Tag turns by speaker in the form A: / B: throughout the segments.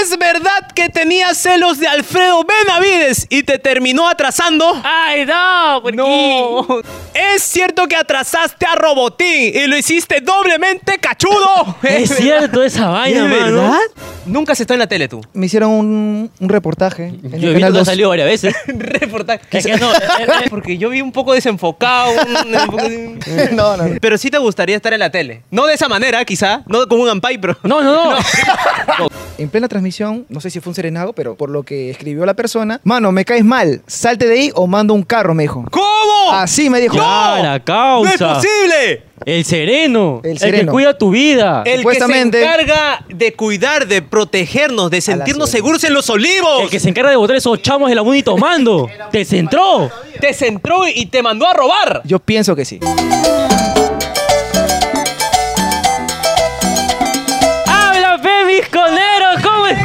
A: ¿Es verdad que tenías celos de Alfredo Benavides y te terminó atrasando?
B: ¡Ay, no! ¿por qué?
A: ¿Es cierto que atrasaste a Robotín y lo hiciste doblemente cachudo?
B: Es cierto esa
A: ¿Es
B: vaina, mano.
A: verdad? Nunca se está en la tele tú.
C: Me hicieron un, un reportaje en
B: Yo he visto
C: el canal
B: que ha
C: 2.
B: salido varias veces.
A: Reportaje.
B: Es que no, eh, eh,
A: Porque yo vi un poco desenfocado. un- un poco así.
C: no, no.
A: Pero sí te gustaría estar en la tele. No de esa manera, quizá. No como un ampay, pero.
B: no, no, no.
C: En plena transmisión, no sé si fue un serenado, pero por lo que escribió la persona, mano, me caes mal, salte de ahí o mando un carro, me dijo.
A: ¿Cómo?
C: Así me dijo.
B: Ya, la
A: ¡No es
B: causa.
A: posible!
B: El sereno.
C: El
B: El, que
C: sereno.
B: cuida tu vida.
A: El que se
C: Supuestamente-
A: encarga de cuidar, de protegernos, de sentirnos
C: ciudad.
A: seguros en los olivos.
B: El que se encarga de botar esos chamos de la uni tomando. Te centró.
A: te centró y te mandó a robar.
C: Yo pienso que sí.
B: ¡Habla, pe, visconero! ¿Cómo es?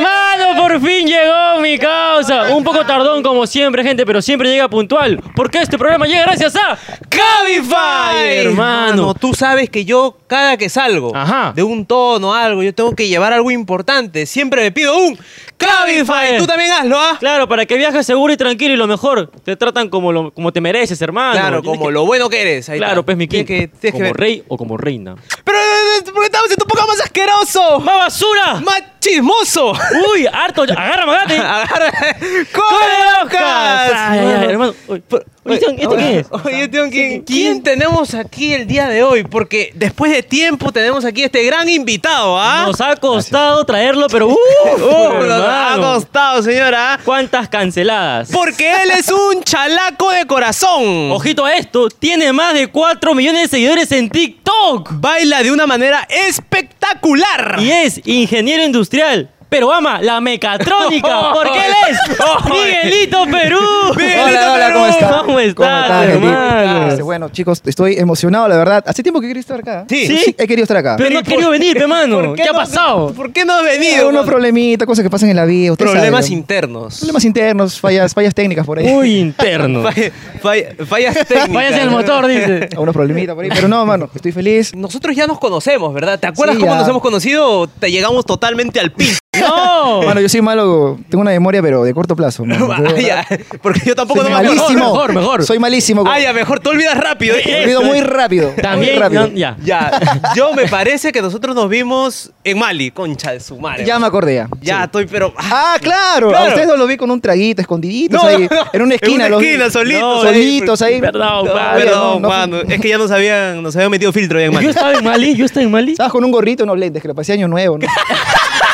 B: Mano, por fin llegó mi causa. Un poco tardón como siempre, gente, pero siempre llega puntual. Porque este programa llega gracias a Cabify, hermano.
A: tú sabes que yo cada que salgo
B: Ajá.
A: de un tono algo, yo tengo que llevar algo importante. Siempre me pido un Cabify. Tú también hazlo, ¿ah?
B: Claro, para que viajes seguro y tranquilo y lo mejor, te tratan como, lo, como te mereces, hermano.
A: Claro,
B: Tienes
A: como
B: que-
A: lo bueno que eres. Ahí
B: Claro,
A: está.
B: pues mi king.
A: Tienes que, tienes que
B: como
A: ver.
B: rey o como reina.
A: Pero eh, eh, porque estamos en tu poco más asqueroso,
B: ¡Más basura!
A: más chismoso.
B: ¡Uy, harto! ¡Agarra, magate!
A: Agarra.
B: ¡Corre,
A: ¡Corre,
B: Oscar!
A: Oscar!
B: Ay, ay, ay, hermano. Uy, por- Oye, ¿esto- ¿Esto qué es?
A: Oye, Tion, ¿quién, quién tenemos aquí el día de hoy? Porque después de tiempo tenemos aquí este gran invitado, ¿ah?
B: Nos ha costado traerlo, pero ¡uh!
A: Oh, nos ha
B: hermano.
A: costado, señora. ¿ah?
B: ¿Cuántas canceladas?
A: Porque él es un chalaco de corazón.
B: Ojito a esto, tiene más de 4 millones de seguidores en TikTok
A: Baila de una manera espectacular.
B: y es ingeniero industrial, pero ama la mecatrónica porque él es Miguelito Perú.
C: Hola, hola, ¿cómo estás?
B: ¿Cómo estás,
C: gente?
B: hermano?
C: Dice, Bueno, chicos, estoy emocionado, la verdad. Hace tiempo que quería estar acá.
A: Sí.
B: Sí.
C: he querido estar acá.
B: Pero no ha querido venir, hermano.
A: ¿Por qué
B: ¿Qué ha
A: no-
B: pasado?
A: ¿Por qué no has
C: Hay
A: venido?
C: unos problemitas, cosas que pasan en la vida. ustedes
A: Problemas
C: saben.
A: internos.
C: Problemas internos, fallas, fallas técnicas por ahí.
B: Muy interno.
A: Fall- fall- fallas técnicas.
B: Váyase al motor, dice.
C: Unos problemitas por ahí. Pero no, mano, estoy feliz.
A: Nosotros ya nos conocemos, ¿verdad? ¿Te acuerdas
C: Sí,
A: cómo
C: ya.
A: nos hemos conocido? Te llegamos totalmente al pin.
B: No.
C: Mano, yo soy malo, tengo una memoria, pero de corto plazo. mano.
A: Ah,
C: De verdad.
A: ya, Porque yo tampoco
C: Soy
A: no me acuerdo.
C: malísimo.
B: mejor, mejor.
C: Soy malísimo.
A: Ah, ya, mejor tú olvidas rápido.
C: Me
B: Eh,
A: ¿eh?
C: olvido
B: eso
C: muy
B: es.
C: rápido. muy
B: También,
C: rápido.
B: no, ya.
A: Ya, yo me parece que nosotros nos vimos en Mali, concha de su madre.
C: Ya me acordé ya.
A: Ya, estoy, pero.
C: Ah, claro.
A: Claro.
C: A ustedes no los vi con un traguito, escondiditos
A: No,
C: ahí.
A: no, no.
C: En una esquina.
A: En una
C: los vi.
A: esquina, solitos
C: No,
A: ahí.
C: solitos ahí.
B: Perdón,
A: No,
B: mano.
C: ya,
A: perdón,
C: no, no.
A: mano. Es que ya nos habían, nos habían metido filtro ya en
B: Yo
A: Mali.
B: estaba en Mali, yo estaba en Mali.
C: Estabas con un gorrito, unos lentes, que le parecía año nuevo, ¿no?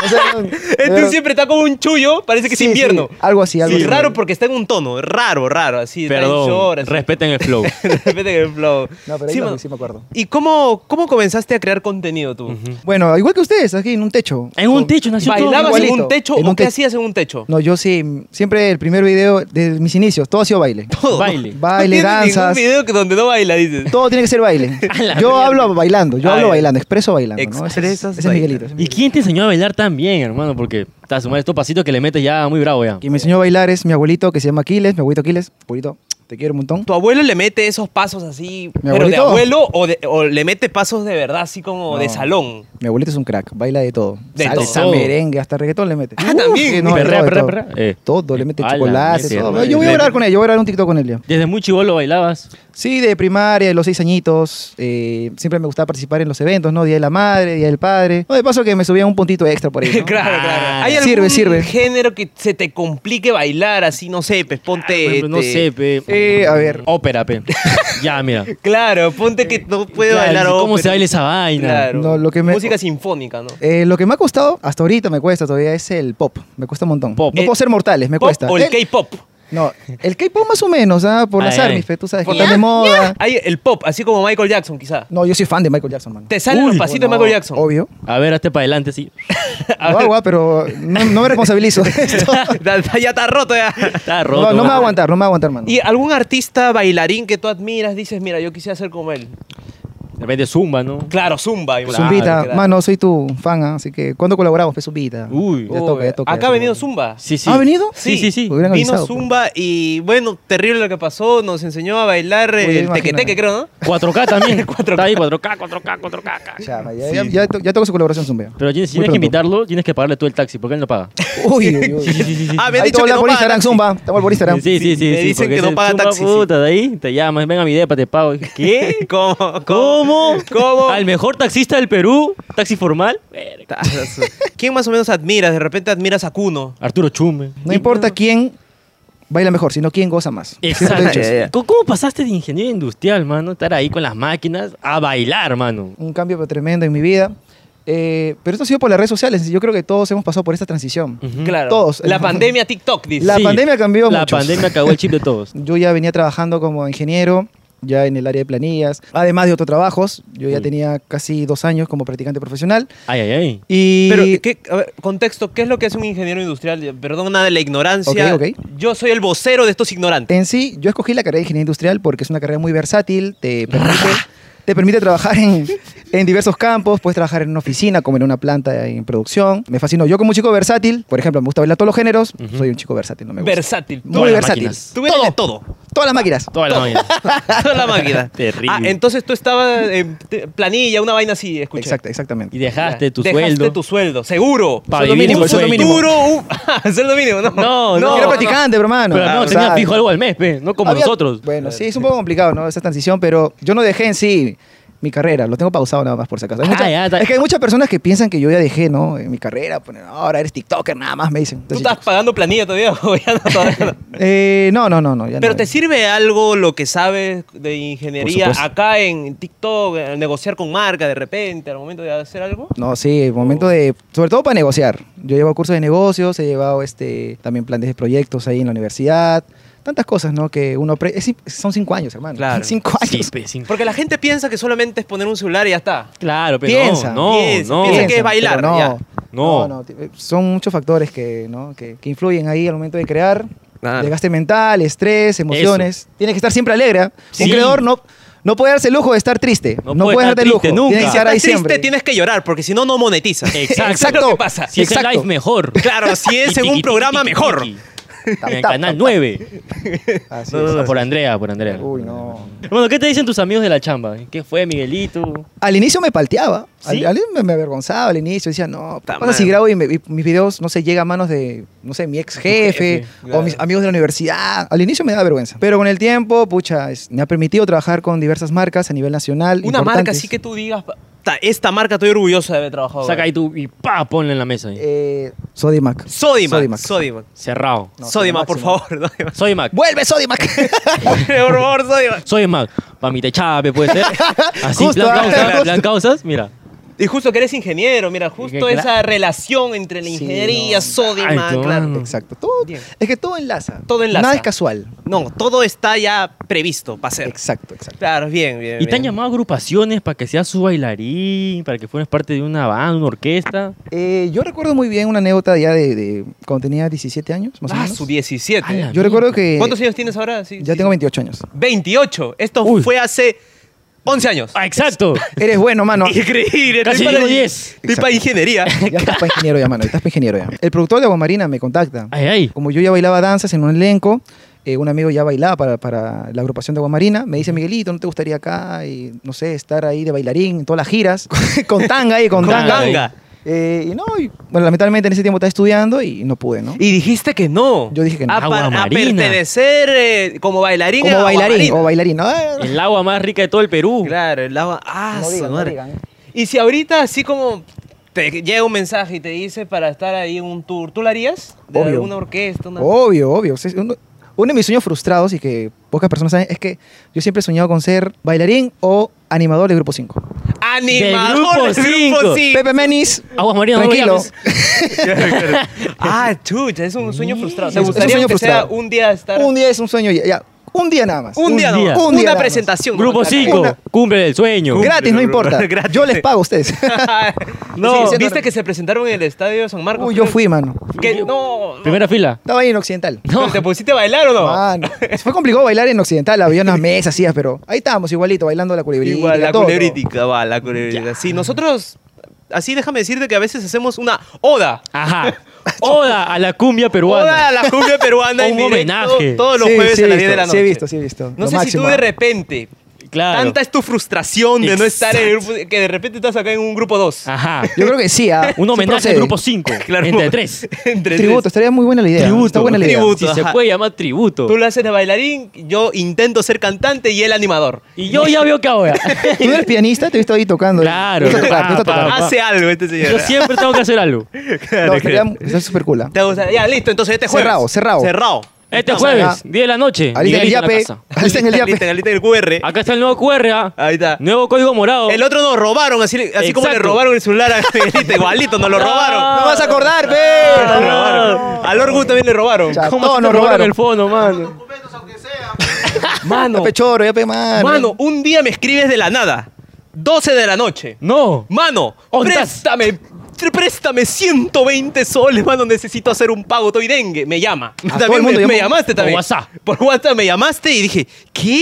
C: O sea, de
A: Este
C: verdad.
A: siempre está como un chullo, parece que
C: Sí,
A: es invierno.
C: sí, algo así, algo
A: Sí,
C: así.
A: raro porque está en un tono, raro, raro, así. está en
B: Perdón,
A: short, así.
B: respeten el flow.
A: De repente en el flow.
C: No, pero ahí
A: Sí,
C: lo-
A: mano.
C: sí me acuerdo.
A: ¿Y cómo, cómo comenzaste a crear contenido tú?
C: Bueno, igual que ustedes, aquí en un techo.
B: En un techo nació todo.
A: ¿Bailabas
C: Igualito,
A: en un techo
C: en
A: o
C: un
A: qué
C: techo.
A: hacías en un techo?
C: No, yo sí, siempre el primer video de mis inicios, todo ha sido baile.
A: Todo.
B: Baile.
C: Baile,
A: no tienes
C: danzas.
A: ningún video que donde no baila, dices.
C: Todo tiene que ser baile.
B: A la
C: Yo
B: mierda.
C: hablo bailando, yo
A: Ah,
C: hablo
A: ya.
C: bailando, expreso bailando. ¿no? Ese es-
A: Expresas
C: ese es Miguelito.
A: bailando.
C: ese es
B: ¿Y quién te enseñó a bailar tan bien, hermano? Porque estás sumando estos pasitos que le metes ya muy bravo ya.
C: Quien me enseñó a bailar es mi abuelito que se llama Aquiles, mi abuelito Aquiles. Abuelito, te quiero un montón.
A: ¿Tu abuelo le mete esos pasos así, pero de
C: abuelito?
A: abuelo o, de- o le mete pasos de verdad, así como de
C: No.
A: salón?
C: Mi abuelito es un crack, baila de todo.
A: De
C: Salsa,
B: todo.
C: merengue, hasta reggaetón le mete.
A: Ah, también.
C: Sí, no, de
B: Perrea,
C: todo, de
B: perrea,
C: todo.
B: perrea. Eh.
C: Todo, le mete
B: Ala,
C: chocolate,
B: ese
C: todo.
B: hermano.
C: Yo voy a hablar con él, yo voy a grabar un TikTok con él ya.
B: Desde muy chivolo bailabas.
C: Sí, de primaria, de los seis añitos. eh, siempre me gustaba participar en los eventos, ¿no? Día de la madre, Día del padre. No, de paso que me subía un puntito extra por ahí. ¿no?
A: claro, claro.
B: Ah,
A: ¿Hay
C: sirve,
A: algún
C: sirve.
A: género que se te complique bailar así? No sé, pues ponte...
B: Ah, Por ejemplo, no
A: este-
B: sé, pe.
C: Eh, a ver.
B: Ópera, pe. ya, mira.
A: Claro, ponte que no puede
B: Eh, Ya,
A: bailar
B: ¿Cómo
A: ópera.
B: se baila esa vaina?
A: Claro.
C: No, lo que me-
A: Música sinfónica, ¿no?
C: Eh, lo que me ha costado, hasta ahorita me cuesta todavía, es el pop. Me cuesta un montón.
B: Pop.
C: No
B: Eh,
C: puedo ser mortales, me
A: ¿Pop
C: cuesta.
A: o el K-pop?
C: No, el K-pop más o menos, ¿ah? Por las
B: Ay, ay.
C: armies, fe, tú sabes, que están de moda.
A: Hay el pop, así como Michael Jackson, quizá.
C: No, yo soy fan de Michael Jackson, mano.
A: Te salen
B: Uy.
A: los pasitos de
C: No,
A: Michael Jackson.
C: Obvio.
B: A ver, hazte para adelante, sí.
A: A
C: Lo
A: ver.
C: hago, ah, pero no, no me responsabilizo. de esto.
A: Ya- ya está roto ya.
B: Está roto.
C: no, no me va a
B: mano.
C: aguantar, no me va a aguantar, mano.
A: ¿Y algún artista bailarín que tú admiras dices, mira, yo quisiera ser como él?
B: De repente Zumba, ¿no?
A: Claro, Zumba. imagínate.
C: Zumbita,
A: Claro.
C: mano, soy tu fan, ¿ah? así que ¿cuándo colaboramos? Pues Zumbita.
B: Uy.
C: ya toca, ya toca.
A: Acá
C: ya
A: ha
C: toca.
A: venido Zumba.
B: Sí, sí.
C: ¿Ha venido?
B: Sí, sí, sí.
C: Hubieran
A: Vino
C: avisado, pues.
A: Zumba y bueno, terrible lo que pasó. Nos enseñó a bailar
C: Uy,
A: el
C: imagínate.
A: tequeteque, creo, ¿no?
B: 4K también. 4K. Está ahí, 4K, 4K, 4K.
C: Chama, ya, ya, ya to- ya toca su colaboración, Zumbita.
B: Pero tienes, tienes
C: Muy
B: que
C: pronto.
B: invitarlo, tienes que pagarle tú el taxi, porque él no paga.
C: Uy, uy, uy.
A: Ah, me han
C: Ahí
A: dicho
C: todo
A: que
C: habla
A: no
C: por
A: paga
C: Instagram,
A: taxi.
C: Zumba. Estamos por Instagram.
B: Sí, sí, sí.
A: Me
B: sí,
A: dicen
B: porque
A: que no
B: ese
A: paga
B: Zumba,
A: taxi, sí.
B: Puta, de ahí te llamas, ven a mi depa, te pago. ¿Qué?
A: ¿Cómo?
B: ¿Cómo?
A: ¿Cómo?
B: ¿Al mejor taxista del Perú? ¿Taxi formal? Verga.
A: ¿Quién más o menos admiras? De repente admiras a Kuno.
B: Arturo Chume.
C: No importa quién baila mejor, sino quién goza más.
B: Eh.
C: Siempre lo he
B: Exacto.
C: dicho eso.
B: ¿Cómo cómo pasaste de ingeniero industrial, mano? Estar ahí con las máquinas a bailar, mano.
C: Un cambio tremendo en mi vida. Eh, pero esto ha sido por las redes sociales. y Yo creo que todos hemos pasado por esta transición.
B: Ujú.
A: Claro.
C: Todos.
A: La pandemia TikTok, dice.
C: La pandemia cambió
B: La
C: muchos.
B: pandemia cagó el chip de todos.
C: Yo ya venía trabajando como ingeniero, ya en el área de planillas, además de otros trabajos. Yo ya
B: Uy.
C: tenía casi dos años como practicante profesional.
B: Ay, ay, ay.
C: Y
A: Pero, ¿qué- a ver, contexto, ¿qué es lo que es un ingeniero industrial? Perdón, nada de la ignorancia.
C: Ok, ok.
A: Yo soy el vocero de estos ignorantes.
C: en sí, yo escogí la carrera de ingeniería industrial porque es una carrera muy versátil, te permite, te permite trabajar en, en diversos campos, puedes trabajar en una oficina, como en una planta en producción. Me fascinó. Yo como un chico versátil, por ejemplo, me gusta bailar todos los géneros, soy un chico versátil, no me gusta.
A: Versátil.
C: muy
B: Todas las
C: versátil.
B: máquinas. Ah,
A: Tú eres de todo.
C: Todas las máquinas.
B: Toda la mañana.
A: Toda la máquina.
B: Terrible.
A: Ah, entonces tú estabas en te- planilla, una vaina así, escuché.
C: Exacto, exactamente.
B: Y dejaste tu
A: Dejaste
B: sueldo.
A: tu sueldo, seguro.
B: Pa'
A: Sueldo
B: vivir
A: mínimo,
B: tu
A: sueldo
B: sueldo.
A: mínimo. Duro, un- Ah, sueldo mínimo, no.
B: uh, No, no,
C: era practicante, pero hermano.
B: Pero no,
C: O
B: tenía
C: sea,
B: fijo algo al mes, pe, no como
C: había-
B: nosotros.
C: Bueno, sí, es un poco complicado, ¿no? Esa transición, pero yo no dejé en sí mi carrera, lo tengo pausado nada más por si acaso. Hay
B: Ah,
C: mucha-
B: ya, está-
C: es que hay muchas personas que piensan que yo ya dejé, ¿no? En mi carrera, ponen, ahora eres TikToker, nada más me dicen.
A: ¿Tú estás pagando planilla todavía? o ya no, todavía no?
C: Eh, no, no, no, no. ya
A: Pero
C: no.
A: te sirve algo lo que sabes de ingeniería
C: Por supuesto.
A: acá en TikTok, al negociar con marca de repente, al momento de hacer algo.
C: No, sí, el momento de. Sobre todo para negociar. Yo he llevado cursos de negocios, he llevado este también planes de proyectos ahí en la universidad. Tantas cosas, ¿no? Que uno. apre- es- son cinco años, hermano.
A: Claro.
C: Cinco
B: Sí,
C: años.
B: pe, sin-
A: Porque la gente piensa que solamente es poner un celular y ya está.
B: Claro, pero
C: Piensa,
B: no,
A: piensa,
B: no.
A: piensa que-
C: Piensan,
A: bailar,
C: pero No,
A: ya.
B: No.
C: no, no, t- eh, Son muchos factores que, ¿no? que, que influyen ahí al momento de crear.
A: Claro.
C: Desgaste mental, estrés, emociones. Tienes que estar siempre alegre. ¿ah?
B: Sí.
C: Un creador no, no puede darse el lujo de estar triste.
B: No
C: No,
B: puede
C: puede
B: estar
C: darte el lujo.
B: triste nunca.
C: Tienes que
A: Si
C: estar
A: estás
C: ahí
A: triste,
C: siempre.
A: tienes que llorar, porque si no, no monetizas.
B: Exacto.
A: Eso es lo que pasa.
B: Si es el
C: Exacto.
B: live mejor.
A: Claro, si es en un programa, mejor.
B: En
C: Tap,
B: el
C: tap,
B: canal
C: tap,
B: 9.
C: Así
B: No,
C: es.
B: no, no, por Andrea, por Andrea.
C: Uy, no.
B: Bueno, ¿qué te dicen tus amigos de la chamba? ¿Qué fue, Miguelito?
C: Al inicio me palteaba. Al-
B: ¿Sí?
C: Al, me, me avergonzaba al inicio. Decía, no, ¿qué
A: Ta
C: pasa si
A: madre.
C: grabo y, me- y mis videos, no sé, llega a manos de, no sé, mi ex jefe
B: jefe,
A: claro.
C: o mis amigos de la universidad? Al inicio me da vergüenza. Pero con el tiempo, pucha, es- me ha permitido trabajar con diversas marcas a nivel nacional.
A: Una marca
C: importantes.
A: así que tú digas, "Ta- esta marca estoy orgulloso de haber trabajado.
B: Saca ahí tu y pa, ponle en la mesa. ahí.
C: Eh, Sodimac.
A: Sodimac.
C: Sodimac.
A: Sodimac.
B: Cerrado.
C: No,
A: Sodimac, por
C: Sodimac,
A: favor. Sodimac.
B: Soy Mac.
C: ¡Vuelve Sodimac!
A: por favor, Sodimac.
B: Soy Mac. Pa' mi techada, puede ser. Así,
C: Justo,
B: plan,
C: ah,
B: causas,
C: justo.
B: plan causas, mira.
A: Y justo que eres ingeniero, mira, justo
B: Que cla-
A: esa relación entre la
C: Sí,
A: ingeniería,
C: no.
A: Sodimac,
B: Ay, no.
A: claro.
C: Exacto. Todo,
A: Bien.
C: es que todo enlaza.
A: Todo enlaza.
C: Nada es casual.
A: No, todo está ya previsto para hacer.
C: Exacto, exacto.
A: Claro, bien, bien.
B: Y te han
A: bien.
B: llamado agrupaciones para que seas su bailarín, para que fueras parte de una banda, una orquesta.
C: Eh, yo recuerdo muy bien una anécdota ya de, de cuando tenía 17 años, más o
A: Ah,
C: menos.
A: su 17.
B: A la
C: Yo recuerdo que...
A: ¿Cuántos años tienes ahora? Sí,
C: Ya
A: sí.
C: Eh, tengo 28 años.
A: 28. Esto
B: Uy.
A: fue hace 11 años.
B: Ah, exacto.
C: Eres bueno, mano.
A: Increíble.
B: Casi
A: estoy para-
B: digo 10.
A: Estoy para ingeniería.
C: Ya estás para ingeniero ya, mano. Estás para ingeniero ya. El productor de Aguamarina me contacta.
B: Ay, ay.
C: Como yo ya bailaba danzas en un elenco, eh, un amigo ya bailaba para, para la agrupación de Aguamarina. Me dice, Miguelito, ¿no te gustaría acá? Y, no sé, estar ahí de bailarín en todas las giras. con tanga y con,
A: Con
C: tanga.
A: tanga.
C: Eh, y no, y, bueno, lamentablemente en ese tiempo estaba estudiando y no pude, ¿no?
A: Y dijiste que no.
C: Yo dije que no.
A: A, par- a
B: Aguamarina.
A: pertenecer eh, como bailarín.
C: como
A: a
C: bailarín
A: Aguamarina.
C: o bailarín. No, eh,
B: El agua más rica de todo el Perú.
A: Uh, Claro, el agua. Ah,
C: No
A: su
C: digan, no
A: madre.
C: digan, eh.
A: Y si ahorita así como te llega un mensaje y te dice para estar ahí en un tour, ¿tú lo harías? De
C: Obvio.
A: alguna orquesta, una...
C: Obvio, obvio. Sí, Uno, uno de mis sueños frustrados y que pocas personas saben es que yo siempre he soñado con ser bailarín o animador de Grupo 5.
A: Animador
B: Del grupo
A: del grupo
B: cinco.
A: 5.
C: Pepe Menis,
B: Aguas marinas, no
C: tranquilo.
B: lo llames.
A: ah, chucha, es un sueño frustrado. ¿Te
C: Es un
A: gustaría
C: sueño
A: que sea
C: frustrado.
A: un día estar
C: un día es un sueño ya, ya, Un día nada más.
A: Un,
B: Un
A: día,
B: día.
A: no.
C: Un día
A: Una
C: nada más.
A: presentación.
B: Grupo
A: Puta,
B: 5,
C: Una-
B: cumple el sueño.
A: Gra-
C: Gratis, no importa.
A: Gratis.
C: Yo les pago a ustedes.
A: no,
C: Sí, sí,
A: ¿viste
C: no-
A: que se presentaron en el estadio de San Marcos?
C: Uy, yo fui, mano.
A: Que no.
B: Primera fila.
C: Estaba ahí en Occidental.
A: ¿Pero ¿Te pusiste a bailar o no?
C: Mano, fue complicado bailar en Occidental, había unas mesas, sillas, pero ahí estábamos igualito, bailando la culebrítica.
A: Igual, la
C: todo,
A: culebrítica, va, la culebrítica. Sí, nosotros, así déjame decirte que a veces hacemos una oda.
B: Ajá. Oda a la cumbia
A: Oda
B: peruana.
A: a la cumbia peruana
B: Un
A: en directo
B: homenaje.
C: todo.
A: todos los
C: Sí,
A: jueves
C: sí
A: a
C: he
A: las 10 de la
C: visto,
A: noche.
C: Sí, he visto, sí, he visto.
A: No
C: Lo
A: sé
C: máximo.
A: si tú de repente,
B: Claro.
A: tanta es tu frustración de no estar en el grupo, que de repente estás acá en un grupo 2.
C: Ah.
B: Ajá.
C: Yo creo que sí, ¿ah?
B: Un
C: Sí
B: homenaje
C: procede.
B: al grupo 5.
A: Claro.
B: Entre tres.
A: Entre tres.
C: Tributo, estaría muy buena la idea.
B: Tributo,
C: Está buena la idea.
A: tributo.
B: Si se
A: Ajá.
B: puede llamar tributo.
A: Tú lo haces de bailarín, yo intento ser cantante y él animador.
B: Y yo ya veo que ahora.
C: Tú eres pianista, te he visto ahí tocando. ¿eh?
B: Claro.
C: Te gusta tocar, te gusta
B: Pa, pa,
C: tocar.
B: pa.
A: Hace algo este señor.
B: Yo siempre tengo que hacer algo.
C: No, estaría está súper cool. ¿ah?
A: ¿Te gusta? Ya, listo, entonces este jueves.
C: Cerrado, cerrado.
A: Cerrado.
B: Este
A: No,
C: ya.
B: jueves, 10 de la noche.
C: Ahorita en el
B: Miguelito en la
C: yape.
B: casa.
C: Ahorita en el
A: Lista,
C: yape.
A: en la lista del QR.
B: Acá está el nuevo QR. ¿ah?
A: Ahí está.
B: Nuevo código morado.
A: El otro nos robaron, así, así como le
B: Oh. Exacto.
A: robaron el celular a Miguelito, igualito, nos lo robaron.
C: No vas a acordar,
A: Nos
C: ve.
A: robaron. Al Orgu también le robaron.
C: Chao.
B: ¿Cómo
C: Todos
B: así
C: nos
B: te robaron
C: robaron.
B: el fono, mano?
C: Ya
A: Mano,
C: pechoro, ya pe mano.
A: mano, un día me escribes de la nada. 12 de la noche.
B: No.
A: Mano,
B: Ondas.
A: préstame, tr- préstame 120 soles, mano, necesito hacer un pago, estoy dengue. Me llama. También
C: todo el mundo
A: me,
C: llamó.
A: me llamaste
B: Por
A: también.
B: WhatsApp.
A: Por WhatsApp me llamaste y dije, ¿qué?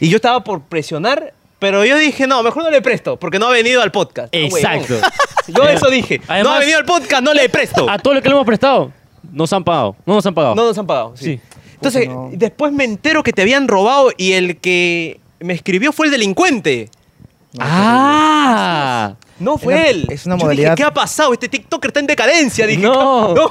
A: Y yo estaba por presionar, pero yo dije, no, mejor no le presto, porque no ha venido al podcast. Ah, huevón.
B: Exacto.
A: Yo eso dije. no
B: Además-
A: ha venido al podcast, no le presto.
B: A todo lo que le hemos prestado, nos han pagado. No nos han pagado.
A: No nos han pagado. Sí.
B: Sí.
A: Entonces,
C: Puta, no.
A: después me entero que te habían robado y el que me escribió fue el delincuente.
B: ah.
A: No fue
C: Era-
A: él.
C: es una
A: Yo
C: modalidad-
A: Dije, ¿Qué ha pasado? Este TikToker está en decadencia. Dije,
B: No.
A: no,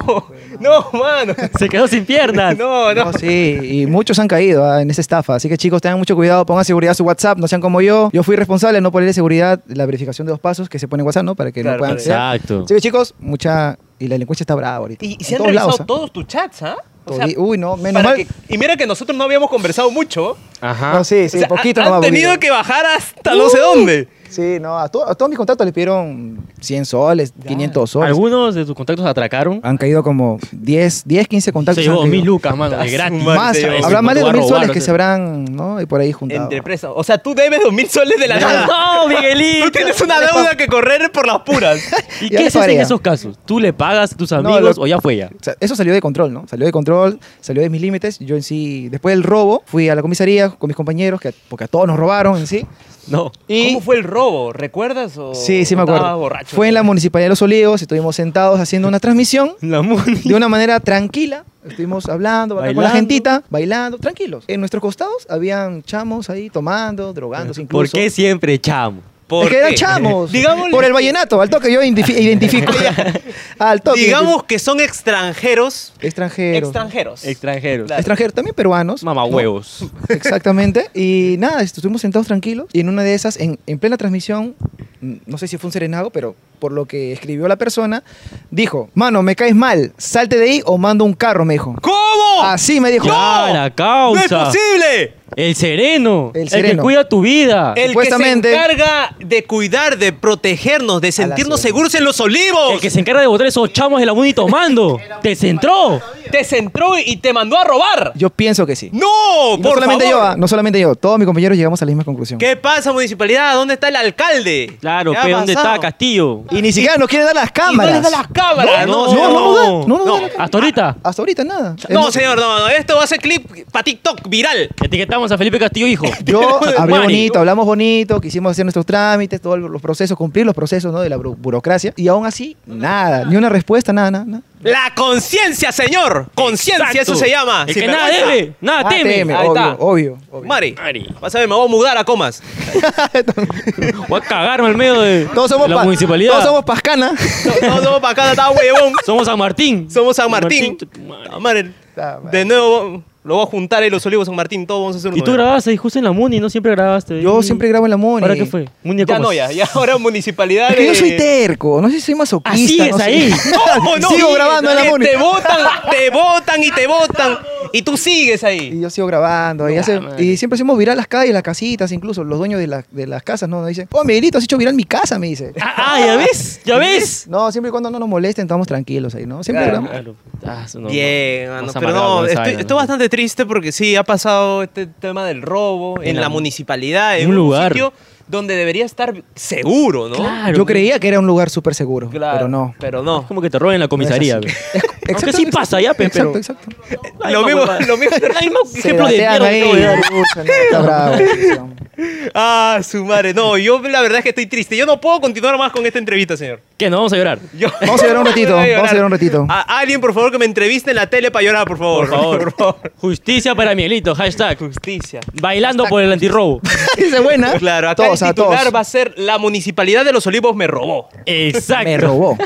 A: no, mano.
B: Se quedó sin piernas.
A: No, no.
C: No, sí, y muchos han caído ah, en esa estafa. Así que chicos, tengan mucho cuidado, pongan seguridad a su WhatsApp, no sean como yo. Yo fui responsable de no ponerle seguridad la verificación de dos pasos que se pone en WhatsApp, ¿no? Para que
A: Claro,
C: no puedan
A: claro.
C: acceder.
B: Exacto.
C: Así que chicos, mucha... Y la delincuencia está brava ahorita.
A: Y, y
C: En
A: se han
C: todos
A: revisado
C: lados, ah.
A: todos tus chats, ¿ah? O sea,
C: Todi- Uy, no, menos
A: para
C: mal.
A: que- y mira que nosotros no habíamos conversado mucho.
B: Ajá.
C: No, sí, sí,
A: O sea,
C: poquito
A: ha-
C: nomás,
A: han tenido
C: poquito.
A: que bajar hasta no
C: Uh.
A: sé dónde.
C: Sí, no, a, to- a todos mis contactos les pidieron 100 soles, 500 soles.
B: Algunos de tus contactos atracaron.
C: Han caído como 10, 10 15
B: Se
C: contactos.
B: llevó
C: han caído.
B: mil lucas, mano,
C: Ah,
B: de
A: su
B: gratis.
A: madre,
C: Más,
A: se llevó.
C: habrá
A: Sí,
C: más de
B: Te va a
C: 2.000
B: robar,
C: soles
B: o
C: que
B: sea.
C: se habrán, ¿no? Y por ahí juntados.
A: Entre presas. O sea, tú debes dos mil soles de la nada.
B: No, Miguelito.
A: Tú tienes una deuda que correr por las puras.
B: ¿Y
C: Ya
B: qué
C: le
B: haces en
C: parea.
B: esos casos? ¿Tú le pagas a tus
C: No,
B: amigos
C: lo-
B: o ya fue ya?
C: O sea, eso salió de control, ¿no? Salió de control, salió de mis límites. Yo en sí, después del robo, fui a la comisaría con mis compañeros, que, porque a todos nos robaron en sí.
B: No.
C: Y-
A: ¿Cómo fue el robo? ¿Recuerdas? O
C: Sí, sí me
A: estabas
C: acuerdo.
A: Oh, borracho?
C: Fue en la Municipalidad de Los Olivos, estuvimos sentados haciendo una transmisión
B: La muni.
C: de una manera tranquila. Estuvimos hablando, bacán, con la
B: Bailando.
C: gentita, bailando, tranquilos. En nuestros costados habían chamos ahí tomando, drogándose
B: ¿Por
C: incluso.
B: qué siempre chamo?
A: ¿Por
C: es que eran
A: qué?
C: chamos.
A: Digámosle-
C: por el vallenato, al toque yo identifi- identifico. al toque.
A: Digamos que son extranjeros.
C: Extranjeros.
A: Extranjeros.
B: Extranjeros.
A: Claro.
C: Extranjeros, también peruanos. No,
B: Mamahuevos.
C: Exactamente. Y nada, estuvimos sentados tranquilos. Y en una de esas, en, en plena transmisión, mm, no sé si fue un serenado, pero por lo que escribió la persona, dijo: Mano, me caes mal, salte de ahí o mando un carro, me dijo.
A: ¿Cómo?
C: Así me dijo.
B: Clara
A: ¡No es
B: causa.
A: posible!
B: el sereno.
C: El
B: El, que
C: sereno.
B: cuida tu vida.
A: El que se
C: Ah, Supuestamente-
A: encarga de cuidar, de protegernos, de sentirnos
C: ciudad.
A: seguros en los olivos.
B: El que se encarga de botar esos chamos de la muni tomando. Te centró.
A: te centró y te mandó a robar.
C: Yo pienso que sí.
A: ¡No!
C: Y no
A: por
C: solamente
A: favor.
C: yo, ah, no solamente yo, todos mis compañeros llegamos a la misma conclusión.
A: ¿Qué pasa, municipalidad? ¿Dónde está el alcalde?
B: Claro,
A: ¿Qué ha
B: pero ¿dónde
A: pasado?
B: está Castillo?
C: Y ni siquiera nos quieren dar las
A: Y no
C: cámaras.
A: les da las cámaras.
B: No,
A: No,
B: no,
A: señor.
C: no, no, no, no, no, no, no.
B: Hasta ahorita.
C: Hasta ahorita nada.
A: No,
C: Hemos-
A: señor, no, no. Esto va a ser clip para TikTok viral.
B: Etiquetamos a Felipe Castillo, hijo.
C: Yo hablé
B: Mari.
C: bonito, hablamos bonito, quisimos hacer nuestros trámites, todos los procesos, cumplir los procesos ¿no? de la buro- burocracia. Y aún así, nada, ni una respuesta, nada, nada. nada.
A: La conciencia, señor. Conciencia,
B: Exacto.
A: eso se llama.
B: El
A: Sin
B: que nada
A: vergüenza.
B: debe, nada
C: Ah,
B: teme.
A: ahí
C: obvio,
A: está.
C: obvio, obvio.
A: Mari,
B: Mari.
A: vas a ver, me voy a mudar a comas.
B: Voy a cagarme al medio de,
C: Todos somos
B: de la
C: pa-
B: municipalidad.
C: Todos somos pascana.
A: No, no, no, para acá está huevón.
B: Somos San Martín.
A: Somos San Martín.
B: tu madre.
A: Ah, madre.
C: Ah, madre.
A: De nuevo, lo voy a juntar ahí los olivos San Martín, todos vamos a hacer un
B: Y tú grabaste ahí justo en la Muni, no siempre grabaste.
C: Yo
B: Y-
C: siempre grabo en la Muni.
B: ¿Ahora qué fue? Muni de
A: Ya
B: Comas.
A: no, ya, ya ahora municipalidad.
C: Es que yo
A: de-
C: soy terco, no sé si soy
B: Así
C: masoquista.
B: es
C: no sé.
B: ahí.
A: No, no,
C: Sigo
A: sí,
C: grabando en la
A: que
C: Muni.
A: Te votan, te votan y te votan. Y tú sigues
C: Y
A: ahí.
C: yo sigo grabando. y,
B: Ya,
C: hace-
B: madre.
C: y siempre hacemos viral las calles, las casitas, incluso los dueños de, la- de las casas, ¿no? Nos dicen, oh, Miguelito, has hecho viral mi casa, me dice.
B: Ah, ah, ya ves, ya ves.
C: No, siempre y cuando no nos molesten, estamos tranquilos ahí, ¿no? Siempre
A: Claro.
C: grabamos.
B: Ah, eso no-
A: Bien,
B: no,
A: mano,
B: más
A: pero
B: amargado
A: no,
B: con esa
A: estoy,
B: vaina,
A: estoy
B: ¿no?
A: bastante triste porque sí, ha pasado este tema del robo en,
B: En
A: la,
B: la mu-
A: municipalidad, en
B: un
A: un,
B: lugar.
A: sitio donde debería estar seguro, ¿no?
B: Claro.
C: Yo creía que era un lugar súper seguro,
A: Claro,
C: pero no.
A: Pero
B: Es
A: no.
B: como que te roben la comisaría.
C: No es así.
B: ve. Aunque sí pasa ya, pe,
C: Exacto,
B: pero-
C: exacto.
B: La
A: Lo
B: misma
A: mismo-
B: huevada.
A: lo mismo-
B: La misma
C: Se
B: ejemplo de
C: batean
B: mierda que acabo de dar.
C: ahí, pucha, no, está bravo.
A: Ah, su madre. No, yo la verdad es que estoy triste. Yo no puedo continuar más con esta entrevista, señor.
B: ¿Qué? No, vamos a llorar.
A: Yo-
C: Vamos a llorar un ratito,
A: Voy
C: vamos a llorar un ratito.
A: A- alguien, por favor, que me entreviste en la tele para llorar, por favor.
B: Por favor. Justicia para Mielito, hashtag.
A: Justicia.
B: Bailando por el antirrobo.
C: Dice buena.
A: Claro, acá
C: todos,
A: el
C: a
A: titular
C: todos.
A: va a ser La Municipalidad de los Olivos me robó.
B: Exacto.
C: Me robó.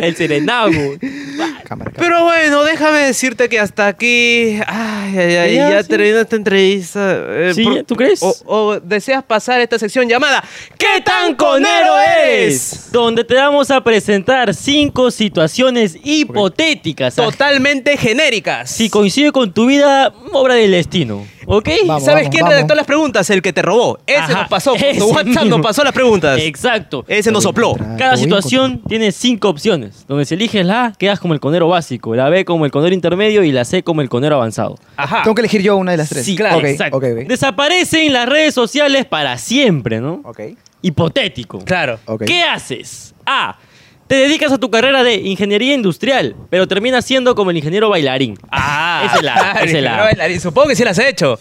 B: El serenago.
C: Cámara, cámara.
A: Pero bueno, déjame decirte que hasta aquí. Ay, ay, ay,
B: Ya,
A: ya
B: sí.
A: termina esta entrevista. eh,
B: Sí,
A: por-
B: ¿tú crees?
A: O, o deseas pasar esta sección llamada ¿Qué tan conero eres?
B: Donde te vamos a presentar cinco situaciones hipotéticas.
A: Totalmente genéricas.
B: Si coincide con tu vida, obra del destino. ¿Ok?
C: Vamos,
A: ¿Sabes
C: vamos,
A: quién
C: vamos.
A: redactó las preguntas? El que te robó. Ese
B: Ajá,
A: nos pasó. por
B: ese
A: tu WhatsApp
B: mismo.
A: nos pasó las preguntas.
B: Exacto.
A: Ese nos
C: Lo voy a
A: sopló.
C: encontrar.
B: Cada
C: Ah, Te voy a
B: situación tiene cinco opciones. Donde si eliges la A, quedas como el conero básico, la B como el conero intermedio y la C como el conero avanzado.
A: Ajá.
C: Tengo que elegir yo una de las tres.
B: Sí,
A: claro,
C: Ok,
B: exacto.
C: ok, ok.
B: Desaparecen las redes sociales para siempre, ¿no?
C: Ok.
B: Hipotético.
A: Claro.
C: Ok.
B: ¿Qué haces? A. Te dedicas a tu carrera de ingeniería industrial, pero terminas siendo como el ingeniero bailarín.
A: Ah,
B: Esa es la-
A: claro,
B: esa es la-
A: pero bailarín, Supongo que sí las has hecho.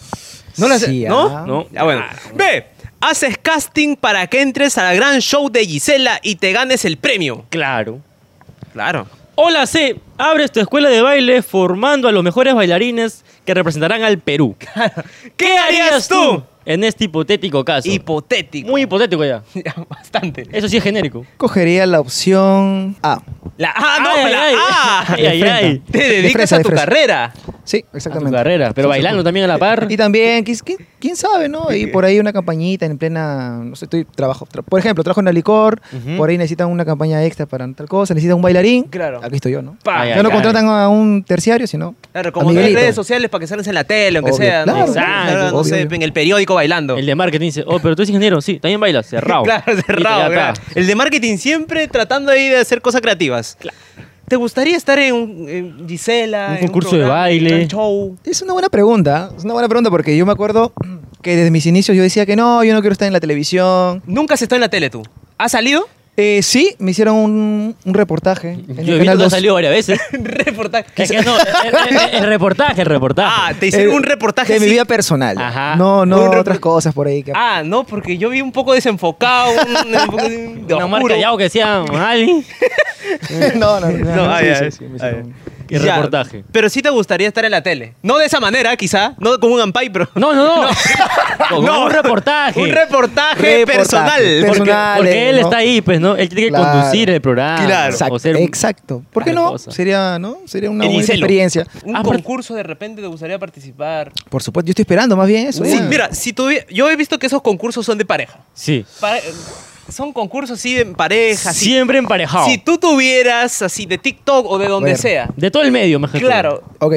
A: No las
C: Sí,
A: ¿No?
C: ah.
B: No.
A: Ah, bueno. B. Haces casting para que entres al gran show de Gisela y te ganes el premio.
B: Claro.
A: Claro.
B: O la C. Abres tu escuela de baile formando a los mejores bailarines que representarán al Perú.
A: ¿Qué harías tú?
B: En este hipotético caso.
A: Hipotético.
B: Muy hipotético ya.
A: Bastante.
B: Eso sí es genérico.
C: Cogería la opción A.
A: La A, no,
B: Ay,
A: la
B: ay,
A: A.
B: ay, ay, ay.
A: Te dedicas
C: fresa,
A: a
C: de
A: tu
C: fresa.
A: carrera.
C: Sí,
B: A tu
C: exactamente.
B: carrera, pero bailando también a la par.
C: Y también, quis- qui- quién sabe, ¿no? Y por ahí una campañita en plena, no sé, estoy trabajo. tra- por ejemplo, trabajo en la licor, por ahí necesitan una campaña extra para tal cosa, necesitan un bailarín.
A: Claro.
C: Aquí estoy yo, ¿no?
A: Pa.
B: Ay,
C: ya
B: ay,
C: no
B: ay.
C: contratan a un terciario, sino
A: Claro,
C: a
A: como en
C: Miguelito.
A: redes sociales para que salgas en la tele, aunque
C: Obvio,
A: sea.
C: claro,
A: no,
B: claro,
A: no
C: obvio,
A: sé,
C: obvio.
A: en el periódico bailando.
B: El de marketing dice, oh, pero tú eres ingeniero, sí, también bailas, cerrado.
A: Claro,
B: Listo,
A: cerrado.
B: ya
A: claro.
B: está.
A: El de marketing siempre tratando ahí de hacer cosas creativas. ¿Te gustaría estar en, un- en Gisela?
B: Un
A: en
B: concurso de
A: programa,
B: baile.
A: en un show?
C: Es una buena pregunta, es una buena pregunta porque yo me acuerdo que desde mis inicios yo decía que no, yo no quiero estar en la televisión.
A: Nunca has estado en la tele tú. ¿Has salido?
C: Eh, sí, me hicieron un, un reportaje en
B: Yo he visto
C: el canal
B: que ha
C: 2.
B: salido varias veces.
A: Reportaje.
B: Es que no, el, el- el reportaje, el
A: Ah,
B: reportaje.
A: te hicieron
C: Eh,
A: un reportaje
C: de mi
A: así.
C: vida personal.
B: Ajá.
C: No, no
A: Un repor-
C: otras cosas por ahí que
A: Ah, no, porque yo vi un poco desenfocado. Un, un poco de- de
B: Una marca
A: oscuro.
B: de agua que decía Ali.
C: no, no, no.
A: No, ay,
C: sí,
A: ay,
C: sí, sí, me
A: ay.
C: hicieron-
B: Qué
A: Ya,
B: reportaje.
A: Pero sí te gustaría estar en la tele. No de esa manera, quizá. No como un ampay, pero.
B: No, no, no. Con un reportaje.
A: Un reportaje,
C: Reportaje.
A: personal.
C: Pero-
B: Porque,
C: personal,
B: porque
C: eh,
B: él
C: ¿no?
B: está ahí, pues, ¿no? Él tiene que
C: Claro.
B: conducir el programa.
A: Claro.
C: Exacto,
B: O ser-
C: exacto. ¿Por qué
B: tal
C: no?
B: cosa.
C: Sería, ¿no? Sería una
A: El
C: buena
A: Giselo.
C: experiencia.
A: Un
B: Ah, pero-
A: concurso de repente te gustaría participar.
C: Por supuesto, yo estoy esperando más bien eso.
A: Sí,
C: ya.
A: mira, si tuvi- yo he visto que esos concursos son de pareja.
B: Sí.
A: Pare- son concursos sí en pareja. sí.
B: Siempre emparejado.
A: Si tú tuvieras así de TikTok o de donde
C: Bueno.
A: sea,
B: De todo el medio, mejor.
A: claro,
C: Ok.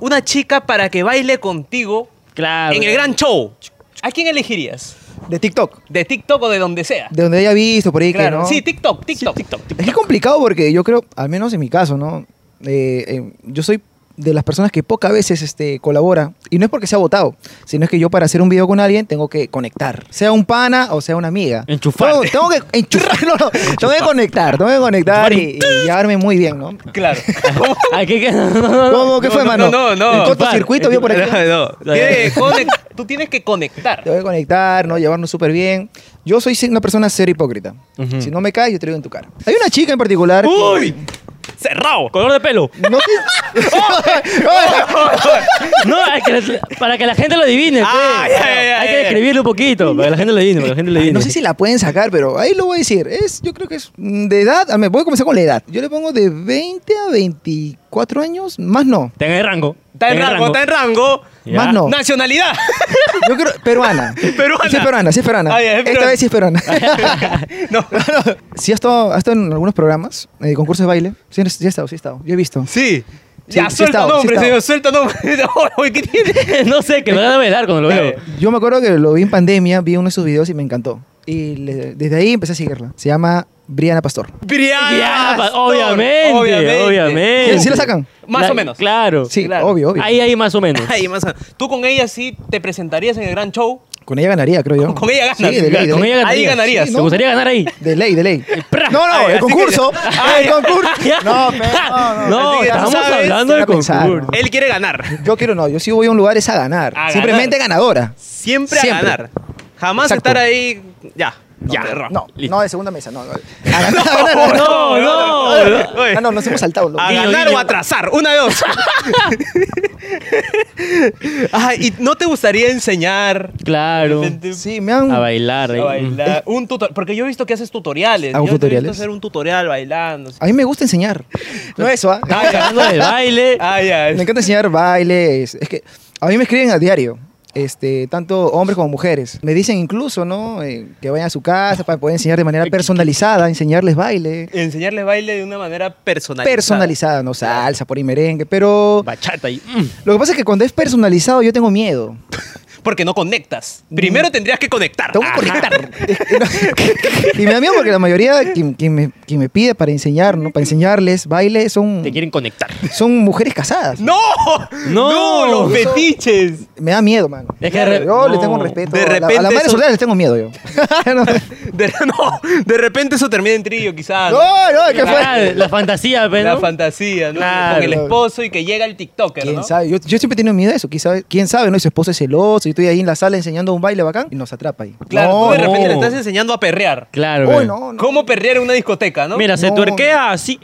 A: una chica para que baile contigo
B: Claro.
A: en el gran show, ¿a quién elegirías?
C: De TikTok.
A: De TikTok o de donde sea.
C: De donde haya visto, por ahí
A: claro,
C: que no.
A: sí, TikTok, TikTok, TikTok.
C: es que es complicado porque yo creo, al menos en mi caso, ¿no? Eh, eh, yo soy de las personas que pocas veces este, colabora. Y no es porque sea votado, sino es que yo para hacer un video con alguien tengo que conectar. Sea un pana o sea una amiga.
B: Enchufarte.
C: Tengo, tengo que enchufar, no, no, tengo que conectar, tengo que conectar y, y llevarme muy bien, ¿no?
A: Claro.
B: Ay, ¿qué, qué? No, no, no.
C: ¿Cómo? ¿Qué
A: No,
C: fue,
A: no,
C: mano?
A: no, no, no.
C: El cortocircuito vio por aquí.
A: No, no. Tiene que conec- tú tienes que conectar.
C: Te voy a conectar, ¿no? Llevarnos súper bien. Yo soy una persona cero hipócrita.
B: Ujú.
C: Si no me caes, yo te digo en tu cara. Hay una chica en particular. que-
B: ¡Uy!
A: Cerrado.
B: Color de pelo.
C: No te-
B: No, hay que- para que la gente lo adivine. pues.
A: Ay, ay, ay,
B: hay que
A: ay.
B: describirlo un poquito. Para que la gente lo adivine. Para que la gente lo adivine.
C: no sé si la pueden sacar, pero ahí lo voy a decir. Es, yo creo que es mm, de edad. A ver, voy a comenzar con la edad. Yo le pongo de 20 a 24. cuatro años, más no.
B: Está en el rango.
A: Está en rango, está en rango.
B: Ya.
C: Más no.
A: Nacionalidad.
C: Yo creo, peruana.
A: Peruana.
C: Sí es peruana, sí es peruana.
A: Ah, ya, es
C: Esta
A: peruana.
C: vez sí es peruana.
A: no.
C: sí ha estado, ha estado en algunos programas, eh, concursos de baile. Sí, sí ha estado, sí ha estado. Yo he visto.
A: Sí.
C: Sí,
A: Ya,
C: sí
A: suelta
C: estaba, sí
A: nombre,
C: estaba.
A: señor, suelta nombre. Oye, ¿qué tiene?
B: no sé, que me van a bailar cuando lo veo.
C: Yo me acuerdo que lo vi en pandemia, vi uno de sus videos y me encantó. Y le- desde ahí empecé a seguirla. Se llama Briana Pastor.
A: Brian
B: Ya, pa-
A: Astor,
B: obviamente, obviamente.
C: ¿Sí, sí la sacan?
A: Más
B: La-
A: o menos.
B: Claro.
C: Sí,
A: Claro.
C: obvio, obvio.
B: Ahí, ahí más o menos.
A: Ay, más o menos. Tú con ella sí te presentarías en el gran show.
C: Con ella ganaría, creo yo.
A: Con- con ella ganas.
C: Sí, de ley, de ley.
B: Con ella
A: Ahí ganarías.
B: ¿Te gustaría ganar ahí?
C: De ley, de ley.
B: pra.
C: No, no,
A: Ay,
C: el
A: así que-
C: concurso.
A: Ay.
C: el concurso. No, pero, no, no.
A: Así
B: No,
A: que ya
B: estamos
A: sabes,
B: hablando de
C: era pensar,
B: concurso.
C: ¿no?
A: Él quiere ganar.
C: Yo quiero no, yo sí voy a un lugar es a ganar.
A: A
C: Simplemente ganadora.
A: Siempre, a
C: Siempre.
A: ganar. Jamás
C: Exacto.
A: estar ahí. Ya. ya.
C: No,
B: Listo.
C: no, de segunda mesa, no. no. A ganar, a ganar, a ganar.
B: No, no, no.
A: Oye,
C: Ah, no, nos hemos saltado. loco.
A: A
B: Guiño,
A: ganar
B: guiño.
A: o atrasar. Una de dos. Ajá, ¿y no te gustaría enseñar?
B: Claro.
C: Sí, me han.
B: A bailar. ahí.
A: A bailar. Un tutor- porque yo he visto que haces tutoriales.
C: ¿Hago
A: yo te he
C: tutoriales?
A: visto hacer un tutorial bailando.
C: A mí me gusta enseñar. No eso, ¿ah?
B: Estaba hablando del baile.
A: Ah, ya.
C: Me encanta enseñar bailes. Es que a mí me escriben a diario. Este, tanto hombres como mujeres. Me dicen incluso, ¿no? Eh, que vayan a su casa para poder enseñar de manera personalizada, enseñarles baile.
A: Enseñarles baile de una manera personalizada.
C: Personalizada, no salsa, por ahí merengue. Pero
B: Bachata ahí. Mm.
C: lo que pasa es que cuando es personalizado yo tengo miedo.
A: Porque no conectas. Primero tendrías que conectar. Ah.
C: Tengo que
A: Ajá.
C: conectar. y me da miedo porque la mayoría quien, quien me, quien me pide para enseñar, ¿no? Para enseñarles baile son,
B: Te quieren conectar.
C: son mujeres casadas.
A: ¡No!
B: No.
A: ¡Los fetiches!
C: Me da miedo, mano.
B: Es que de re-
C: yo le
B: no.
C: tengo un respeto.
A: De
C: a la- a
A: repente
C: la madre
A: eso-
C: soltera le tengo miedo yo. no,
A: De, no, de repente eso termina en trillo, quizás. ¿no?
C: no, ¿qué
B: Ah,
C: fue?
B: la fantasía, pero.
A: La fantasía, ¿no?
B: Claro.
A: Con el esposo y que llega el TikToker,
C: ¿Quién
A: ¿no?
C: sabe? Yo, yo siempre he tenido miedo de eso. ¿Quién sabe? ¿Quién sabe? ¿No? Y su esposo es celoso. Y estoy ahí en la sala enseñando un baile bacán. Y nos atrapa ahí.
A: Claro,
C: no,
A: tú de repente
B: no.
A: le estás enseñando a perrear.
B: Claro.
C: no. Uy,
B: pero-
C: no, no.
A: ¿Cómo perrear en una discoteca, no?
B: Mira, se
C: No.
B: tuerquea así.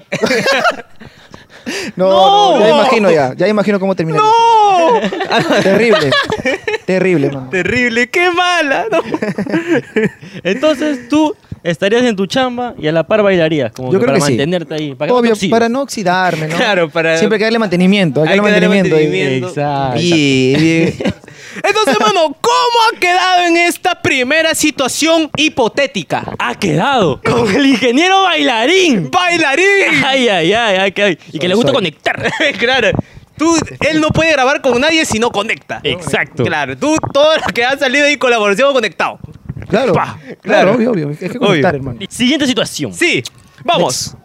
C: No,
A: ¡No!
C: no, ya imagino ya. Ya imagino cómo termina.
A: ¡No! Ah,
C: Terrible. Terrible, mano.
A: Terrible, qué mala, ¿no?
B: Entonces tú estarías en tu chamba y a la par bailarías. Como
C: Yo creo
B: para
C: que sí.
B: mantenerte ahí. Para que no te
C: Obvio,
B: oxides.
C: para no oxidarme, ¿no?
A: Claro, para-
C: Siempre hay que darle mantenimiento. Hay que darle mantenimiento. ahí.
B: Exacto.
A: Bien, bien. Entonces, mano, ¿cómo ha quedado en esta primera situación hipotética?
B: Ha quedado con el ingeniero bailarín.
A: ¡Bailarín!
B: Ay, ay, ay, ay, que ay. Y que le gusta
C: Soy.
B: conectar.
A: claro. Tú, él no puede grabar con nadie si no conecta.
B: Exacto.
A: Claro, tú, todos los que han salido ahí colaboración conectado.
C: Claro,
A: Pa,
C: claro,
A: claro.
C: obvio, obvio. Es que conectar,
A: Obvio.
C: hermano.
B: Siguiente situación.
A: Sí, vamos.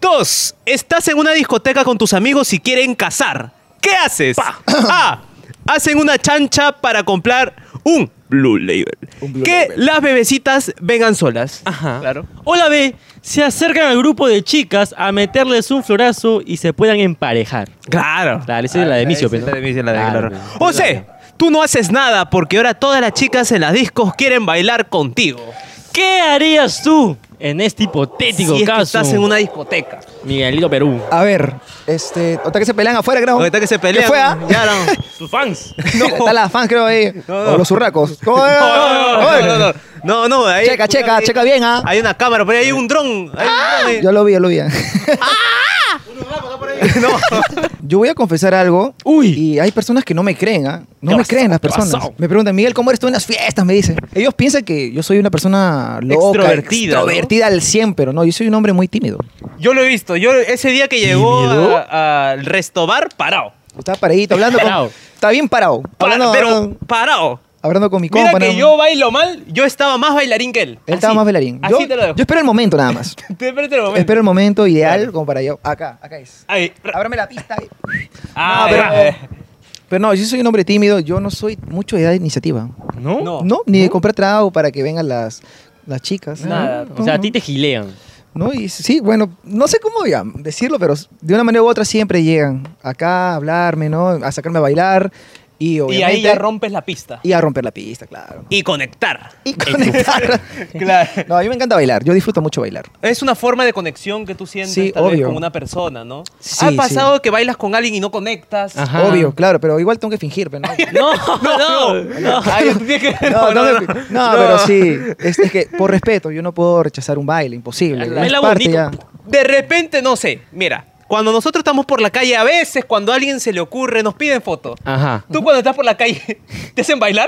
A: Dos, estás en una discoteca con tus amigos y quieren casar. ¿Qué haces? A, hacen una chancha para comprar un Blue Label.
C: Un Blue
A: que
C: Label.
A: las bebecitas vengan solas.
B: Ajá.
A: Claro.
B: O la B, se acercan al grupo de chicas a meterles un florazo y se puedan emparejar.
A: Claro.
B: Claro, esa es la de Micio,
A: Esa es
B: pues,
A: Ah, la
B: ¿no?
A: de Micio, la de-
B: Claro,
A: claro.
B: pues.
A: O sea, tú no haces nada porque ahora todas las chicas en las discos quieren bailar contigo.
B: ¿Qué harías tú en este hipotético
A: si es que
B: caso?
A: estás en una discoteca.
B: Miguelito Perú.
C: A ver, este. Ahorita que se pelean afuera, creo.
A: Ahorita que se pelean.
C: ¿Qué fue, ah?
A: Ya no.
B: Tus fans.
A: No.
C: Está la fan, creo, ahí.
A: No, no.
C: O los urracos. ¿Cómo es?
A: No, no, no, no, no, no, no, ahí-
C: Checa, checa,
A: ahí-
C: checa bien, ¿ah?
A: Hay una cámara, pero ahí hay un dron. Hay un dron ahí.
C: Yo lo vi, yo lo vi.
A: ¡Ah!
C: Yo voy a confesar algo.
B: Uy.
C: Y hay personas que no me creen, ¿ah? No
B: ¿Qué
C: me
B: pasó?
C: creen las
B: ¿Qué
C: personas.
B: pasó?
C: Me preguntan, Miguel, ¿cómo eres tú en las fiestas? Me dicen. Ellos piensan que yo soy una persona loca,
A: Extrovertida, ¿no?
C: extrovertida al 100, pero no, yo soy un hombre muy tímido.
A: Yo lo he visto. Yo ese día que llegó a- al restobar, parado.
C: Estaba paradito, hablando
B: Parado.
C: con. Está bien parado.
A: Pa-
C: hablando,
A: pero
C: hablando-
A: parado.
C: hablando con mi
A: Mira
C: compa.
A: que
C: ¿no?
A: yo bailo mal, yo estaba más bailarín que él.
C: Él estaba
A: Así.
C: más bailarín.
A: Así
C: Yo,
A: te lo dejo.
C: yo espero el momento nada más.
A: Te- espérate un momento.
C: Espero el momento ideal
A: Claro.
C: como para yo. Acá, acá es.
A: Ahí.
C: Ábrame la pista.
A: Ah,
C: pero-
A: eh,
C: Pero no, yo soy un hombre tímido, yo no soy mucho de edad de iniciativa.
B: ¿No?
A: No.
C: No, ni de comprar trago para que vengan las, las chicas.
A: Nada.
C: No,
B: O sea, a
C: no.
B: ti te gilean.
C: No, y sí, bueno, no sé cómo ya decirlo, pero de una manera u otra siempre llegan acá a hablarme, ¿no? A sacarme a bailar y
A: y
C: obviamente...
A: ahí ya rompes la pista.
C: y a romper la pista, claro.
A: Y conectar.
C: Y conectar.
A: Claro.
C: No, a mí me encanta bailar, yo disfruto mucho bailar.
A: Es una forma de conexión que tú sientes
C: Sí,
A: tal vez,
C: obvio.
A: con una persona, ¿no?
C: Sí,
A: ha
C: sí.
A: pasado que bailas con alguien y no conectas.
B: Ajá.
C: Obvio, claro, pero igual tengo que fingir, pero no.
B: No, no, no.
A: Ay, tú tienes que-
C: No, no,
A: no,
C: me-
A: no.
C: no,
A: No.
C: pero sí. Es, es que, por respeto, yo no puedo rechazar un baile, imposible.
B: Baila
C: Es parte
B: bonito.
C: ya.
A: De repente, no sé, mira, Cuando nosotros estamos por la calle, a veces cuando a alguien se le ocurre, nos piden foto.
B: Ajá.
A: Tú cuando estás por la calle, ¿te hacen bailar?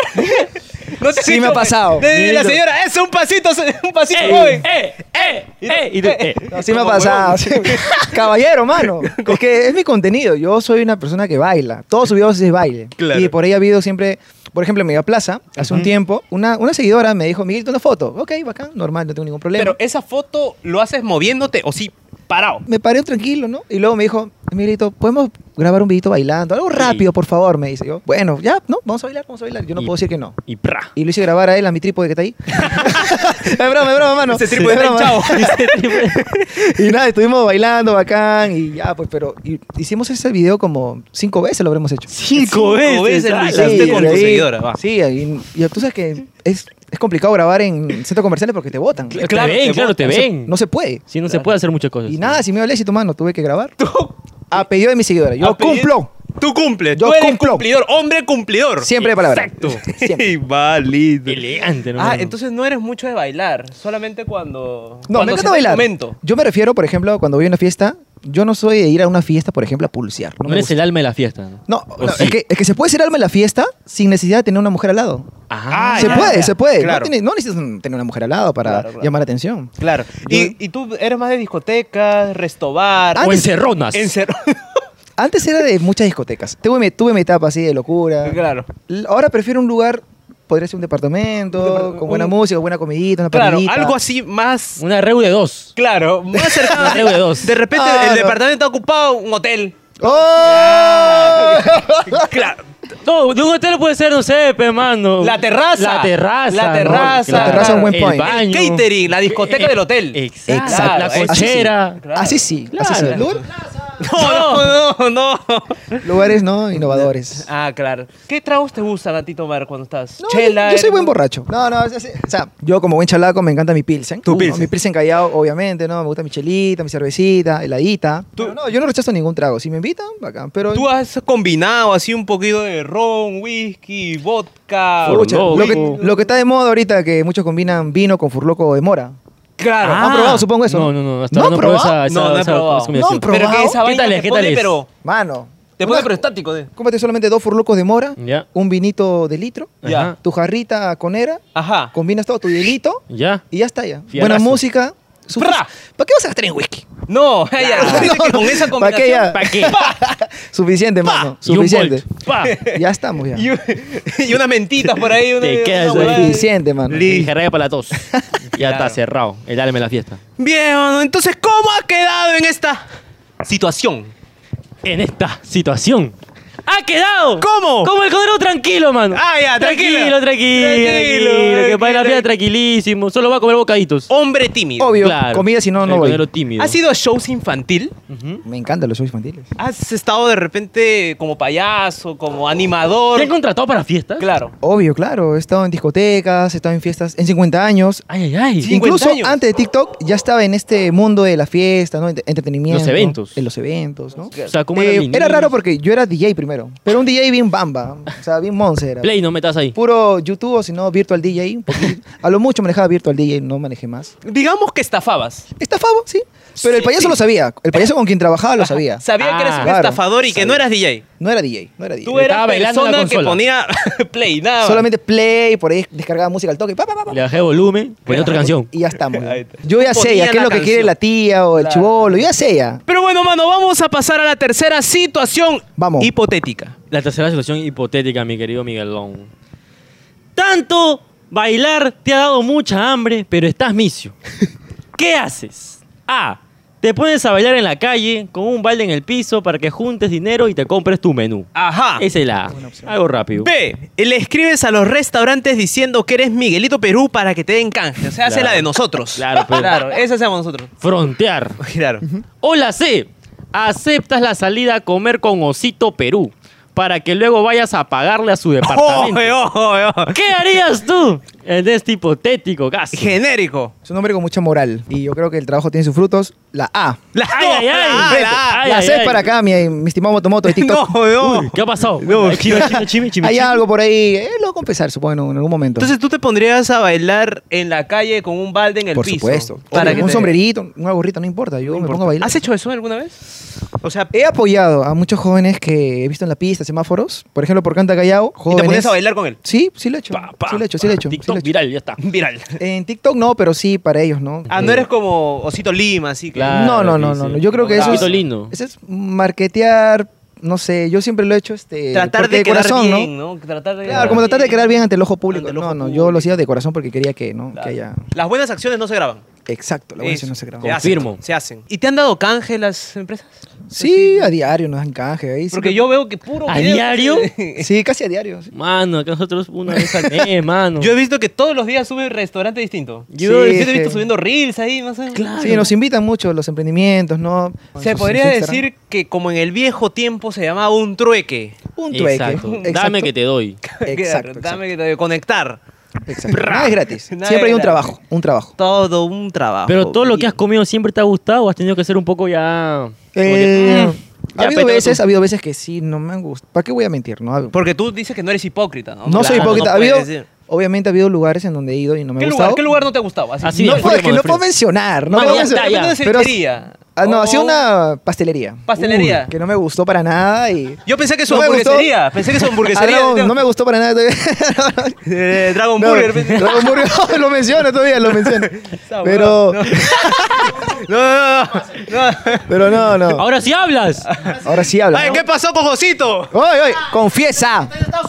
A: No te
C: Sí me ha pasado.
A: Desde la
B: Mierda.
A: señora, es un pasito, se- un pasito,
B: ¡Eh!
A: joven.
B: ¡Eh! ¡Eh! ¡Eh! Y tú, eh.
C: Así me ha
A: Como
C: pasado.
A: huevón.
C: sí. Caballero, mano. Es que es mi contenido. Yo soy una persona que baila. Todos sus videos es baile.
A: Claro.
C: Y por ahí ha habido siempre, por ejemplo, en Mega Plaza, hace un tiempo, una, una seguidora me dijo, Miguel, ¿tú una foto? Ok, bacán, normal, no tengo ningún problema.
A: Pero esa foto lo haces moviéndote o sí, parado.
C: me paré tranquilo, ¿no? Y luego me dijo, Miguelito, ¿podemos grabar un videito bailando? Algo rápido, por favor, me dice. Yo, bueno, ya, no, vamos a bailar, vamos a bailar. Yo no
B: Y-
C: puedo decir que no.
B: Y pra.
C: Y lo hice grabar a él, a mi trípode que está ahí. es broma, es broma, mano.
A: Ese trípode
C: Es
A: está
C: broma.
A: hinchado.
C: Y nada, estuvimos bailando bacán y ya, pues, pero y- hicimos ese video como cinco veces lo habremos hecho.
B: Cinco veces. ah,
A: veces lo
B: ala.
A: hiciste.
C: y
A: con
C: de
A: tu seguidora, va.
C: Sí, y, y tú sabes que es, es complicado grabar en centros comerciales porque te botan.
B: Te
A: Claro,
B: ven,
A: te
B: claro, te
C: No se-
B: ven.
C: No se puede.
B: Sí, no se puede hacer muchas cosas.
C: Y nada, si me hablé, si tu mano, tuve que grabar. A pedido de mi seguidora. Yo
A: A pedir-
C: cumplo.
A: Tú cumples.
C: Yo
A: tú eres
C: cumplo.
A: cumplidor, hombre cumplidor.
C: Siempre de palabra.
A: Exacto.
C: Siempre.
A: Válido.
B: Elegante, ¿no?
A: Ah,
B: mano?
A: entonces no eres mucho de bailar, solamente cuando.
C: No,
A: cuando
C: me
A: se da
C: encanta
A: el
C: bailar.
A: Momento.
C: Yo me refiero, por ejemplo, cuando voy a una fiesta, yo no soy de ir a una fiesta, por ejemplo, a pulsear. No,
B: No
C: me
B: eres
C: gusta.
B: el alma de la fiesta. ¿no?
C: No,
B: ¿O
C: no,
B: sí?
C: es, que, es que se puede ser alma en la fiesta sin necesidad de tener una mujer al lado.
B: Ajá.
A: Ah,
C: se
A: ya,
C: puede,
A: ya.
C: se puede. No
A: Claro.
C: tiene- No, necesitas tener una mujer al lado para
A: Claro, claro.
C: llamar la atención.
A: Claro.
C: Yo-
A: Y, y tú eres más de discotecas, restobar.
C: Ah,
B: O
C: antes-
B: encerronas.
A: encerro-
C: Antes era de muchas discotecas. Tuve, mi- tuve mi etapa así de locura.
A: Claro.
C: L- Ahora prefiero un lugar, podría ser un departamento, con buena
A: un-
C: música, buena comidita, una
A: Claro,
C: parrillita.
A: algo así más.
B: Una reu de dos.
A: Claro, más cercano.
B: Una reu de dos.
A: De repente
C: Ah,
A: el
C: no.
A: departamento está ocupado, un hotel.
C: ¡Oh!
A: Claro.
B: No, de un hotel puede ser, no sé, pe, mano.
A: La terraza.
B: La terraza.
A: La
B: ¿no?
A: terraza.
C: La terraza es un buen
B: El
C: point.
B: baño.
A: El catering, la discoteca
B: Eh,
A: del hotel.
B: Exacto.
A: Exacto.
B: La
C: Ah,
A: Así sí.
B: cochera.
A: Claro.
C: Así sí, así sí.
B: Claro.
C: Lugar-
A: No, no, no, no.
C: Lugares no innovadores.
A: Ah, claro. ¿Qué tragos te gustan a ti tomar cuando estás?
C: No,
A: Chela.
C: yo, yo soy
A: eres-
C: buen borracho. No, no, es así. o sea, yo como buen chalaco me encanta mi pilsen.
A: Tu
C: ¿no?
A: pilsen.
C: Mi pilsen callado, obviamente, ¿no? Me gusta mi chelita, mi cervecita, heladita.
A: Tú-
C: Pero no, yo no rechazo ningún trago. Si me invitan, bacán. Pero
A: Tú has combinado así un poquito de ron, whisky, vodka.
C: Pucha,
B: Furloco.
C: lo, que, lo que está de moda ahorita, que muchos combinan vino con furloco de mora.
A: Claro.
B: Ah.
C: ¿Han probado, supongo, eso?
B: No, no, no. Hasta
C: ¿No
B: ahora
C: han
B: no probé
C: probado?
B: esa, esa,
A: No, no he
B: esa-
A: probado.
B: esa combinación.
C: No han probado.
A: Pero que esa
B: ¿Qué
A: vaina
B: tal
A: te
B: es? ¿Qué
A: pone,
B: tal es?
A: pero
C: Mano.
A: te pone
C: una-
A: pero estático. ¿eh?
C: Cómprate solamente dos furlocos de mora,
B: Ya.
C: un vinito de litro,
A: Ya.
B: Ajá.
C: tu jarrita conera,
A: Ajá.
C: combinas todo, tu hielito
B: Ya.
C: y ya está ya.
B: Fierazo.
C: Buena música. su-
A: ¡Pra!
C: ¿Para qué vas a gastar en whisky?
A: No, ya,
C: No,
A: dice que
C: no.
A: con esa
C: ¿Para qué
A: combinación.
C: ya?
B: ¿Para qué?
C: Suficiente, mano.
B: Y un
C: Suficiente.
B: Bolt. Pa.
C: Ya estamos ya.
A: Y, un- y unas mentitas por ahí. una-
B: Te quedas
A: una
B: ahí.
A: huevada.
C: Suficiente, mano.
A: Li-
B: Y jerga para la tos. Ya
A: Claro.
B: está cerrado. El alma de la fiesta.
A: Bien, mano, entonces, ¿cómo ha quedado en esta situación?
B: en esta situación. ¡Ha quedado!
A: ¿Cómo?
B: Como el cordero tranquilo, mano.
A: Oh. Ah, ya, tranquilo.
B: Tranquilo, tranquilo.
A: Tranquilo,
B: tranquilo, que para ir a la
A: tranquilo.
B: fiesta tranquilísimo. Solo va a comer bocaditos.
A: Hombre tímido.
C: Obvio, comida si no,
B: el
C: no voy.
B: cordero tímido.
A: ¿Has sido a shows infantil?
B: Ujú.
C: Me encantan los shows infantiles.
A: ¿Has estado de repente como payaso, como animador?
B: ¿Te han contratado para fiestas?
A: Claro.
C: Obvio, claro. He estado en discotecas, he estado en fiestas en 50 años.
B: Ay, ay, ay.
A: Sí. 50
C: Incluso
A: años.
C: antes de TikTok ya estaba en este mundo de la fiesta, ¿no? Ent- entretenimiento.
B: Los eventos.
C: En los eventos, ¿no?
B: O sea, ¿cómo eran
C: Eh,
B: mis
C: era
B: niños?
C: raro porque yo era DJ primero. Pero un DJ bien bamba. O sea, bien monce era.
B: Play, no metas ahí.
C: Puro YouTube o si no, Virtual DJ. un poquito. A lo mucho manejaba Virtual DJ, no manejé más.
A: Digamos que estafabas.
C: Estafaba, sí. Pero el
A: Sí,
C: payaso
A: sí.
C: lo sabía. El payaso con quien trabajaba lo sabía.
A: Sabía que eres un
C: Ah, claro.
A: estafador y que no eras DJ.
C: No era DJ, no era DJ.
A: Tú eras
B: estaba bailando en la
A: persona que
B: consola.
A: ponía play, nada. más.
C: Solamente play, por ahí descargaba música al toque. pa, pa, pa, pa.
B: Le bajé volumen, ponía otra canción.
C: Y ya estamos.
A: Ahí está.
C: Yo ya sé
A: Ponía
C: ya qué
A: la
C: es lo que quiere
A: canción.
C: la tía o el
A: Claro.
C: chivolo. Yo ya sé ya.
A: Pero bueno, mano, vamos a pasar a la tercera situación
C: Vamos.
A: hipotética.
B: La tercera situación hipotética, mi querido Miguelón. Tanto bailar te ha dado mucha hambre, pero estás misio. ¿Qué haces? A. Te pones a bailar en la calle con un balde en el piso para que juntes dinero y te compres tu menú.
A: Ajá.
B: Esa es la A. Algo rápido.
A: B. Le escribes a los restaurantes diciendo que eres Miguelito Perú para que te den canje. O sea, hace
B: Claro.
A: la de nosotros.
B: Claro, pues. pero-
A: Claro, esa hacemos nosotros.
B: Frontear.
A: Claro.
B: O la C. Aceptas la salida a comer con Osito Perú para que luego vayas a pagarle a su departamento.
A: Ojo, ojo, ojo.
B: ¿Qué harías tú en este hipotético caso?
A: Genérico.
C: Es un hombre con mucha moral. Y yo creo que el trabajo tiene sus frutos. La A.
A: La,
B: Ay,
A: no,
B: ay,
A: la
B: ay.
A: A, Ah, la A.
B: Ay,
C: la
B: ay,
C: C es
B: ay.
C: para acá, mi, mi estimado Motomoto de TikTok.
A: No, no.
B: ¿Qué ha pasado?
A: No.
B: Chime, chime, chime, chime,
C: Hay
B: chime.
C: algo por ahí. Eh, lo voy a confesar, supongo, en algún momento.
A: Entonces tú te pondrías a bailar en la calle con un balde en el
C: por
A: piso.
C: supuesto.
A: Para
C: Obvio,
A: que
C: un
A: te-
C: sombrerito, una gorrita, no importa. Yo
A: no
C: me
A: importa.
C: pongo a bailar.
A: ¿Has hecho eso alguna vez? O sea,
C: He apoyado a muchos jóvenes que he visto en la pista, semáforos. Por ejemplo, por Canta Callao.
A: y
C: Jóvenes,
A: te pones a bailar con él.
C: Sí, sí lo he hecho.
B: Pa, pa,
C: sí lo he hecho,
B: pa.
C: sí lo he hecho. sí
B: TikTok
C: lo he hecho.
B: viral, ya está.
A: Viral.
C: En TikTok no, pero sí para ellos, ¿no?
A: Ah, no
C: Eh,
A: eres Ah, como Osito Lima, así que.
B: Claro.
C: No, no, no,
B: sí,
C: no,
B: sí.
C: no. Yo creo que eso
A: Bravo.
C: es,
B: Poquito lindo.
C: eso es marketear, no sé, yo siempre lo he hecho este
A: Tratar
C: porque
A: de quedar
C: corazón,
A: bien,
C: ¿no?
A: ¿no? Tratar de
C: Claro, como tratar de quedar bien ante el ojo público.
A: Ante el ojo
C: no, no,
A: público.
C: yo lo hacía de corazón porque quería que, ¿no?
A: Claro.
C: Que haya
A: Las buenas acciones no se graban.
C: Exacto, la
A: Eso.
C: buena no se grabó.
A: Se hacen,
B: Confirmo.
A: Se hacen. ¿Y te han dado canje las empresas?
C: Sí, a diario nos dan canje ahí.
A: Porque
C: siempre-
A: yo veo que puro.
B: ¿A
A: video-
B: diario?
C: Sí, casi a diario. sí.
B: Mano, acá nosotros una vez al mes, mano.
A: Yo he visto que todos los días sube un restaurante distinto.
C: Sí,
A: Yo yo te he
C: es
A: visto
C: que-
A: subiendo reels ahí, no sé.
C: Sí, nos invitan mucho los emprendimientos, ¿no?
A: Se
C: Sus-
A: podría
C: sus Instagram.
A: decir que como en el viejo tiempo se llamaba un trueque.
C: un trueque.
B: Exacto. Dame que te doy.
C: Exacto,
A: Dame que te- conectar.
C: exacto. Nada es gratis.
A: Nada
C: Siempre hay
A: es gratis.
C: un trabajo, un trabajo.
A: Todo un trabajo.
B: Pero todo lo que has
A: comido.
B: comido siempre te ha gustado o has tenido que ser un poco ya.
C: Eh,
B: como que, mm,
C: ha
B: ya,
C: habido
B: pétalo
C: veces,
B: tú.
C: ha habido veces que sí, no me han gustado. ¿Para qué voy a mentir? No, no
A: Porque tú dices que no eres hipócrita, ¿no?
C: soy
B: claro,
C: hipócrita.
A: no
C: ha habido-
A: puedes decir.
C: obviamente ha habido lugares en donde he ido y no me ha
A: ¿Qué
C: gustado.
A: lugar, ¿Qué lugar no te gustaba? Así,
B: Así
A: de
C: No,
A: frente.
C: pues, es que
B: de
C: no
B: frente.
C: puedo mencionar. No
B: Mano,
C: puedo
B: ya está,
C: mencionar.
B: ya.
A: Una
C: Pero-
A: cevichería.
C: Ah, no,
A: O-
C: hacía una pastelería.
A: Oh. Pastelería.
C: Uy, que no me gustó para nada y...
A: Yo pensé que su
C: No me gustó.
A: hamburguesería. Pensé que su hamburguesería.
C: Ah, no, no me gustó para nada. todavía.
A: Eh, Dragon
C: No,
A: Burger. pensé-
C: Dragon Burger, lo menciono todavía, lo menciono.
A: Esa
C: Pero,
A: huevada, No, no, no. no.
C: pero no, no.
B: Ahora sí hablas.
C: Ahora sí habla.
A: Ay,
C: ¿no?
A: ¿qué pasó con Josito?
C: Oye, oye, confiesa.
B: ¿Tú has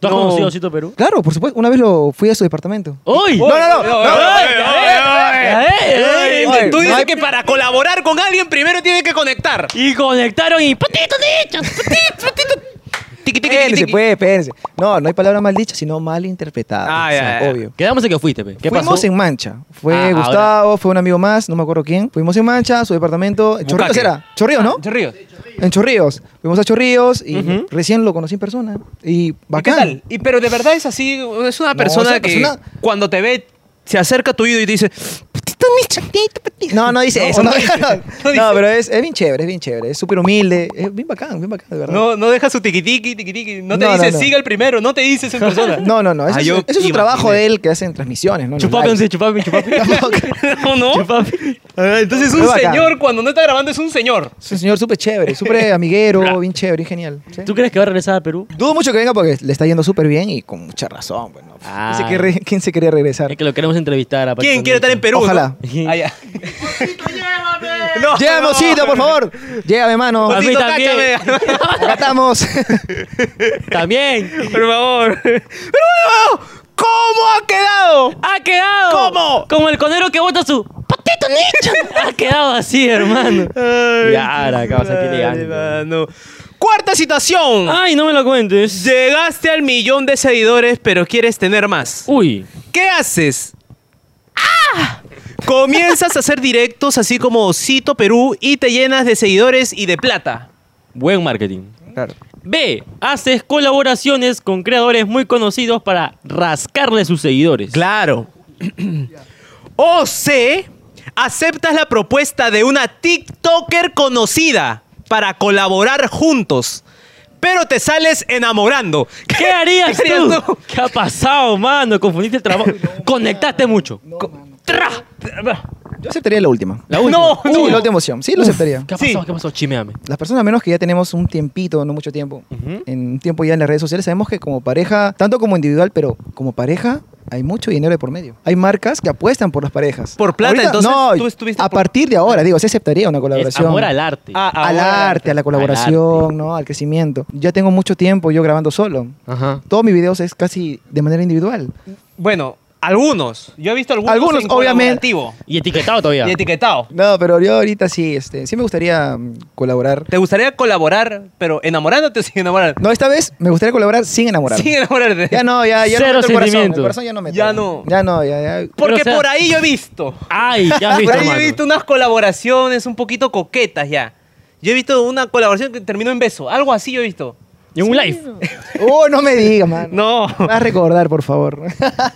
A: No.
B: conocido a Osito Perú?
C: Claro, por supuesto. Una vez lo fui a su departamento.
B: ¡Uy! ¡Eh,
C: No, no, no, no,
A: Eh,
B: ¡Ey, ey, ey!
A: Tú
C: no
A: dices
C: hay-
A: que para colaborar con alguien primero tiene que conectar.
B: Y conectaron y. ¡Patito, dicho! ¡Patito, patito!
A: Tiqui, tiqui, tiqui,
C: Espérense,
A: tiqui.
C: pues, espérense. No, no hay palabra mal dicha, sino mal interpretada.
A: Ah, ya, ya, ya.
C: obvio.
B: Quedamos en que fuiste, pe. ¿Qué
C: Fuimos
B: pasó?
C: en mancha. Fue
B: Ah,
C: Gustavo, fue un amigo más, no me acuerdo quién. Fuimos en mancha a su departamento. en Chorrillos era. Chorrillos, ¿no?
A: Ah, Chorrillos.
C: En Chorrillos. Fuimos a Chorrillos y recién lo conocí en persona. Y bacán.
A: ¿Qué tal? Y pero de verdad es así, es una
C: No,
A: persona
C: esa
A: que
C: persona-
A: cuando te ve se acerca a tu oído y te dice, "Patito, mi chatito, patito".
C: No, no dice
A: No,
C: eso.
A: no
C: No,
A: dice, no dice.
C: No, pero es, es bien chévere, es bien chévere. Es súper humilde. Es bien bacán, bien bacán, de verdad.
A: No, no deja su tiquitiqui, tiquitiqui. No te
C: No, no,
A: dice,
C: no.
A: sigue el primero, no te dices en persona.
C: No, no, no. Eso,
A: Ah,
C: es,
A: yo
C: eso es un
A: imaginé.
C: trabajo de él que hace en transmisiones, ¿no? En los
B: Chupapi,
C: lives.
B: once, chupapi, chupapi.
C: Tampoco.
A: no, no.
B: Chupapi.
A: Ah, Entonces un
C: Es bacán.
A: señor cuando no está grabando es un señor.
C: Es un señor súper chévere, súper amiguero, bien chévere, bien genial. ¿sí?
B: ¿Tú crees que va a regresar a Perú?
C: Dudo mucho que venga porque le está yendo súper bien y con mucha razón. Bueno,
B: Ah.
C: ¿quién, se quiere- quién se quería regresar?
B: Es que lo queremos entrevistar a
A: ¿Quién quiere estar en Perú?
C: Pues Ojalá.
A: ¿no? Ah, ya. No,
C: Llévame,
A: no.
C: Osito, por favor. Llévame, mano.
B: A mí
A: Osito,
B: también.
A: cáchame.
C: Acá estamos.
B: También.
A: Por favor. Pero bueno, ¿cómo ha quedado?
B: ¡Ha quedado!
A: ¿Cómo?
B: Como el conero que bota su. ¡Patito, nicho! ha quedado así, hermano.
A: Ay,
B: Ya, ahora, causa, qué elegante.
A: mano. Cuarta situación.
B: Ay, no me lo cuentes.
A: Llegaste al millón de seguidores, pero quieres tener más.
B: Uy.
A: ¿Qué haces? ¡Ah! Comienzas a hacer directos así como Osito Perú y te llenas de seguidores y de plata.
B: Buen marketing.
C: Claro.
B: B. Haces colaboraciones con creadores muy conocidos para rascarle sus seguidores.
A: Claro. o C. Aceptas la propuesta de una TikToker conocida para colaborar juntos, pero te sales enamorando.
B: ¿Qué harías
A: ¿Qué
B: tú?
A: harías tú?
B: ¿Qué ha pasado, mano? Confundiste el trabajo. Conectaste mucho. Co- Tra.
C: Yo aceptaría la última.
B: La última.
A: No,
C: Sí,
A: no.
C: la última opción. Sí, lo aceptaría.
B: ¿Qué ha pasado?
A: Sí.
B: ¿Qué pasó? Chimeame.
C: Las personas, a menos que ya tenemos un tiempito, no mucho tiempo,
B: Ujú.
C: en un tiempo ya en las redes sociales, sabemos que como pareja, tanto como individual, pero como pareja, hay mucho dinero de por medio. Hay marcas que apuestan por las parejas.
A: Por plata, entonces,
C: No,
A: tú estuviste
C: a
A: por-
C: partir de ahora, digo, se aceptaría una
B: Es
C: colaboración.
B: amor al arte.
A: Ah,
C: al
A: ahora-
C: arte, a la colaboración, ¿no? Al crecimiento. Ya tengo mucho tiempo yo grabando solo.
A: Ah.
B: Ajá.
C: Todos mis videos es casi de manera individual.
A: Bueno, algunos. Yo he visto algunos.
C: Algunos,
A: en
C: obviamente.
A: colaborativo
B: Y etiquetado todavía.
A: Y etiquetado.
C: No, pero yo ahorita sí, este, sí me gustaría mm, colaborar.
A: ¿Te gustaría colaborar, pero enamorándote o sin enamorar?
C: No, esta vez me gustaría colaborar sin enamorarme.
A: Sin enamorarte.
C: Ya no, ya, ya
B: Cero
C: no meto el corazón. El
B: sentimiento.
C: corazón ya no meto.
A: Ya no.
C: Ya no, ya, ya.
A: Porque
B: Pero, o sea-
A: por ahí yo he visto.
B: Ay, ya has visto,
A: por ahí
B: mano.
A: he visto unas colaboraciones un poquito coquetas ya. Yo he visto una colaboración que terminó en beso. Algo así yo he visto.
B: Y en un live.
C: Oh, no me digas, man.
A: No.
C: Vas a recordar, por favor.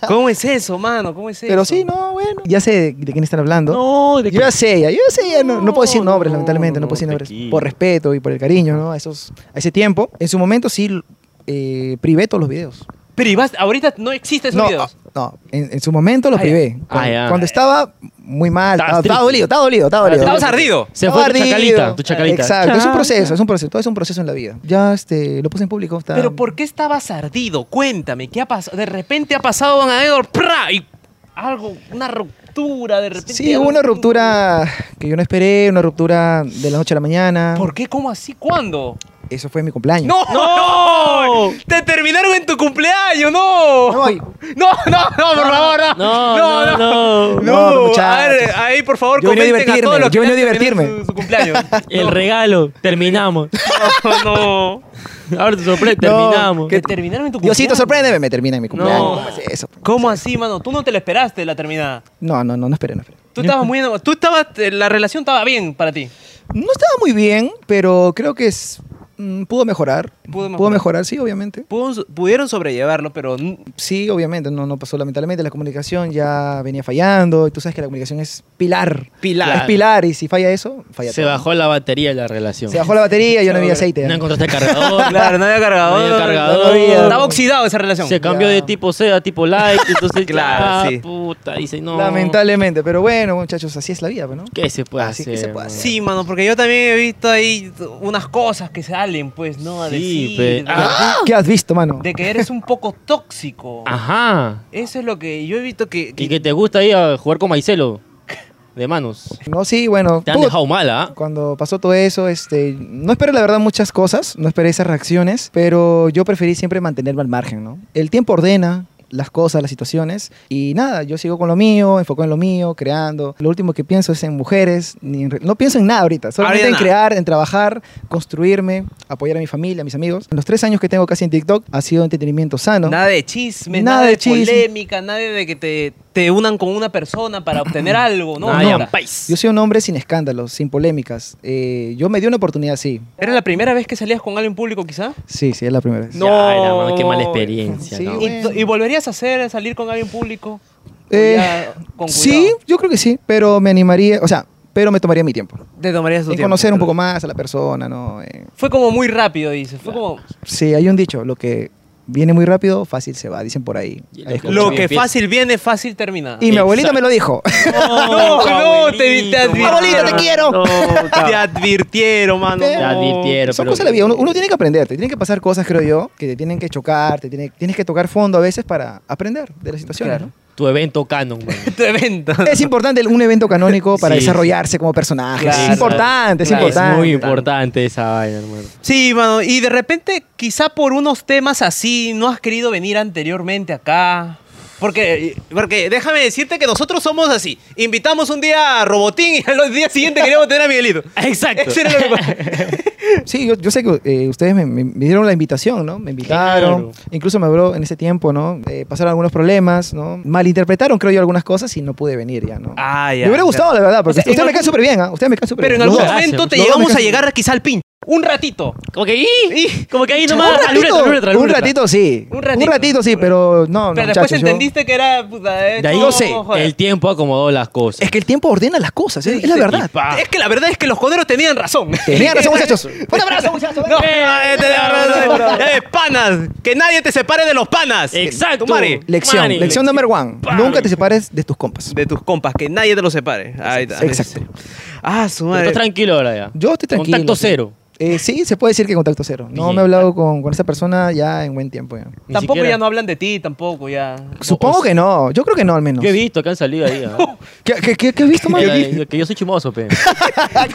A: ¿Cómo es eso, mano? ¿Cómo es eso?
C: Pero sí, no, bueno. Ya sé de, de quién están hablando.
B: No, de
C: yo ya sé, ya, yo ya sé, ya no, no puedo decir
A: No,
C: nombres,
A: no,
C: lamentablemente, no,
A: no,
C: puedo decir nombres.
A: tranquilo.
C: Por respeto y por el cariño, ¿no? A, esos, a ese tiempo. En su momento sí eh, privé todos los videos.
A: Pero Iván, ahorita no existen esos
C: no,
A: videos.
C: ah, no, en, en su momento los
A: Ah, ya.
C: privé. Cuando,
B: Ah, ya.
C: cuando estaba muy mal,
B: Estabas
C: estaba, estaba
B: triste.
C: dolido, estaba dolido, estaba dolido.
A: Estabas ardido.
B: Se fue tu
C: Ardido.
B: chacalita, tu chacalita.
C: Exacto, es un proceso, es un proceso, todo es un proceso en la vida. Ya este, lo puse en público. está-
A: Pero ¿por qué estabas ardido? Cuéntame, ¿qué ha pasado? De repente ha pasado Don Edward, ¡pra! y algo, una ruptura, de repente.
C: Sí,
A: algo-
C: hubo una ruptura que yo no esperé, una ruptura de la noche a la mañana.
A: ¿Por qué? ¿Cómo así? ¿Cuándo?
C: Eso fue en mi cumpleaños.
A: ¡No! ¡No! ¡Te terminaron en tu cumpleaños! ¡No!
C: Me voy.
A: No, no, no, por favor, no.
B: No, no, no.
C: No,
A: No,
C: muchachos.
A: a ver, ahí por favor,
C: Yo venía a
A: comenten a todos
C: divertirme,
A: los que
C: yo venía a
A: han terminado
C: divertirme.
A: Su, su cumpleaños.
B: El regalo, terminamos.
A: No, no.
B: Ahora te sorprende,
C: No,
B: terminamos.
A: ¿Que terminaron en tu cumpleaños?
C: Diosito, sorpréndeme, me termina en mi cumpleaños.
A: No.
C: ¿Cómo es eso?
A: ¿Cómo así, mano? Tú no te lo esperaste la terminada.
C: No, no, no, no esperé, no esperé.
A: Tú estabas muy enamorado. Tú estabas, eh, la relación estaba bien para ti.
C: No estaba muy bien, pero creo que es, mm, pudo mejorar.
A: Pudo mejorar.
C: sí, obviamente.
A: Pudo- Pudieron sobrellevarlo, pero n-
C: Sí, obviamente, no, no pasó lamentablemente. La comunicación ya venía fallando y tú sabes que la comunicación es pilar.
A: Pilar.
C: Es pilar y si falla eso, falla
B: Se
C: todo.
B: bajó la batería de la relación.
C: Se bajó la batería y yo no había aceite. ¿eh?
B: No encontraste cargador.
A: Claro, no había cargador.
B: No había cargador.
A: no había- Estaba oxidado esa relación.
B: Se cambió
C: Ya.
B: de tipo C a tipo light. Entonces,
A: Claro,
B: ya,
A: sí.
B: puta, dice, no.
C: Lamentablemente, pero bueno, muchachos, así es la vida, pues, ¿no?
B: ¿Qué se puede
C: Así
B: hacer?
C: que se puede
B: man?
C: hacer.
A: Ah, Sí, mano, porque yo también he visto ahí unas cosas que salen, pues, ¿no? A
B: Sí,
A: decir,
B: pe-
A: de-
B: Ah.
C: ¿Qué has visto, mano?
A: de que eres un poco tóxico.
B: Ajá.
A: Eso es lo que yo he visto que... que-
B: Y que te gusta ir a jugar con Maicelo. De manos.
C: No, sí, bueno.
B: Te han
C: tú-
B: dejado mala, ¿ah?
C: Cuando pasó todo eso, este, no esperé la verdad muchas cosas, no esperé esas reacciones, pero yo preferí siempre mantenerme al margen, ¿no? El tiempo ordena las cosas, las situaciones, y nada, yo sigo con lo mío, enfoco en lo mío, creando. Lo último que pienso es en mujeres, ni en re- no pienso en nada ahorita, solamente
A: Ahorita
C: en
A: nada.
C: crear, en trabajar, construirme, apoyar a mi familia, a mis amigos. En los tres años que tengo casi en TikTok ha sido entretenimiento sano.
A: Nada de chismes, nada,
C: Nada
A: de,
C: de chisme.
A: polémica, nada de que te, te unan con una persona para obtener algo, ¿no?
B: Nada,
A: No.
B: ya, pais.
C: Yo soy un hombre sin escándalos, sin polémicas. Eh, yo me di una oportunidad, sí.
A: ¿Era la primera vez que salías con alguien público, quizá?
C: Sí, sí, es la primera vez.
A: No.
B: Ya, era, mano, qué mala experiencia,
C: Sí,
B: ¿no?
A: ¿Y,
C: güey.
A: y volverías a hacer, salir con alguien público? ¿O
C: Eh,
A: ya con
C: Sí,
A: cuidado?
C: yo creo que sí, pero me animaría, o sea, pero me tomaría mi tiempo.
A: Te tomarías tu
C: En
A: tiempo,
C: conocer un
A: pero-
C: poco más a la persona, ¿no? Eh,
A: Fue como muy rápido, dices. Fue como...
C: sí, hay un dicho, lo que viene muy rápido, fácil se va, dicen por ahí.
B: Y
C: Ahí
B: lo
A: Lo
C: escucho.
A: que fácil viene, fácil termina.
C: y mi abuelita me lo dijo.
A: No, no, te- te advirtieron.
C: Abuelita, te quiero.
B: No,
A: Te
B: cabrón.
A: advirtieron, mano.
C: Te
B: advirtieron. Pero-
C: Son
B: pero-
C: cosas de la vida, uno, uno tiene que aprender, te tienen que pasar cosas, creo yo, que te tienen que chocar, te tiene- tienes que tocar fondo a veces para aprender de las situaciones, ¿no?
B: Tu evento canon, man.
A: Tu evento.
C: Es importante el- un evento canónico para
B: Sí.
C: desarrollarse como personaje.
A: Claro.
C: es importante, es
A: Claro.
C: importante.
B: Es muy importante esa vaina, hermano.
A: Sí, mano. Y de repente, quizá por unos temas así, no has querido venir anteriormente acá. Porque, porque déjame decirte que nosotros somos así. Invitamos un día a Robotín y al día siguiente queríamos tener a Miguelito.
B: Exacto.
A: Eso era lo que pasa.
C: Sí, yo, yo sé que eh, ustedes me, me- me dieron la invitación, ¿no? Me invitaron.
B: Claro.
C: Incluso me habló en ese tiempo, ¿no? Eh, pasaron algunos problemas, ¿no? Malinterpretaron, creo yo, algunas cosas y no pude venir ya, ¿no?
A: Ah, ya,
C: Me hubiera gustado, la verdad, porque
A: O sea, en
C: ustedes me
A: algún-
C: caen súper bien, ¿ah? Ustedes me caen súper
A: Pero en
C: bien.
A: algún
C: Los
B: Gracias.
A: momento te
C: Los dos
A: llegamos
C: me
A: a
C: caen-
A: llegar quizá al pin. Un ratito.
B: Como que ahí. Como que ahí nomás.
C: un
B: al
C: ratito,
B: uretra, al uretra, al
C: un
B: uretra.
C: ratito sí.
A: Un ratito.
C: Un ratito sí, pero no, no,
A: Pero después
C: muchachos, yo-
A: entendiste que era... puta, eh,
B: De ahí
A: no,
B: sé.
A: joder.
B: El tiempo acomodó las cosas.
C: Es que el tiempo ordena las cosas, ¿eh? es, es la verdad.
B: pa.
A: Es que la verdad es que los coneros tenían razón.
C: Tenían razón, muchachos.
A: ¡Un abrazo, muchachos! No, eh, te- eh, ¡Panas! ¡Que nadie te separe de los panas!
B: Exacto.
A: Tu madre.
C: Lección,
B: Mani,
C: lección number one.
B: Pa.
C: Nunca te separes de tus compas.
A: De tus compas, que nadie te los separe. Ahí está.
C: Exacto.
A: Ah, su
B: Pero
A: madre.
B: Estás tranquilo ahora ya.
C: Yo estoy tranquilo.
B: Contacto
C: sí.
B: cero.
C: Eh, sí, se puede decir que contacto cero. No
B: Bien.
C: me he hablado con, con esa persona ya en buen tiempo. ya.
B: Ni
A: Tampoco
B: siquiera-
A: ya no hablan de ti, tampoco ya.
C: Supongo que no. Yo creo que no, al menos.
B: Yo he visto que han salido ahí. ah.
C: ¿Qué, qué- qué- qué has visto, man?
B: Era- Que yo soy chimoso, pe.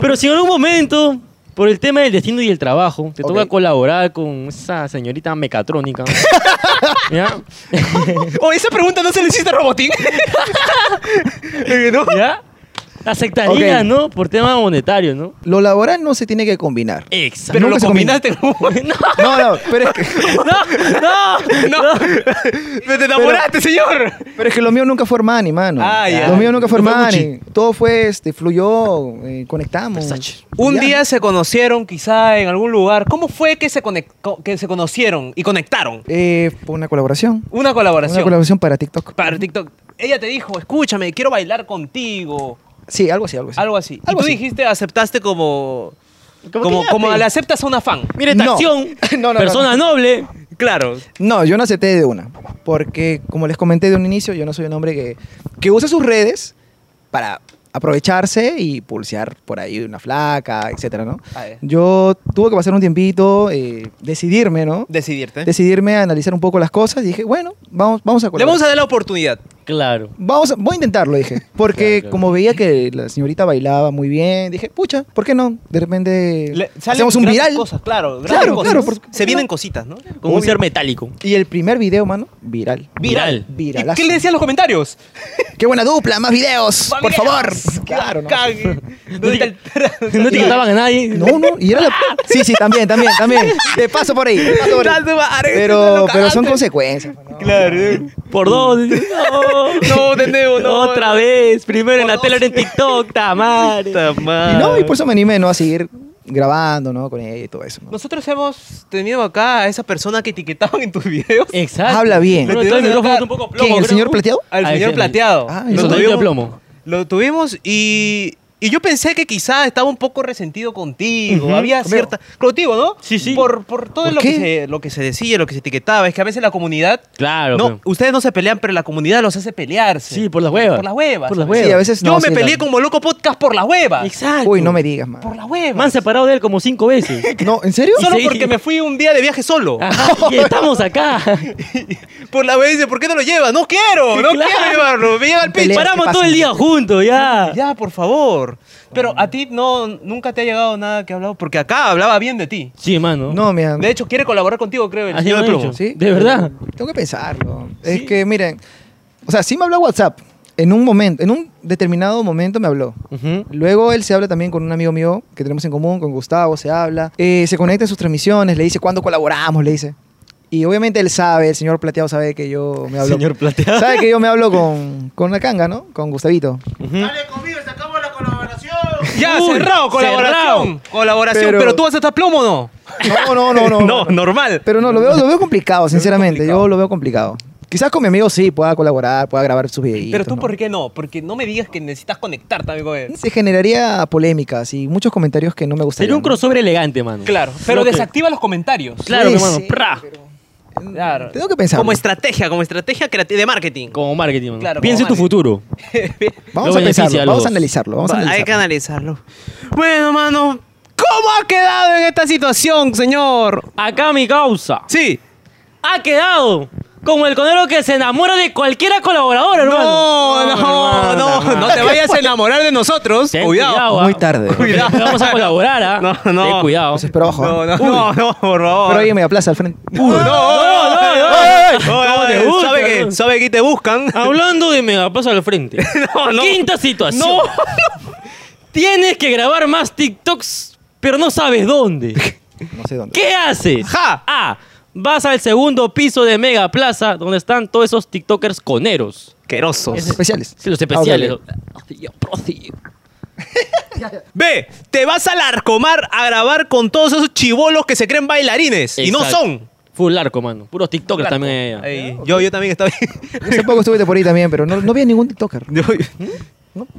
B: Pero si en algún momento, por el tema del destino y el trabajo, te
C: Ok.
B: toca colaborar con esa señorita mecatrónica. ¿Ya?
A: Oh, esa pregunta no se le hiciste a Robotín. Eh, ¿No?
B: ¿Ya? Aceptaría,
C: Ok.
B: ¿no? Por tema monetario, ¿no?
C: Lo laboral no se tiene que combinar.
B: Exacto.
A: Pero
C: Nunca
A: lo
C: se combina.
A: combinaste. No,
C: No, no, pero es que,
B: no,
A: no. Te enamoraste, señor.
C: pero es que lo mío nunca fue hermano, mano.
A: Ah, ya.
C: Lo mío nunca fue
A: No fue
C: hermano.
A: Gucci.
C: Todo fue, este, fluyó, eh, conectamos.
B: Versace.
A: Un
C: Ya.
A: día se conocieron, quizá en algún lugar. ¿Cómo fue que se, conec- que se conocieron y conectaron?
C: Eh, fue una colaboración.
A: Una colaboración.
C: Una colaboración para TikTok.
A: Para TikTok. Ella te dijo, escúchame, quiero bailar contigo.
C: Sí, algo así, algo así.
A: Algo así.
C: Algo
A: y tú
C: así.
A: dijiste, aceptaste como.
B: Como
A: Como,
B: que
A: como,
B: ya, pe.
A: le aceptas a una fan.
B: Mire,
C: No.
B: acción.
C: No, no,
B: persona noble.
A: Claro.
C: No, yo no acepté de una. Porque, como les comenté de un inicio, yo no soy un hombre que, que usa sus redes para aprovecharse y pulsear por ahí una flaca, etcétera, ¿no?
A: A ver.
C: Yo tuve que pasar un tiempito, eh, decidirme, ¿no?
A: Decidirte.
C: Decidirme a analizar un poco las cosas. Dije, bueno, vamos, vamos a
A: Le
C: colaborar.
A: vamos a dar la oportunidad.
B: Claro.
C: Vamos a- voy a intentarlo, dije. Porque
B: Claro, claro.
C: como veía que la señorita bailaba muy bien, dije, pucha, ¿por qué no? De repente
A: Le- salen
C: hacemos un
A: grandes
C: viral.
A: Cosas, claro, grandes
C: Claro,
A: cosas.
C: claro, por-
A: Se vienen cositas, ¿no?
B: Como un
C: Obvio.
B: ser metálico.
C: Y el primer video, mano, viral.
B: Viral.
A: ¿Y
C: Viralazo.
A: ¿Qué le decían los comentarios?
C: ¡Qué buena dupla! ¡Más videos!
A: Más
C: ¡Por
A: videos.
C: favor! Claro, ¿no?
A: Cague. ¿Dónde está el-
B: No te quitaban a nadie.
C: No, no, y era la... Sí, sí, también, también, también. Te paso por ahí, te paso por ahí. Pero, pero
A: Ah,
C: son consecuencias. ¿no?
A: Claro.
B: Por dos. No.
A: No, de nuevo, no.
B: Otra vez. Primero en
A: Por
B: la
A: dos.
B: tele, ahora en TikTok. Tamare.
A: Ah.
C: Y no, y por eso me animé, ¿no? A seguir grabando, ¿no? Con ella y todo eso. ¿no?
A: Nosotros hemos tenido acá a esa persona que etiquetaban en tus videos.
B: Exacto.
C: Habla bien.
B: Pero
A: Le
B: todo el
A: tengo que
B: micrófono
A: sacar-
B: un poco plomo.
C: ¿Quién, el
B: creo.
C: señor plateado?
A: Al
B: Ah,
A: señor
B: ese-
A: plateado.
C: Ah,
B: el
A: lo,
B: soldadito de
A: tuvimos,
B: plomo.
A: lo tuvimos y, y yo pensé que quizá estaba un poco resentido contigo.
B: Ujú,
A: Había
C: conmigo.
A: cierta. Contigo, ¿no?
B: Sí, sí.
A: Por, por todo
C: ¿Por
A: lo, que
C: qué?
A: se, lo que se decía, lo que se etiquetaba. Es que a veces la comunidad.
B: Claro.
A: no,
B: pero-
A: ustedes no se pelean, pero la comunidad los hace pelearse.
B: Sí, por las huevas.
A: Por las huevas.
B: Por las
C: Sí,
B: huevas.
C: a veces
A: Yo
C: no,
A: me
C: sí,
A: peleé
C: la-
A: como loco podcast por las huevas.
B: Exacto.
C: Uy, no me digas, man.
A: Por las huevas.
B: Me han separado de él como cinco veces.
C: No, ¿en serio?
A: Solo
B: Sí. Ah.
A: porque me fui un día de viaje solo.
B: Ajá, y estamos acá.
A: Por la vez dice, ¿por qué no lo llevas? No quiero, no
B: Claro.
A: quiero llevarlo. Me llega el pinche.
C: Pelea.
B: Paramos
C: ¿qué pasa?
B: todo el día juntos, ya.
A: Ya, por favor. Pero a ti no, nunca te ha llegado nada que ha hablado, porque acá hablaba bien de ti.
B: Sí, mano.
C: No, mira.
A: De hecho, quiere colaborar contigo, creo, el
B: Así
A: señor
B: me
A: de
B: han
A: plomo.
B: dicho. ¿De verdad?
C: Tengo que pensarlo. Es que, miren, o sea, sí me habló WhatsApp. En un momento, en un determinado momento me habló.
B: Ujú.
C: Luego él se habla también con un amigo mío que tenemos en común, con Gustavo, se habla. Eh, se conecta en sus transmisiones, le dice cuándo colaboramos, le dice. Y obviamente él sabe, el señor Plateado sabe que yo me hablo.
B: Señor plateado.
C: Sabe que yo me hablo con, con la canga, ¿no? Con Gustavito.
D: Dale conmigo, sacamos la colaboración.
A: Ya,
B: Uy,
A: cerrado, colaboración.
B: cerrado.
A: Colaboración, pero,
C: Pero-
A: tú vas a estar plomo o no?
C: No, no, no,
A: no,
C: no.
A: normal.
C: Pero no, lo veo, lo veo complicado, sinceramente. Yo lo veo complicado. Quizás con mi amigo sí pueda colaborar, pueda grabar sus videitos.
A: Pero tú,
C: ¿no?
A: ¿por qué no? Porque no me digas que necesitas conectar también con él.
C: Se generaría polémicas y muchos comentarios que no me gustaría.
B: Sería un
C: ¿no?
B: crossover elegante, mano.
A: Claro, pero
B: Creo que-
A: desactiva los comentarios.
B: Claro,
C: Puede
B: hermano.
C: ser,
B: Pra.
A: Claro.
C: Tengo que pensar.
A: Como estrategia, como estrategia creativa de marketing.
B: Como marketing, mano.
A: Claro, como
B: Piensa en tu
A: marketing.
B: futuro.
C: Vamos
B: Lo
C: a
B: beneficia
C: pensarlo,
B: a los
C: vamos
B: dos.
C: a analizarlo, vamos a
A: Va, Hay que
C: analizarlo.
A: analizarlo. Bueno, mano, ¿cómo ha quedado en esta situación, señor?
B: Acá mi causa.
A: Sí.
B: Ha quedado como el conero que se enamora de cualquiera colaboradora, hermano.
A: No, no, no, no,
B: hermano.
A: te vayas a enamorar de nosotros.
B: Ten
A: cuidado.
B: ah.
C: Muy tarde.
B: Porque te Vamos a colaborar, ¿ah?
A: No, no.
B: Ten cuidado.
C: Entonces, pero abajo.
A: No,
C: ¿eh?
A: no, no, no, por favor.
C: Pero ahí en media plaza al frente.
A: no, no, no,
B: no, no.
A: no,
B: ¿Cómo te
A: no,
B: gusta,
A: sabe que,
B: hermano?
A: sabe que te buscan.
B: Hablando de megapaso al frente.
A: No, no.
B: Quinta situación.
A: No,
B: Tienes que grabar más TikToks, pero no sabes dónde.
C: No sé dónde.
B: ¿Qué haces?
A: Ja.
B: A. Vas al segundo piso de Mega Plaza, donde están todos esos TikTokers coneros.
A: Querosos.
C: Los especiales.
B: Sí, los especiales.
C: Ah, ok,
B: Ay, Dios, prosigue.
A: B, te vas al arcomar a grabar con todos esos chivolos que se creen bailarines y no
B: Exacto.
A: son.
B: Full arco, mano. Puros TikTokers
A: Claro.
B: también hay allá.
A: Ahí, yo, yo también estaba.
C: ok. Hace poco estuviste por ahí también, pero no, no vi a ningún TikToker.
A: Yo-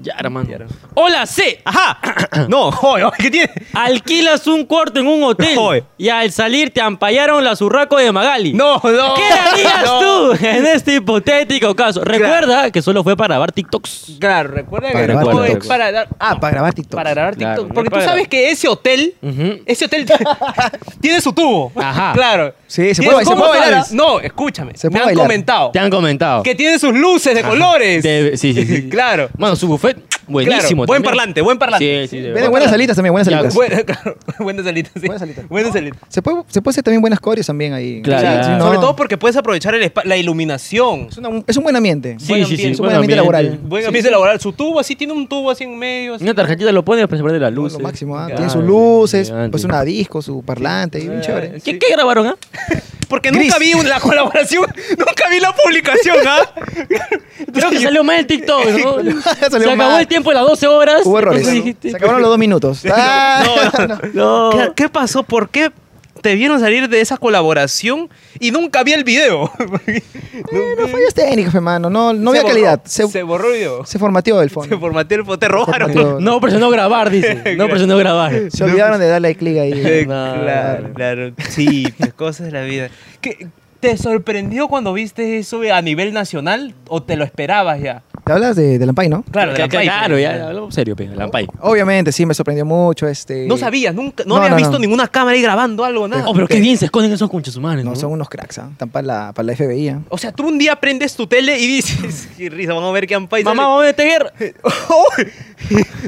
B: Ya, hermano. Hola, C.
A: Ajá. No, oye, oye, ¿qué tiene?
B: Alquilas un cuarto en un hotel
A: Joder.
B: y al salir te ampallaron la surraco de Magali.
A: No, no.
B: ¿Qué harías tú en este hipotético caso? Recuerda que solo fue para grabar TikToks.
A: Claro, recuerda que
C: Para
A: no
C: grabar
A: es
C: TikToks.
A: para dar-
C: Ah, para grabar TikTok.
A: para grabar
B: Claro,
A: TikTok.
B: no
A: Porque tú
B: para-
A: sabes que ese hotel,
B: Ujú.
A: ese hotel tiene su tubo.
B: Ajá.
A: Claro.
C: Sí, se
A: Tiene-
C: puede- se
A: ¿cómo
C: puede bailar,
A: sabes?
C: ¿eh?
A: No, escúchame.
C: Se
A: me
C: puede
A: han
C: bailar.
A: comentado
B: Te han comentado.
A: que tiene sus luces de colores.
B: De- sí, sí, sí, sí.
A: claro.
B: Mano, su buffet, Buenísimo.
A: Claro, buen
B: también.
A: parlante, buen parlante.
B: Sí, sí, de
C: Venden
B: verdad.
C: buenas salitas también, buenas
B: Ya,
C: salitas.
A: Buen- claro, buenas alitas, sí.
C: Buenas alitas.
A: Buenas alitas.
C: Se puede, se puede hacer también buenas corios también ahí.
B: Claro.
C: O sea,
B: Claro.
C: si no-
A: Sobre todo porque puedes aprovechar el espa- la iluminación.
C: Es, una- es un buen ambiente.
B: Sí,
A: buen
B: sí, sí.
A: ambiente,
C: buen ambiente laboral.
A: Buen ambiente laboral. Su tubo así tiene un tubo así en medio. así.
B: Una tarjetita lo pones para prende la
C: Lo
B: luz.
C: máximo, ¿ah?
A: Claro,
C: Tiene sus luces,
B: elegante.
C: pues una disco, su parlante, y bien chévere.
B: ¿Qué, qué grabaron, ah?
A: Porque
C: Gris.
A: nunca vi un- la colaboración, nunca vi la publicación, ¿ah?
B: Creo que salió mal el TikTok, ¿no? Se
C: Salió
B: acabó
C: mal.
B: el tiempo de las 12 horas.
C: Hubo errores.
B: Entonces dijiste,
C: Se acabaron los dos minutos. Ah,
B: No.
C: no.
A: ¿Qué,
C: Oh.
A: qué pasó? ¿Por qué te vieron salir de esa colaboración y nunca vi el video?
C: Eh, no fallas técnicas, hermano. No, no
A: Se
C: había
A: borró,
C: calidad. Se,
A: Se borró el video.
C: se formateó el
A: Se
C: fondo.
A: formateó el foto. Te robaron.
C: Formateó.
B: No presionó grabar, dice. No presionó grabar.
C: Se olvidaron de darle clic ahí.
A: Eh,
B: Claro.
A: claro, claro. Sí, pues, cosas de la vida. ¿Qué- ¿Te sorprendió cuando viste eso a nivel nacional o te lo esperabas ya?
C: Te hablas de, de Lampay, ¿no?
A: Claro, de la Play,
B: claro,
A: pues.
B: ya, hablamos serio, pe, Lampay.
C: Obviamente, sí, me sorprendió mucho. Este...
A: No sabías, nunca, no,
C: No,
A: habías
C: no,
A: visto
C: no.
A: ninguna cámara ahí grabando algo, nada.
B: Oh, pero qué bien se esconden esos conchas humanos.
C: No, son unos cracks, ¿ah? Están para la, para la FBI. ¿ah?
A: O sea, tú un día prendes tu tele y dices, qué risa, vamos a ver qué han país.
B: Mamá, vamos a tejer.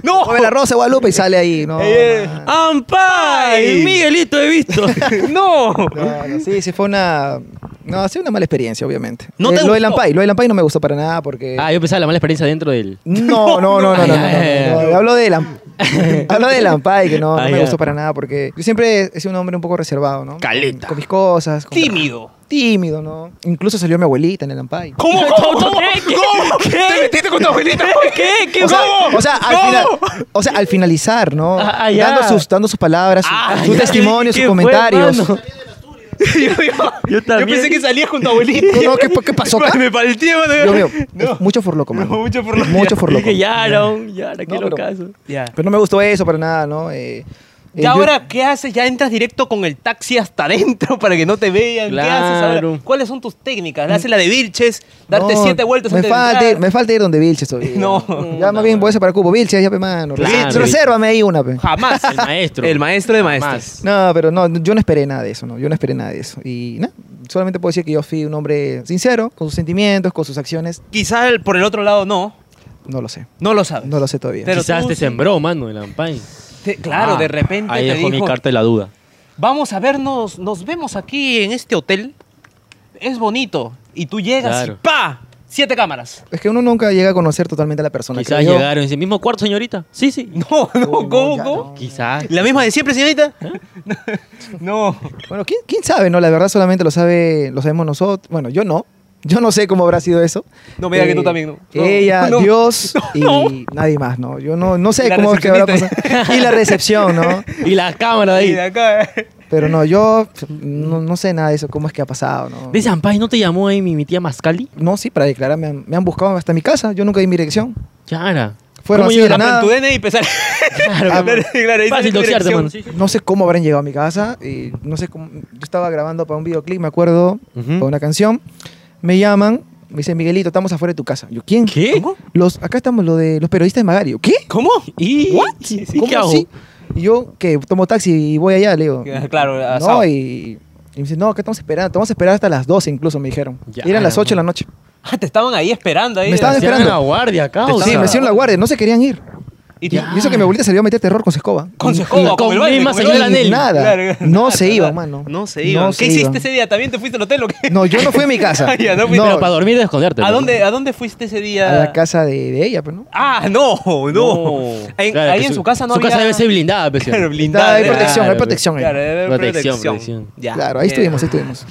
A: ¡No!
C: Mueve la rosa Guadalupe y sale ahí, ¿no? Ah,
A: Eh,
C: man.
B: ¡Ampay!
A: Ay.
B: Miguelito, he visto.
A: ¡No!
C: No, no, sí, sí fue una... No, ha sido una mala experiencia, obviamente.
A: ¿No te
C: Eh, lo de
A: gustó?
C: Lampay, lo de Lampay no me gustó para nada porque...
B: ah, yo pensaba la mala experiencia dentro del.
C: No, no, no, no, no, no, no,
B: Ay,
C: no,
B: ay,
C: no,
B: ay.
C: Hablo de Lam- hablo de Lampay, que no, no
B: Ay,
C: me
B: ya.
C: gustó para nada porque yo siempre he sido un hombre un poco reservado, ¿no?
B: Caleta.
C: Con, con mis cosas. con-
A: Tímido.
C: Tímido, ¿no? Incluso salió mi abuelita en el Lampay.
A: ¿Cómo? ¿Cómo? ¿Cómo?
B: ¿Qué? ¿Qué?
A: ¿Cómo?
B: ¿Qué?
A: ¿Te metiste con tu abuelita?
B: ¿Qué? ¿Qué?
C: O sea,
A: ¿Cómo?
C: o sea, al
A: ¿Cómo?
C: final- o sea, al finalizar, ¿no?
B: Ah, ah, ya.
C: dando, sus, dando sus palabras, su,
A: Ah,
C: su
A: ya.
C: testimonio,
B: ¿Qué
C: sus
B: fue,
C: comentarios.
B: mano?
A: yo, yo-
B: Yo
A: yo
B: también.
A: pensé que salías con tu abuelita.
C: No, no, ¿qué, qué pasó acá?
A: Me palteé, mano.
C: Dios mío,
A: No.
C: mucho forloco, mano.
A: No, mucho forloco.
C: Mucho forloco.
B: Dije, ya, no, ya, no, qué
C: No, pero-
B: locazo.
A: Ya.
C: Pero no me gustó eso para nada, ¿no? Eh, eh,
A: ¿Y
C: yo-
A: ahora qué haces? ¿Ya entras directo con el taxi hasta adentro para que no te vean? ¿Qué haces ahora?
B: Claro.
A: ¿Cuáles son tus técnicas? ¿Haces la de Vilches? ¿Darte
C: no,
A: siete vueltas
C: me
A: antes de
C: falta,
A: entrar?
C: ir, me falta ir donde Vilches todavía.
A: No.
C: Ya más bien voy a separar cubo. Vilches, ya, pe, mano.
B: Claro,
C: Res-
B: Vilches.
C: Resérvame ahí una, pe.
A: Jamás.
B: El maestro.
A: El maestro de maestros.
B: Más.
C: No, pero no, yo no esperé nada de eso, ¿no? Yo no esperé nada de eso. Y nada, solamente puedo decir que yo fui un hombre sincero, con sus sentimientos, con sus acciones.
A: Quizá el- por el otro lado no.
C: No lo sé,
A: No lo sabes.
C: no lo sé todavía.
A: Pero
B: Quizás
A: tú
B: te
A: sí.
B: sembró, mano, el Lampay.
A: Te- claro,
B: Ah,
A: de repente
B: Ahí
A: te
B: dejó mi
A: dijo,
B: carta de la duda.
A: vamos a vernos, nos vemos aquí en este hotel. Es bonito. Y tú llegas y
B: Claro.
A: ¡pa! Siete cámaras.
C: Es que uno nunca llega a conocer totalmente a la persona.
B: Quizás
C: creo yo.
B: llegaron en ese mismo cuarto, señorita. Sí, sí.
A: No, no,
C: Uy, Oh, no,
A: ¿cómo?
C: ya
A: cómo?
C: no.
B: Quizás.
A: ¿La misma de siempre, señorita?
B: ¿Eh?
A: no.
C: Bueno, ¿quién, quién sabe, no? La verdad solamente lo sabe, lo sabemos nosotros. Bueno, yo no. Yo no sé cómo habrá sido eso.
A: No me diga que tú también, no. No,
C: Eh, Ella,
A: no.
C: Dios y
A: No.
C: nadie más, ¿no? Yo no, no
A: Y
C: sé
A: la
C: cómo es que habrá pasado.
A: recepcionista.
C: Y la recepción, ¿no?
B: Y la cámara de
A: Y
B: ahí.
A: de acá. eh.
C: Pero no, yo no, no sé nada de eso, cómo es que ha pasado, ¿no?
B: Dice Ampay, ¿no te llamó ahí mi, mi tía Mascali?
C: No, sí, para declarar, me han, me han buscado hasta mi casa. Yo nunca di mi dirección.
B: Chara.
C: Fueron
B: ¿Cómo
C: así de la
B: llegaron?
A: Con
C: nada.
A: tu DNI pesar.
B: Claro,
A: claro, claro, ahí
B: Fácil
A: sale tu
B: doxearte,
A: dirección.
B: mano.
C: No sé cómo habrán llegado a mi casa. Y no sé cómo. Yo estaba grabando para un videoclip, me acuerdo,
B: Ujú.
C: para una canción. Me llaman, me dicen, Miguelito, estamos afuera de tu casa. Yo, ¿quién?
B: ¿Qué?
C: ¿Cómo? Los, acá estamos los de los periodistas de Magari. Yo, ¿Qué?
A: ¿Cómo?
B: ¿Y
C: ¿What?
B: ¿Y
C: ¿Cómo
B: qué hago?
C: así? Y yo, que tomo taxi y voy allá, le digo.
A: Ah, Claro, asado.
C: No, y, y me dicen, no, acá estamos esperando. Te vamos a esperar hasta las 12 incluso, me dijeron.
B: Ya,
C: y eran las 8 de la
B: mano.
C: noche.
A: Ah, te estaban ahí esperando. Ahí
C: Me estaban
B: Hacían
C: esperando.
B: la guardia acá, o
C: Sí,
B: sea.
C: me hicieron la guardia, no se querían ir.
A: Y tú-
B: Oh, Ya.
C: Y eso que mi abuelita salió a meter terror con su escoba.
A: Con su
C: Ni-
A: escoba,
B: Con
A: como el baile,
B: misma
A: como el
B: señora
A: baile.
B: Nelly.
C: nada.
A: Claro,
C: No
A: nada,
C: se iban,
A: nada.
C: mano.
A: No se iban.
C: No
A: ¿Qué
C: se
A: hiciste
C: iban.
A: ese día? ¿También te fuiste al hotel o qué?
C: No, yo no fui a mi casa.
A: Ah, ya, no fuiste.
B: Pero para dormir y esconderte.
A: ¿A
B: pues.
A: dónde, ¿A dónde fuiste ese día?
C: a la casa de, de ella, pero no.
A: Ah, no, no. En-
B: Claro,
A: ahí
B: que
A: en su, casa no
B: Su
A: había...
B: casa debe ser blindada, pues,
A: Claro,
B: señor.
A: blindada.
C: hay
A: claro.
C: protección, hay
B: claro.
C: protección. ahí.
A: Claro, eh. era
B: Protección, protección.
A: Ya.
C: Claro, ahí
A: Bien.
C: estuvimos, ahí estuvimos.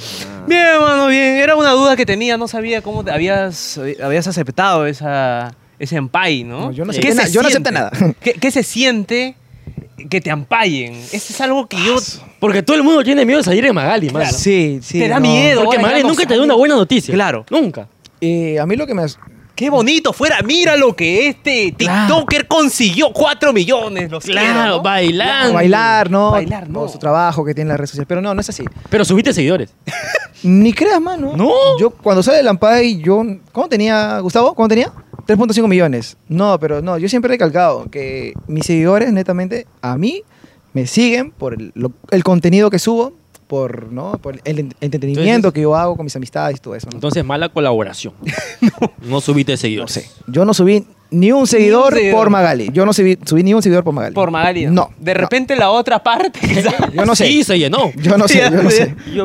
A: Bien, hermano, bien. Era una duda que tenía. No sabía cómo te habías, habías aceptado esa, ese ampay, ¿no?
C: No, yo no
A: ¿Qué
C: acepté
A: se
C: nada, yo no acepté
A: siente?
C: nada.
A: ¿Qué, qué se siente que te ampayen? Eso es algo que yo...
B: Porque todo el mundo tiene miedo de salir de Magali, mano.
A: Claro.
C: Sí, sí.
A: te da
C: no.
A: miedo. ahora
B: Porque
A: ya
B: Magali
A: no
B: nunca te da
A: sale.
B: una buena noticia.
A: Claro.
B: Nunca.
C: Eh, a mí lo que me... as-
A: Qué bonito fuera. Mira lo que este
B: Claro.
A: TikToker consiguió. 4 millones. Los quiero,
B: Claro,
A: ¿no?
B: bailando.
C: Bailar, ¿no?
A: Bailar, no.
C: Todo su trabajo que tiene en las redes sociales. Pero no, no es así.
B: Pero subiste seguidores.
C: Ni creas, mano.
B: No.
C: Yo cuando sale el Ampay, yo... ¿Cómo tenía, Gustavo? ¿Cómo tenía? 3.5 millones. No, pero no, yo siempre he recalcado que mis seguidores, netamente, a mí me siguen por el, lo- el contenido que subo, por, ¿no? por el ent- entretenimiento
B: Entonces-
C: que yo hago con mis amistades y todo eso. ¿no?
B: Entonces, mala colaboración. no. subiste seguidores.
C: Yo no subí ni un seguidor,
E: seguidor.
C: por Magali. Yo no subí, subí ni un seguidor por Magali.
E: Por Magali.
C: No.
E: De
C: no.
E: repente la otra parte. quizás.
C: Yo no sé.
B: Sí, se llenó.
C: Yo no sé, yo no sé.
B: Yo-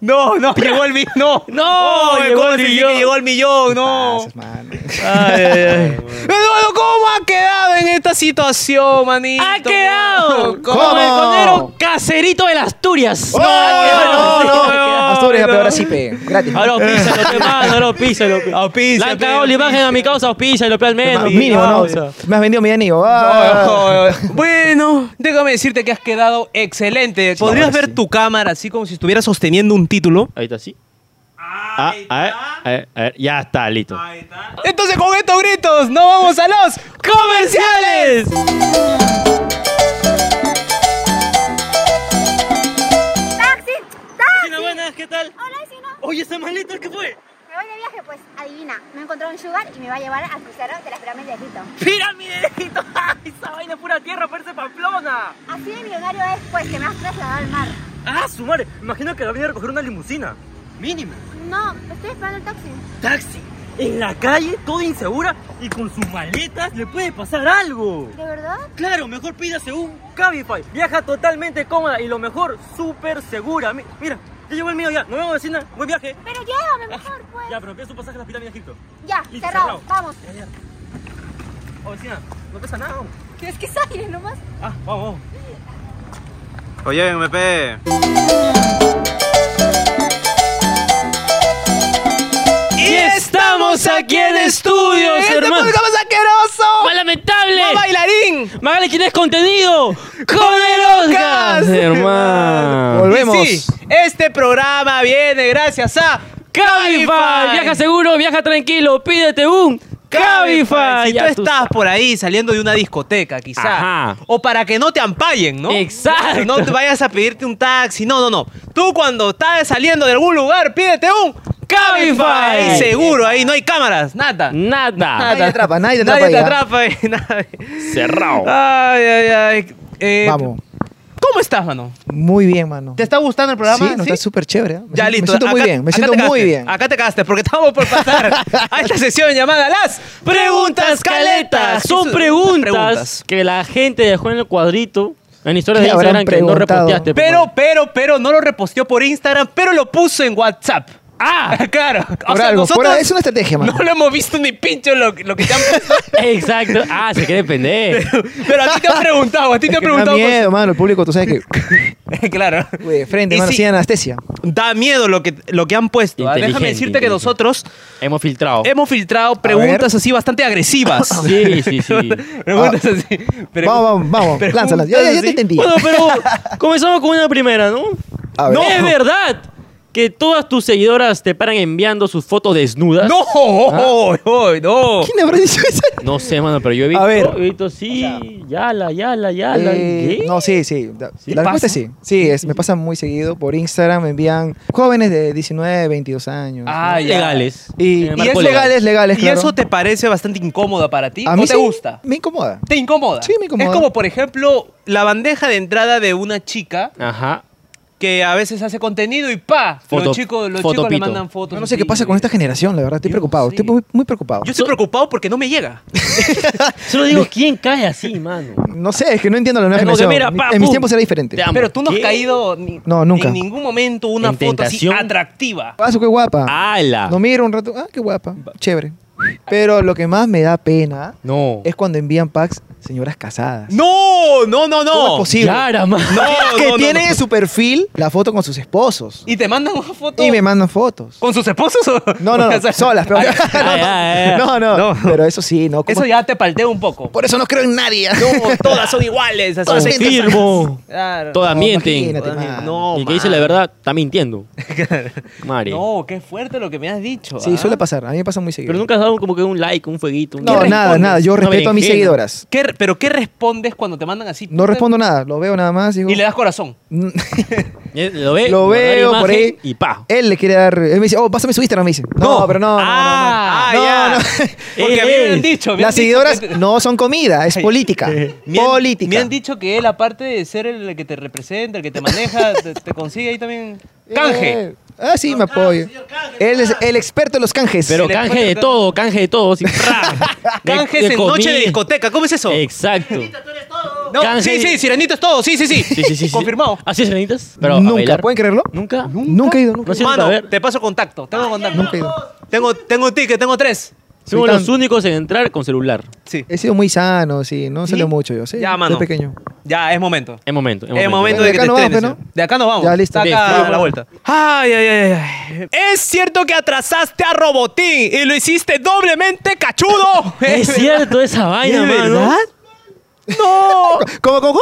A: No, no, llegó el millón. No,
B: No,
A: Oh,
B: llegó
A: ¿cómo
B: el
A: se dice
B: millón.
A: que llegó el millón, no.
C: Pases, mano.
B: Ay, ay, ay.
A: Eduardo, ¿cómo ha quedado en esta situación, manito?
B: ¡Ha quedado!
A: ¿Cómo?
B: Como el conero caserito de las Asturias.
C: ¡Oh, no, no!
B: Ha quedado.
C: Asturias, pero ahora sí, pe. Gratis.
B: Ahora písalo, te mando, ahora písalo. pe.
A: Auspicia,
B: Le han
A: pe,
B: cagado la imagen a mi causa, písalo, pe al menos.
C: Más mínimo,
B: mi
C: ¿no?
B: causa.
C: Me has vendido mi anillo. Ah.
E: Oh, oh,
A: Bueno, déjame decirte que has quedado excelente. ¿Podrías ver tu cámara así como si estuvieras sosteniendo un título?
B: Ahorita sí. Ah, a ver, a ver, a ver, ya está, listo.
A: Entonces con estos gritos, no vamos a los comerciales.
F: ¡Taxi! ¡Taxi!
B: buenas, ¿qué tal?
F: Hola, vecino.
B: Oye, ese maldito, ¿qué fue?
F: Me voy de viaje, pues adivina. Me he encontrado un sugar y me va a llevar al crucero de las pirámides de Egipto.
B: ¡Piramidito! ¡Esa vaina es pura tierra, parece Pamplona!
F: Así de millonario es, pues, que me has trasladado al mar.
B: ¡Ah, su madre! Imagino que la viene a recoger una limusina. Mínimo.
F: No, estoy esperando el taxi.
B: Taxi. En la calle, toda insegura y con sus maletas le puede pasar algo.
F: ¿De verdad?
B: Claro, mejor pídase un Cabify. Viaja totalmente cómoda y lo mejor, súper segura. Mi- mira, ya llegó el mío ya. Nos vemos, vecina. Buen viaje.
F: Pero llévame mejor, pues.
B: Ya, pero ¿qué es su pasaje a las pirámides de Egipto?
F: Ya,
B: Listo, cerrado.
F: cerrado. ¿Eh? Vamos.
B: Ya, ya. Oh, vecina, no pasa nada. vamos.
F: ¿Quieres que salga nomás?
B: Ah, vamos.
D: Oye, MP.
A: Y estamos aquí en estudios,
B: Este
A: hermano.
B: podcast
A: asqueroso!
B: ¡Más lamentable!
A: bailarín!
B: Magali, ¿quién es contenido? ¡Con el
A: Oscar!
B: Hermano.
C: Volvemos.
A: Y sí, este programa viene gracias a
B: Cabify, viaja seguro, viaja tranquilo, pídete un Cabify.
A: Si tú
B: Ya tú
A: estás por ahí saliendo de una discoteca, quizá,
B: Ajá.
A: o para que no te ampallen, ¿no?
B: Exacto.
A: No te vayas a pedirte un taxi, no, no, no. Tú cuando estás saliendo de algún lugar, pídete un
B: Cabify.
A: Cabify. Seguro, ahí no hay cámaras, nada.
B: Nada.
C: Nadie te atrapa, nadie te atrapa.
A: Nadie te
C: ahí, ¿ah?
A: atrapa, ahí, nadie.
B: Cerrado.
A: Ay, ay, ay. Eh,
C: Vamos.
A: ¿Cómo estás, mano?
C: Muy bien, mano.
A: ¿Te está gustando el programa?
C: Sí, no, está súper chévere. ¿eh? Me
A: Ya listo.
C: siento- Me siento muy
A: Acá-
C: bien, me
A: acá
C: siento
A: te
C: muy
A: cagaste.
C: bien.
A: Acá te cagaste porque estamos por pasar a esta sesión llamada las preguntas caletas.
B: Son
A: Jesús,
B: preguntas, que la gente dejó en el cuadrito en historias de
C: ¿Qué habrán
B: Instagram que no
C: preguntado?
B: reposteaste. pues,
A: Pero, pero, pero no lo reposteó por Instagram, pero lo puso en WhatsApp.
B: ¡Ah!
A: claro.
C: Por algo, por algo. Es una estrategia, mano.
A: No lo hemos visto ni pincho lo, lo que te han puesto.
B: Exacto. Ah, se quiere pendejo.
A: Pero a ti te han preguntado, a ti te
C: Es
A: han
C: que me da
A: preguntado.
C: miedo, mano. El público, tú sabes que.
A: cosas. claro.
C: Uy, de frente,
A: Y
C: mano,
A: sí,
C: sin anestesia.
A: da miedo lo que, lo que han puesto. ¿ah? Déjame
B: Inteligente,
A: decirte que
B: inteligente.
A: nosotros
B: Hemos filtrado.
A: hemos filtrado preguntas así bastante agresivas.
B: Sí, sí, sí. Ah,
A: Preguntas así. Pregu-
C: Vamos, vamos, vamos.
A: preguntas
C: Lánzalas. Ya, ya, ya
A: así.
C: te entendí.
B: Bueno, pero comenzamos con una primera, ¿no?
C: A ver.
B: No es verdad que todas tus seguidoras te paran enviando sus fotos desnudas.
A: No, oh, oh, no.
C: ¿Quién habrá dicho eso?
B: No sé, mano, pero yo he visto.
C: A ver.
B: he visto, sí, yala, yala, yala.
C: Eh,
B: ¿qué?
C: no, sí, sí. La-
B: ¿Sí
C: La respuesta
B: pasa?
C: es sí. Sí, es- me pasa muy seguido. Por Instagram me envían jóvenes de 19, 22 años.
A: Ah, ya.
B: legales.
C: Y,
B: En el
C: y
B: Eh, marco
C: es
B: legal.
C: legales, legales,
A: ¿Y
C: claro.
A: eso te parece bastante incómoda para ti?
C: A
A: ¿No
C: mí
A: te
C: sí
A: gusta?
C: Me incomoda.
A: ¿Te incomoda?
C: Sí, me incomoda.
A: Es como, por ejemplo, la bandeja de entrada de una chica
B: Ajá.
A: que a veces hace contenido y ¡pa!
B: Foto-
A: los chicos, los
B: fotopito.
A: chicos le mandan fotos.
C: No, no sé
A: así.
C: qué pasa con esta generación, la verdad. Estoy
A: Yo
C: preocupado.
A: sí.
C: Estoy muy, muy preocupado.
A: Yo estoy preocupado porque no me llega.
B: Solo digo, ¿quién cae así, mano?
C: No sé, es que no entiendo la nueva
B: Es como que
C: generación.
B: mira, pa,
C: en mis
B: pum.
C: tiempos era diferente.
B: Te amo.
A: Pero tú no has
B: ¿Qué?
A: caído ni-
C: No, nunca.
A: en ningún momento una
B: En
A: foto
B: tentación.
A: así atractiva.
C: Paso, qué guapa.
B: Ah. ¡Hala!
C: Ah. No miro un rato. Ah, qué guapa. Chévere. Pero lo que más me da pena
B: No.
C: es cuando envían packs señoras casadas.
A: No, no, no,
C: ¿Cómo es
A: no.
C: posible?
B: Yara, mano.
A: No,
C: que
A: no, no,
C: tienen
A: no.
C: en su perfil la foto con sus esposos.
A: Y te mandan una foto.
C: Y me mandan fotos.
A: ¿Con sus esposos? o-
C: No, no,
A: o sea,
C: no. Solas, pero.
B: Ay, ay, ay.
C: no, no,
A: No.
C: Pero eso sí, no. ¿cómo-
A: Eso ya te paltea un poco.
C: Por eso no creo en nadie.
A: No, todas son iguales. así.
B: Todas
A: Así que-
B: Confirmo.
A: Claro.
B: Todas
C: No,
B: mienten.
C: imagínate, man.
A: No,
B: y el que dice la verdad, está mintiendo. Mari.
A: No, qué fuerte lo que me has dicho.
C: Sí,
A: ¿ah?
C: suele pasar. A mí me pasa muy seguido.
B: Pero nunca has dado como que un like, un fueguito. un-
C: no,
B: ¿Qué
C: nada,
B: respondes?
C: nada. Yo
B: Una
C: respeto a mis
B: berenjena.
C: seguidoras.
A: ¿Qué re- ¿Pero qué respondes cuando te mandan así?
C: No respondo nada. Lo veo nada más. Digo,
A: Y le das corazón.
C: "Mm".
B: Eh, Lo ve,
C: Lo
B: guarda la
C: veo por
B: imagen
C: ahí.
B: Y pa.
C: Él le quiere dar. Él me dice, oh, pásame su Instagram, me dice. No, pero no, no, no, no.
E: Ah,
C: no,
E: ya.
C: no. Eh,
E: Porque a mí me han dicho. me han
C: Las
E: dicho
C: seguidoras
E: que-
C: no son comida, es política.
A: eh,
E: Me han-
C: política.
E: Me han dicho que él, aparte de ser el que te representa, el que te maneja, te, te consigue ahí también. Canje.
C: Eh, ah, sí, me apoyo. Él es el experto en los canjes.
B: Pero
E: le
B: canje
E: puede
B: de
E: tocar-
B: todo, canje de todo. Así, ¡pra! De-
E: Canjes
B: de
E: en
B: comida.
A: Noche de discoteca, ¿cómo es eso?
B: Exacto.
A: No,
B: Canje-
A: sí, sí, sirenito es todo, sí, sí, sí.
B: Sí, sí, sí, sí.
E: Confirmado.
B: ¿Así es, Renitas? Pero a
C: nunca,
B: bailar.
C: ¿pueden creerlo?
B: ¿Nunca?
C: Nunca he ido, nunca.
B: No sé, a
A: Mano,
B: ver.
A: te paso contacto.
C: Ah,
E: Tengo que contar.
C: Nunca he ido.
A: Tengo, tengo un ticket, tengo tres.
B: Somos
C: Soy
B: los
C: tan-
B: únicos en entrar con celular.
C: He sido muy sano, sí, no salió mucho yo, sí.
A: Ya,
C: soy
A: mano.
C: pequeño.
A: Ya, es momento.
B: Es momento.
A: Es momento
C: De
A: de que
C: acá
A: te
C: nos vamos,
A: estrenes.
C: pues, ¿no?
A: ya. De acá nos vamos.
C: Ya, listo.
A: Está acá
E: Listo.
A: a la vuelta. Ay, ay, ay, ay. ¿Es cierto que atrasaste a Robotín y lo hiciste doblemente cachudo?
B: Es cierto esa vaina,
A: ¿Es
B: mano.
A: verdad? ¡No!
C: ¿Cómo, cómo?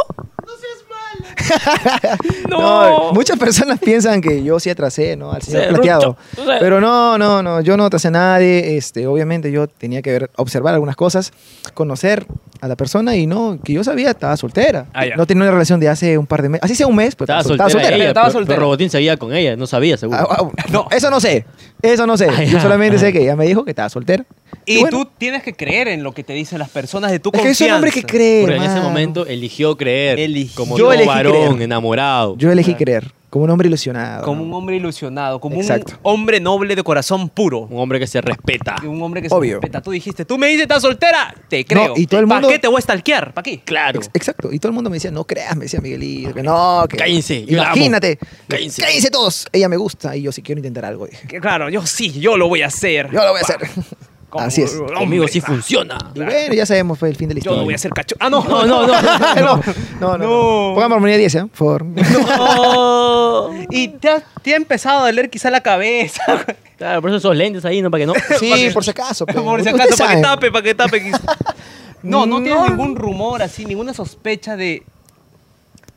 C: No seas malo. no. Muchas personas piensan que yo sí atrasé, ¿no? Al señor
B: Sí,
C: plateado.
B: Rucho, o sea-
C: Pero no, no, no. Yo no atrasé a nadie. Este, obviamente yo tenía que ver, observar algunas cosas, conocer a la persona y no, que yo sabía, estaba soltera.
A: Ah, ya.
C: No tenía una relación de hace un par de meses. Así sea un mes, pues, pero
B: Estaba soltera. ella,
E: Estaba
B: pero-
E: soltera.
B: Pero Robotín seguía con ella, no sabía, seguro.
C: Ah, ah, no, eso no sé. Eso no sé.
B: Ah,
C: Yo
B: ya.
C: solamente
B: Ah.
C: sé que ella me dijo que estaba soltera.
E: Y
C: bueno,
E: tú tienes que creer en lo que te dicen las personas de tu
C: Es que
E: confianza.
C: soy un hombre que cree.
B: Pero en ese
C: eh, mano.
B: momento eligió creer.
E: Eligió.
B: Como
C: Yo
B: todo
C: elegí
B: varón
C: creer.
B: enamorado.
C: Yo elegí creer, como un hombre ilusionado.
E: Como un hombre ilusionado, como
C: Exacto.
E: un hombre noble de corazón puro.
B: Un hombre que se respeta.
E: Un hombre que se
C: Obvio.
E: respeta. Tú dijiste, tú me dices, estás soltera, te creo.
C: y todo el mundo-
E: ¿Para qué te voy a stalkear? ¿Para qué?
B: Claro.
C: Ex- Exacto. Y todo el mundo me decía, no creas, me decía Miguelito. Que no, que.
B: Cállense, yo la amo.
C: Imagínate.
B: Cállense.
C: Cállense. todos. Ella me gusta y yo sí quiero intentar algo. dije.
E: Que Claro, yo sí, yo lo voy a hacer.
C: Yo lo voy a hacer.
E: Como
C: Así es.
E: un hombre,
B: Conmigo sí
E: ah,
B: funciona.
C: Y bueno, ya sabemos, fue el fin de la
E: Yo
C: historia.
E: lo voy a hacer cacho. Ah, no,
B: No, no, no.
C: no, no, no, no. Pongamos armonía 10, ¿eh? Por favor.
E: Y te ha, te ha empezado a doler quizá la cabeza.
B: Claro, por eso esos lentes ahí, ¿no? Para que no.
C: Sí, por si acaso. pues, pero
E: Por si
C: ustedes
E: acaso, para
C: saben.
E: que tape, para que tape. quizá. No, no tienes
C: No.
E: ningún rumor así, ninguna sospecha de...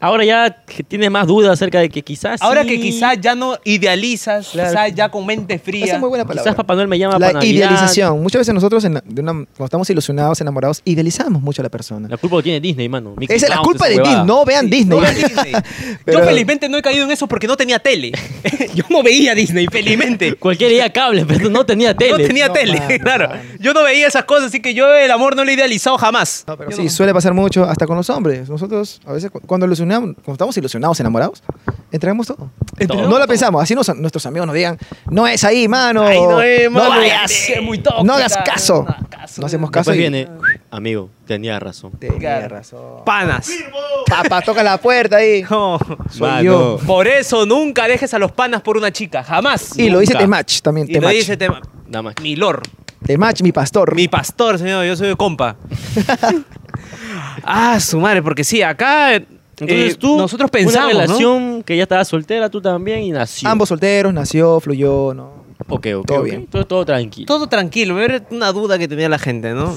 B: Ahora ya que tienes más dudas acerca de que quizás.
E: Ahora
B: sí,
E: que quizá ya no idealizas,
B: Claro.
E: quizá ya con mente fría.
C: Esa es muy buena palabra.
B: Quizás Papá Noel me llama
C: la
B: para Navidad.
C: idealización. Muchas veces nosotros, en- de una- cuando estamos ilusionados, enamorados, idealizamos mucho a la persona.
B: La culpa lo tiene Disney, mano. Mickey
C: Esa es la
B: Mouse,
C: culpa
B: esa
C: de
B: huevada.
C: Disney. No vean Disney.
E: No vean Disney.
C: Pero-
E: Yo felizmente no he caído en eso porque no tenía tele. Yo no veía Disney, felizmente.
B: Cualquier día cable, pero no tenía tele.
A: No tenía
C: No,
A: tele,
C: mano,
A: claro.
C: mano.
A: Yo no veía esas cosas, así que yo el amor no lo he idealizado jamás.
C: No, pero
E: Yo
C: sí,
E: no.
C: suele pasar mucho, hasta con los hombres. Nosotros, a veces, cu- cuando, ilusionamos, cuando estamos ilusionados, enamorados, entregamos todo.
B: Entregamos
C: No la pensamos. Así nos- nuestros amigos nos digan, no es ahí, mano.
A: Ahí no eh, es, mano.
C: vayas.
E: Es muy tóxica.
C: No hagas caso.
E: No hagas caso.
C: No hacemos caso.
B: Después
C: y-
B: viene, amigo, tenía razón.
C: Tenía razón.
A: Panas.
C: Papá, toca la puerta ahí.
A: No.
C: Soy
B: Mano.
C: yo.
A: Por eso nunca dejes a los panas por una chica, jamás.
C: Y lo dice
B: Nunca.
C: Temach también.
A: Y lo
C: Temach.
A: dice tema.
B: Nada más.
A: Mi lord,
C: Temach, mi pastor.
A: mi pastor, señor, yo soy compa. ah, su madre, porque sí, acá
B: Entonces
A: eh,
B: tú,
A: nosotros pensamos,
B: Una
A: ¿no?
B: relación que ya estaba soltera, tú también, y nació.
C: Ambos solteros, nació, fluyó, ¿no?
B: Ok, ok.
C: Todo
B: ok.
C: bien.
B: Todo, todo tranquilo.
A: Todo tranquilo, era una duda que tenía la gente, ¿no?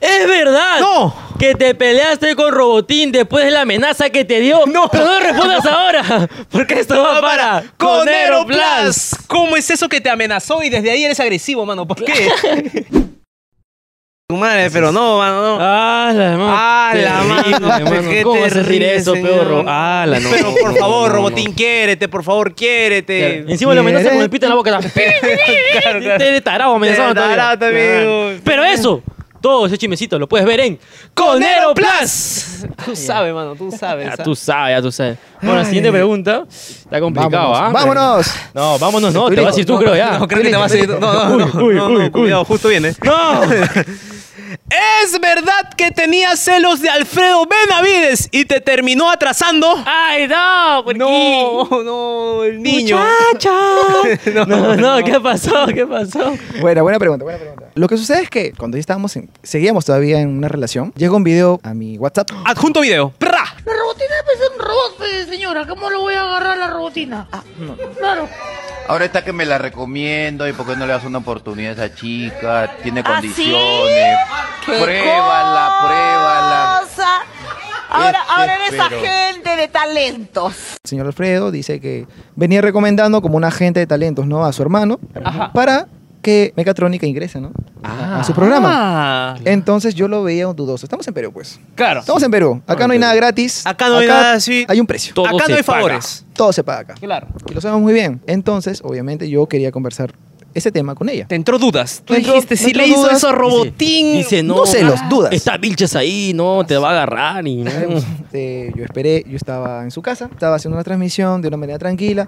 B: ¡Es verdad!
A: ¡No!
B: Que te peleaste con Robotín después de la amenaza que te dio. ¡No! Pero no respondas ahora, porque esto va para Conero Plus.
A: ¿Cómo es eso que te amenazó y desde ahí eres agresivo, mano? ¿Por qué? tu madre, pero no, mano, no.
B: ¡Ah, la mano!
A: Ah, la
B: Terrible,
A: mano, qué
B: ¿Cómo vas a decir
A: terrible,
B: eso,
A: señor.
B: peor? ¡Ah, la no!
A: Pero
B: no,
A: por
B: no,
A: favor,
B: no, no.
A: Robotín, quiérete, por favor, quiérete.
B: Claro, Encima lo amenaza con el pito en la boca.
A: Claro, claro.
B: Te tarado amenazado
A: Te tarado también, güey.
B: Pero eso, todo ese chimecito lo puedes ver en Conero Plus.
E: Tú sabes, mano, tú sabes.
B: Ya
E: ¿sabes?
B: tú sabes, ya tú sabes. Bueno, la siguiente pregunta está complicado,
C: Vámonos.
B: ¿ah?
C: Vámonos.
B: No, vámonos, no,
C: Estoy
B: te vas a ir
C: listo.
B: tú, creo ya.
A: No, creo que te vas a ir. No, no, no,
B: Uy, uy,
A: no, no,
B: uy, uy.
A: cuidado, justo viene.
B: ¡No!
A: ¿Es verdad que tenía celos de Alfredo Benavides y te terminó atrasando?
B: ¡Ay, no! ¿Por
A: No, no, el niño.
B: ¡Muchacha! no, no, ¿qué pasó? ¿Qué pasó?
C: Buena, buena pregunta, buena pregunta. Lo que sucede es que cuando ya estábamos, en- seguíamos todavía en una relación, llegó un video a mi WhatsApp.
A: Adjunto video. ¡Pra!
G: La robotina pues, es un robot, pues, señora. ¿Cómo lo voy a agarrar la robotina? Ah, Claro.
H: Ahora está que me la recomiendo y por qué no le das una oportunidad a esa chica, tiene
G: ¿Ah,
H: condiciones.
G: ¡Qué
H: Pruébala, pruébala. Este,
G: cosa!
H: Ahora- ahora eres Espero.
G: agente de talentos.
C: El señor Alfredo dice que venía recomendando como un agente de talentos, ¿no? A su hermano para que Mecatrónica ingresa, ¿no? A
A: Ah.
C: su programa. Entonces yo lo veía dudoso. Estamos en Perú, pues.
E: Claro.
C: Estamos en Perú. Acá no hay nada gratis.
A: Ah, Acá no hay nada así.
C: Hay un precio.
B: Todo
A: Acá
B: se
A: no hay
B: paga.
A: favores.
C: Todo se paga acá.
E: Claro.
C: Y lo sabemos muy bien. Entonces, obviamente, yo quería conversar ese tema con ella.
A: Te entró dudas. Tú
C: Me entró-
A: dijiste,
C: me
A: si
C: entró
A: le hizo
C: dudas.
A: eso a Robotín.
B: Dice, no.
C: no celos, dudas.
B: Está Vilches ahí, no, te va a agarrar y no.
C: Este, yo esperé, yo estaba en su casa, estaba haciendo una transmisión de una manera tranquila.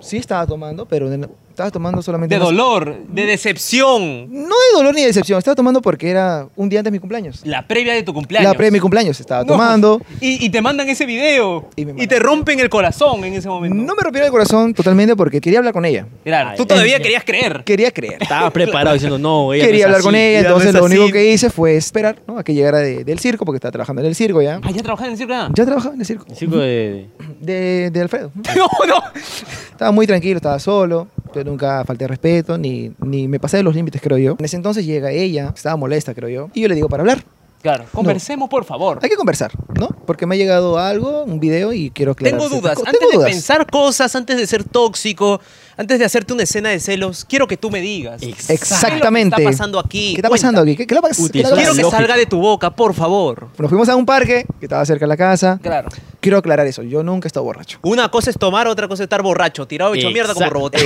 C: Sí estaba tomando, pero de- estaba tomando solamente...
A: de
C: unas-
A: dolor, de decepción.
C: No de dolor ni de decepción, estaba tomando porque era un día antes de mi cumpleaños.
E: La previa de tu cumpleaños.
C: La pre de mi cumpleaños estaba tomando.
A: Y, y te mandan ese video.
C: Y
A: Y,
C: me mandan.
A: te rompen el corazón en ese momento.
C: No me rompió el corazón totalmente porque quería hablar con ella.
E: Claro.
A: Tú todavía querías creer.
C: Quería creer.
B: Estaba preparado diciendo, no, ella no
C: quería
B: es
C: hablar
B: así.
C: con ella,
A: ya no
C: entonces
A: es
C: lo
A: así.
C: único que hice fue esperar ¿no? a que llegara de- del circo, porque estaba trabajando en el circo ya.
E: Ah, ya trabajaba en el circo. ah.
C: Ya trabajaba en el circo.
B: El circo de-
C: De, de Alfredo.
A: No, no.
C: Estaba muy tranquilo, estaba solo. Yo nunca falté al respeto, ni, ni me pasé de los límites, creo yo. En ese entonces llega ella, estaba molesta, creo yo. Y yo le digo para hablar.
E: Claro. Conversemos, por favor.
C: Hay que conversar, ¿no? Porque me ha llegado algo, un video, y quiero aclarar.
A: Tengo
C: ciertas
A: dudas.
C: cosas.
A: Antes
C: Tengo
A: de
C: dudas.
A: pensar cosas, antes de ser tóxico, antes de hacerte una escena de celos, quiero que tú me digas.
B: Ex-
C: Exactamente.
A: ¿Qué es lo que está pasando aquí?
C: ¿Qué está pasando aquí? ¿Qué, qué le pasa?
B: Utilizó
C: ¿Qué le
B: la
C: pasa?
A: Quiero que
B: Lógico.
A: salga de tu boca, por favor.
C: Nos fuimos a un parque que estaba cerca de la casa.
E: Claro.
C: Quiero aclarar eso. Yo nunca he estado borracho.
A: Una cosa es tomar, otra cosa es estar borracho, tirado hecho mierda como
B: Exacto.
A: robot.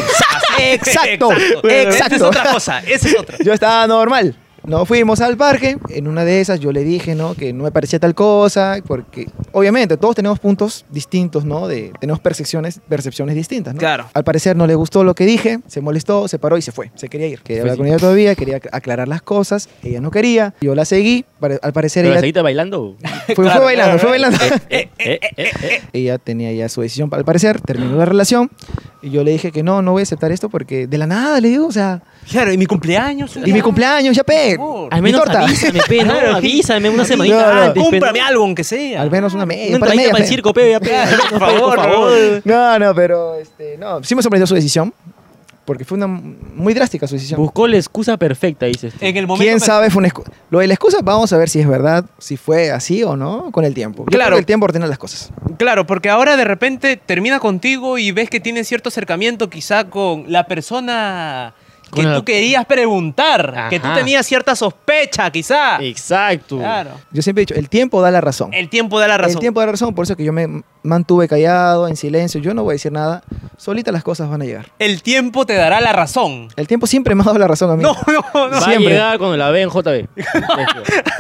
C: Exacto.
A: Exacto. Esa es
C: Exacto.
A: otra cosa. Esa es otra.
C: Yo estaba normal. Nos fuimos al parque. En una de esas yo le dije, ¿no? Que no me parecía tal cosa. Porque, obviamente, todos tenemos puntos distintos, ¿no? De, tenemos percepciones, percepciones distintas, ¿no?
A: Claro.
C: Al parecer no le gustó lo que dije. Se molestó, se paró y se fue. Se quería ir. Quería hablar con ella todavía. Quería ac- aclarar las cosas. Ella no quería. Yo la seguí. pare- Al parecer
B: Pero la
C: ella...
B: seguiste bailando.
C: Fue, fue bailando, fue bailando.
B: Eh, eh, eh, eh.
C: ella tenía ya su decisión, al parecer, terminó la relación. Y yo le dije que no, no voy a aceptar esto porque de la nada le digo, o sea,
A: Claro, y mi cumpleaños.
C: y mi cumpleaños, ya pe.
E: favor.
B: Al
C: mi
B: menos
C: torta.
B: avísame, pe, ¿no? avísame una semanita
C: No, no.
B: antes. pe,
A: Cúmprame
B: ¿no?
A: algo, aunque sea.
C: Al menos una Eh, media.
B: Una
C: un par de
B: entradita
C: medias,
B: para el
C: pe.
B: circo, pe, ya, pe.
A: Por favor, por favor.
C: No, no, pero este, no, sí me sorprendió su decisión porque fue una muy drástica su decisión.
B: Buscó la excusa perfecta, este. dices. tú.
E: En el momento.
C: ¿Quién
E: me-
C: sabe? Fue una excu- Lo de la excusa, vamos a ver si es verdad, si fue así o no, con el tiempo. Yo creo
A: Claro.
C: que el tiempo ordena las cosas.
A: Claro, porque ahora de repente termina contigo y ves que tiene cierto acercamiento quizá con la persona que
B: Con la-
A: tú querías preguntar, que tú
B: Ajá.
A: tenías cierta sospecha quizá.
B: Exacto.
A: Claro.
C: Yo siempre he dicho, el tiempo da la razón.
A: El tiempo Eh, da la razón.
C: El tiempo da la razón, por eso es que yo me mantuve callado, en silencio, yo no voy a decir nada, solita las cosas van a llegar.
A: te dará la razón.
C: El tiempo siempre me ha dado la razón a mí.
A: No, no, no.
B: Va
C: Siempre.
B: a llegar cuando la ve en JB. Eso,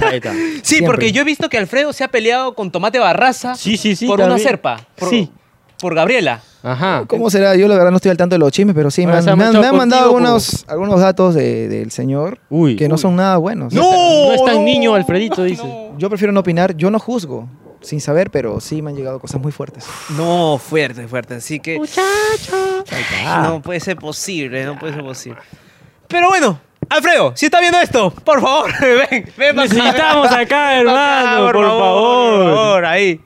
B: Ahí está.
A: Sí,
C: Siempre.
A: porque yo he visto que Alfredo se ha peleado con Tomate Barraza
B: Sí, sí, sí.
A: por
B: está
A: una
B: bien.
A: serpa. Por,
B: Sí.
A: Por Gabriela.
B: Ajá.
C: ¿Cómo será? Yo la verdad no estoy al tanto de los chismes, pero sí,
B: Bueno,
C: me han-
B: se ha
C: me han,
B: manchado
C: me han mandado
B: contigo,
C: algunos, algunos datos de- del señor
B: Uy,
C: que no
B: uy.
C: son nada buenos.
B: No es tan niño, Alfredito, dices.
C: Yo prefiero no opinar, yo no juzgo, sin saber, pero sí me han llegado cosas muy fuertes.
A: No, fuerte, fuerte. Así que
G: Muchacho.
B: Ah.
A: no puede ser posible, no puede ser posible. Pero bueno, Alfredo, si está viendo esto, por favor, ven, ven para acá.
B: Necesitamos acá, hermano, por
A: Por
B: favor.
A: favor, ahí.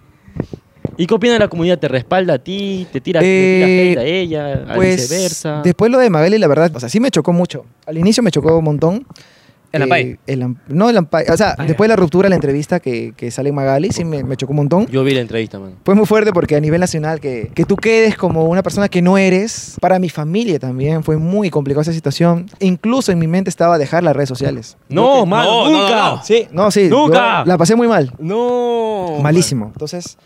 B: ¿Y qué opina de la comunidad? ¿Te respalda a ti? ¿Te tira,
C: Eh,
B: te tira hate a ella? a
C: Pues
B: Ah, viceversa.
C: después lo de Magali, la verdad, o sea, sí me chocó mucho. Al inicio me chocó un montón. Eh,
A: El Ampay. Ah,
C: el am- no, el Ampay. O sea, después de la ruptura, la entrevista que, que sale en Magali, sí me, me chocó un montón.
B: Yo vi la entrevista, man.
C: Fue muy fuerte porque a nivel nacional que, que tú quedes como una persona que no eres, para mi familia también fue muy complicada esa situación. Incluso en mi mente estaba dejar las redes sociales.
B: No, man,
A: no, no,
B: nunca.
A: no.
C: Sí, no, sí. yo
B: ¡Nunca!
C: La pasé muy mal.
A: No.
C: Malísimo. Entonces,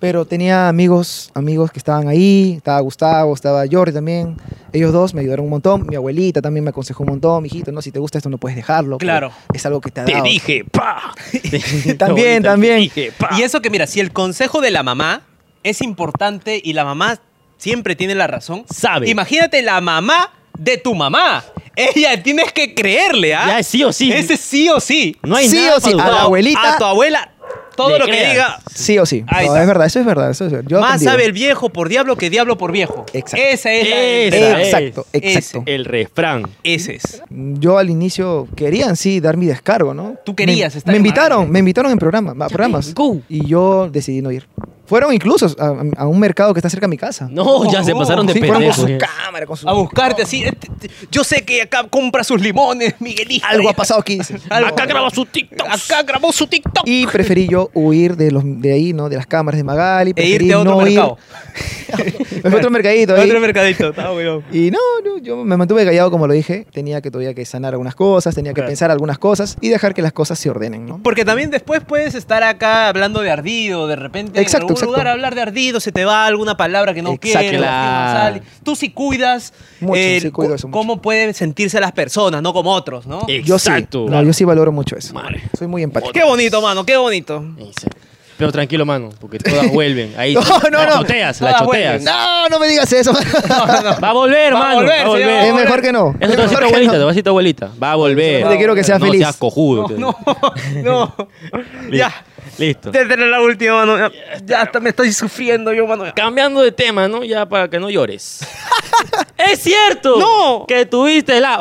C: pero tenía amigos, amigos que estaban ahí, estaba Gustavo, estaba Jordi también. Ellos dos me ayudaron un montón. Mi abuelita también me aconsejó un montón, mijito, no, si te gusta esto no puedes dejarlo. pero
A: Claro.
C: Es algo que te ha
B: Te
C: dado.
B: dije, pa.
C: También, también.
A: Y eso que mira, si el consejo de la mamá es importante y la mamá siempre tiene la razón,
B: Sabe.
A: Imagínate la mamá de tu mamá. Ella tienes que creerle, ¿ah?
B: Ya es sí o sí.
A: Ese sí o sí.
B: No hay
C: Sí
B: nada
C: o sí,
B: para
C: a la
B: dudar.
C: abuelita.
A: A tu abuela, todo
B: Le
A: lo que
B: creas.
A: diga.
C: Sí o sí.
A: Ahí
C: No,
A: está.
C: es verdad, eso es verdad. Eso es verdad. Yo
A: Más
C: aprendí.
A: sabe el viejo por diablo que diablo por viejo.
C: Exacto.
A: Esa es la
B: Esa
A: verdad.
C: Exacto,
A: es.
C: exacto.
B: El refrán.
A: Ese es.
C: Yo al inicio querían sí dar mi descargo, ¿no?
A: Tú querías
C: me,
A: estar
C: Me
A: en
C: invitaron,
A: Madrid.
C: me invitaron en programa, a programas.
B: go.
C: Y yo decidí no ir. Fueron incluso a, a un mercado que está cerca de mi casa.
B: No, ya se pasaron de
C: Oh, Sí, fueron con
B: pendejos.
C: su cámara, con su...
A: A buscarte así. eh, t- t- Yo sé que acá compra sus limones, Miguelito.
C: Algo ha pasado aquí. dice.
A: Acá grabó su TikTok. Acá grabó su TikTok.
C: Y preferí yo huir de los de ahí, ¿no? De las cámaras de Magali.
A: E
C: Preferí
A: irte a otro
C: no
A: mercado.
C: Ir. Me fui a otro mercadito ahí.
A: Otro mercadito. está, weón.
C: Y no, no, yo me mantuve callado como lo dije. Tenía que todavía que sanar algunas cosas, tenía que
A: Claro.
C: pensar algunas cosas y dejar que las cosas se ordenen, ¿no?
A: Porque también después puedes estar acá hablando de ardido, de repente
C: Exacto,
A: en algún
C: exacto.
A: lugar hablar de ardido, se te va alguna palabra que no
C: Exacto.
A: quieres,
B: Claro.
A: no sale. Tú sí cuidas eh,
C: Mucho, sí cuido eso
A: cu-
C: mucho.
A: cómo pueden sentirse las personas, no como otros, ¿no?
B: Eh,
C: Yo sí.
B: Exacto.
C: No, yo sí valoro mucho eso.
B: Madre.
C: Soy muy empático.
A: Qué bonito, mano, qué bonito.
B: Pero tranquilo, mano, porque todas vuelven. Ahí
C: No, no,
B: la
C: no.
B: choteas, la
A: Todas
B: choteas.
A: vuelven.
C: No, no me digas eso.
B: Va a volver,
A: Va a
B: mano.
A: volver,
B: va a volver.
A: señor.
C: es mejor que no.
B: Es
C: Es
B: tu
C: mejor
B: vasito
C: que
B: abuelita,
C: no.
B: tu vasito abuelita. Va a volver.
C: Yo te quiero que seas
B: No
C: feliz.
B: seas cojudo. te-
A: No, no, ya.
B: Listo.
A: Desde la última, mano. Ya, ya hasta me estoy sufriendo yo, mano.
B: Cambiando de tema, ¿no? Ya para que no llores. ¡Es cierto!
A: ¡No!
B: Que tuviste la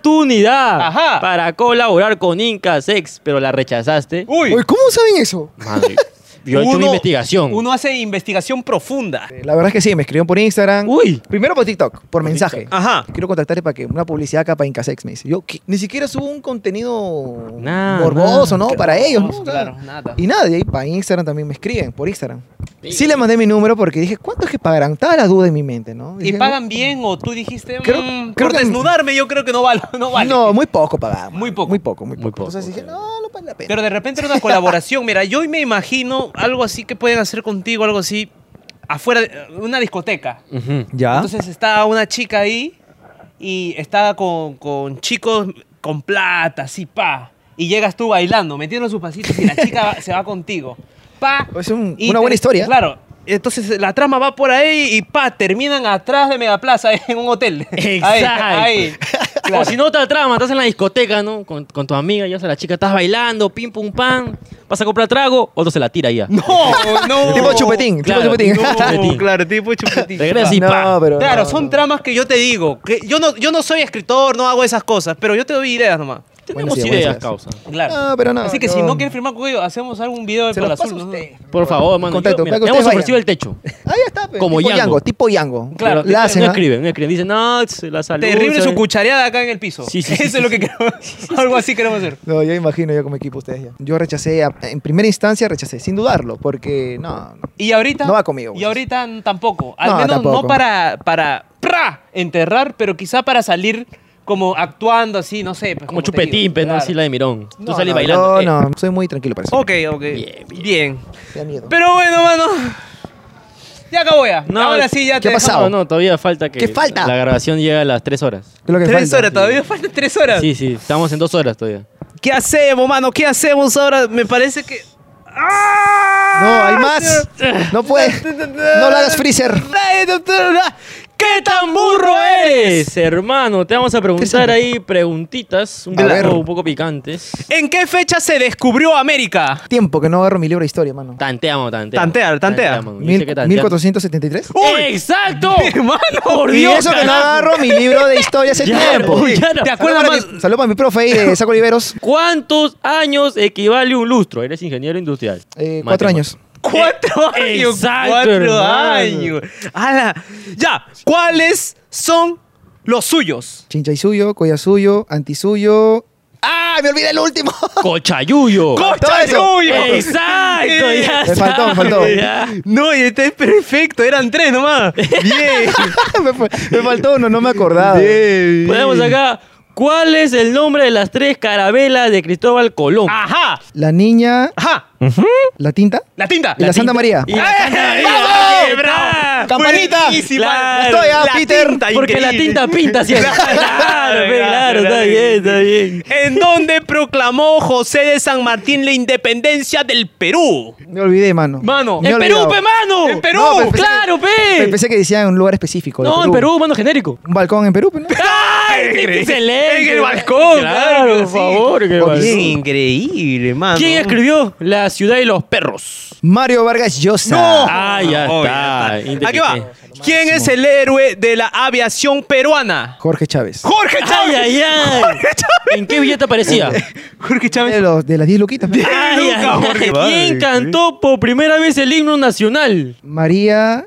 B: oportunidad
A: Ajá.
B: para colaborar con Inca Sex, pero la rechazaste.
A: Uy,
C: Oye, ¿Cómo saben eso?
B: Madre. Yo he
A: Uh.
B: hecho
A: Uno-
B: una investigación.
A: Uno hace investigación profunda.
C: Eh, La verdad es que sí, me escribieron por Instagram.
B: Uy.
C: Primero por TikTok, por mensaje.
A: Ajá.
C: Quiero contactarte para que una publicidad acá para Incasex me dice. Yo ¿qué? ni siquiera subo un contenido
B: Nada,
C: morboso, ¿no?
B: nada.
C: para ellos, ¿no?
A: Morboso,
C: O sea,
A: claro, nada.
C: Y nada, y ahí para Instagram también me escriben, por Instagram. Sí le mandé mi número porque dije, ¿cuánto es que pagarán? Estaba la duda en mi mente, ¿no?
A: ¿Y
C: Dije,
A: pagan bien o tú dijiste,
C: Creo-
A: mm,
C: creo
A: por
C: que-
A: desnudarme yo creo que no vale? No,
C: No,
A: vale.
C: no, muy poco pagaban.
A: Muy poco.
C: Muy poco, muy poco.
B: Muy
C: Entonces
B: poco,
C: dije, no, no vale la pena.
A: Pero de repente era una colaboración. Mira, yo me imagino algo así que pueden hacer contigo, algo así, afuera de una discoteca.
B: Ujú.
C: ya.
A: Entonces está una chica ahí y está con, con chicos con plata, así, pa. Y llegas tú bailando, metiendo sus pasitos y la chica va- se va contigo. Pa.
C: Es un-
A: y
C: una buena historia.
A: Claro. Entonces la trama va por ahí y pa, terminan atrás de Megaplaza en un hotel. Ahí,
B: Exacto.
A: ahí. Claro.
B: O si no, otra trama, estás en la discoteca, ¿no? Con, con tu amiga, ya sea la chica, estás bailando, pim, pum, pam. Vas a comprar trago, otro se la tira ya.
A: No, no.
C: Tipo chupetín,
B: Claro,
C: tipo chupetín.
B: no. Chupetín.
A: claro, tipo chupetín.
B: Regresa y
C: No,
B: pa.
C: pero-
A: Claro,
C: no,
A: son
C: no.
A: tramas que yo te digo. Que yo no, yo no soy escritor, no hago esas cosas, pero yo te doy ideas nomás.
B: Tenemos
C: Buenos días,
B: ideas,
C: buenos
B: causa.
A: Claro.
C: No, pero no,
A: Así que
C: yo-
A: si no quieres firmar conmigo, hacemos algún video de
C: Se los
A: Palo
C: paso
A: Azul.
C: a
A: ¿no?
C: usted.
B: Por favor, mano.
C: Contacto,
B: Yo-
C: para que
B: mira, hemos
C: ustedes
B: ofrecido
C: vayan.
B: el techo.
C: Ahí está, pe,
B: Como
C: tipo
B: Yango.
C: Yango, tipo Yango.
A: Claro,
C: la hacen,
B: no
C: ¿ah?
B: escriben, no escriben. Dicen, no, se la salud.
A: Terrible su
C: eh.
B: ¿sabes?
A: cuchareada acá en el piso.
B: Sí, sí, sí,
A: Eso es lo que queremos. Algo así queremos hacer.
C: No, yo imagino yo como equipo ustedes ya. Yo rechacé, a- en primera instancia rechacé, sin dudarlo, porque no, no.
A: Y ahorita.
C: No va
A: Y
C: conmigo, pues.
A: ahorita n- tampoco. Al
C: No,
A: menos no
C: tampoco.
A: para. para ¡pra! enterrar, pero quizá para salir como actuando así, no sé. pues,
B: Como
A: te digo,
B: chupetín, pero no
A: claro.
B: así la de Mirón. Tú
C: No,
B: salí
C: no,
B: bailando. Eh,
C: Yo no, soy muy tranquilo para eso.
A: Eh. Ok, ok.
B: Bien, bien.
A: bien.
C: Te da miedo.
A: Pero bueno, mano. Ya acabó ya.
B: No,
A: Ahora sí ya
C: ¿qué
A: te
C: ha
A: dejamos.
C: pasado?
B: No, no, todavía falta que.
C: ¿Qué falta?
B: La grabación llega a las 3 horas.
C: ¿Qué es lo que
A: Tres
C: falta?
A: horas, todavía faltan tres horas.
B: Sí, sí, estamos en 2 horas todavía.
A: ¿Qué hacemos, mano? ¿Qué hacemos ahora? Me parece que.
C: No, hay más. No puede. No lo hagas freezer.
A: ¿Qué tan burro
B: ¡Burro
A: eres?
B: eres, hermano! Te vamos a preguntar ahí preguntitas un
C: A ver.
B: poco, un poco picantes.
A: ¿En qué fecha se descubrió América?
C: Tiempo que no agarro mi libro de historia, mano.
B: Tanteamos, tanteamos.
A: Tantea, tantea.
B: mano. Yo sé
C: Mil-
B: que tanteamos.
C: 1473.
B: ¡Exacto!
A: ¡Hermano!
B: ¡Por
C: Y
B: Dios!
C: eso que no
B: carajo.
C: agarro mi libro de historia hace
B: Ya,
C: tiempo.
B: pues, ya no.
A: ¿Te acuerdas
C: Saludos
A: más?
C: para mi- Saludos para mi profe ahí de Saco Oliveros.
B: ¿Cuántos años equivale un lustro? Eres ingeniero industrial.
C: Eh, cuatro años.
A: ¡Cuatro años!
B: Eh, Exacto,
A: ¡Cuatro
B: hermano.
A: años! ¡Hala! Ya, ¿cuáles son los suyos?
C: Chinchay suyo, Coya suyo, Anti suyo. ¡Ah! Me olvidé el último.
B: ¡Cochayuyo!
C: Todo eso.
A: ¡Cochayuyo!
B: ¡Exacto!
A: Eh,
B: ya
C: me faltó, me
B: sabes,
C: faltó.
B: ya.
A: No, y este es perfecto, eran tres nomás. Bien.
C: me, fue- me faltó uno, no me acordaba.
B: Ponemos acá. ¿Cuál es el nombre de las tres carabelas de Cristóbal Colón?
A: Ajá,
C: La niña,
A: ajá.
C: la tinta
A: La tinta.
C: y la, Santa
B: tinta.
C: María.
B: Y la Santa
A: ¡Eh,
B: María.
A: bravo!
B: Bien, bravo.
C: ¡Campanita!
A: Buenísima.
B: Claro.
C: Estoy a Peter,
B: Porque la
A: increíble.
B: tinta pinta siempre. Claro, pe, claro, está bien, está bien.
A: ¿En donde proclamó José de San Martín la independencia del Perú?
C: Me olvidé, mano.
A: Mano,
C: Me he
B: ¡En Perú,
C: olvidado.
B: pe, mano! pues,
A: ¡En Perú!
C: No, pero-
B: ¡Claro, pe!
C: Pensé que decía en un lugar específico. de
B: No, en Perú, mano, genérico.
C: Un balcón en Perú, pero no.
B: ¡Ay,
A: Increíble.
B: excelente!
A: En el balcón, claro
B: Claro,
A: que
B: por
A: sí.
B: favor. en el
C: Por
B: balcón.
C: bien.
A: increíble, mano.
B: ¿Quién escribió la la ciudad y los perros.
C: Mario Vargas Llosa.
B: Ah, ya
E: Obvio,
B: está.
E: ya
A: Aquí va. ¿Quién es el héroe de la aviación peruana?
C: Jorge Chávez.
A: Jorge
B: ¡Ay,
A: Chávez.
B: ay, ay! ¿En qué billete aparecía?
A: Jorge Chávez.
C: De, los- de las 10 luquitas. pe.
B: ¡Ay, ay,
A: Luca,
B: ay!
A: Jorge.
B: ¿Quién cantó por primera vez el himno nacional?
C: María.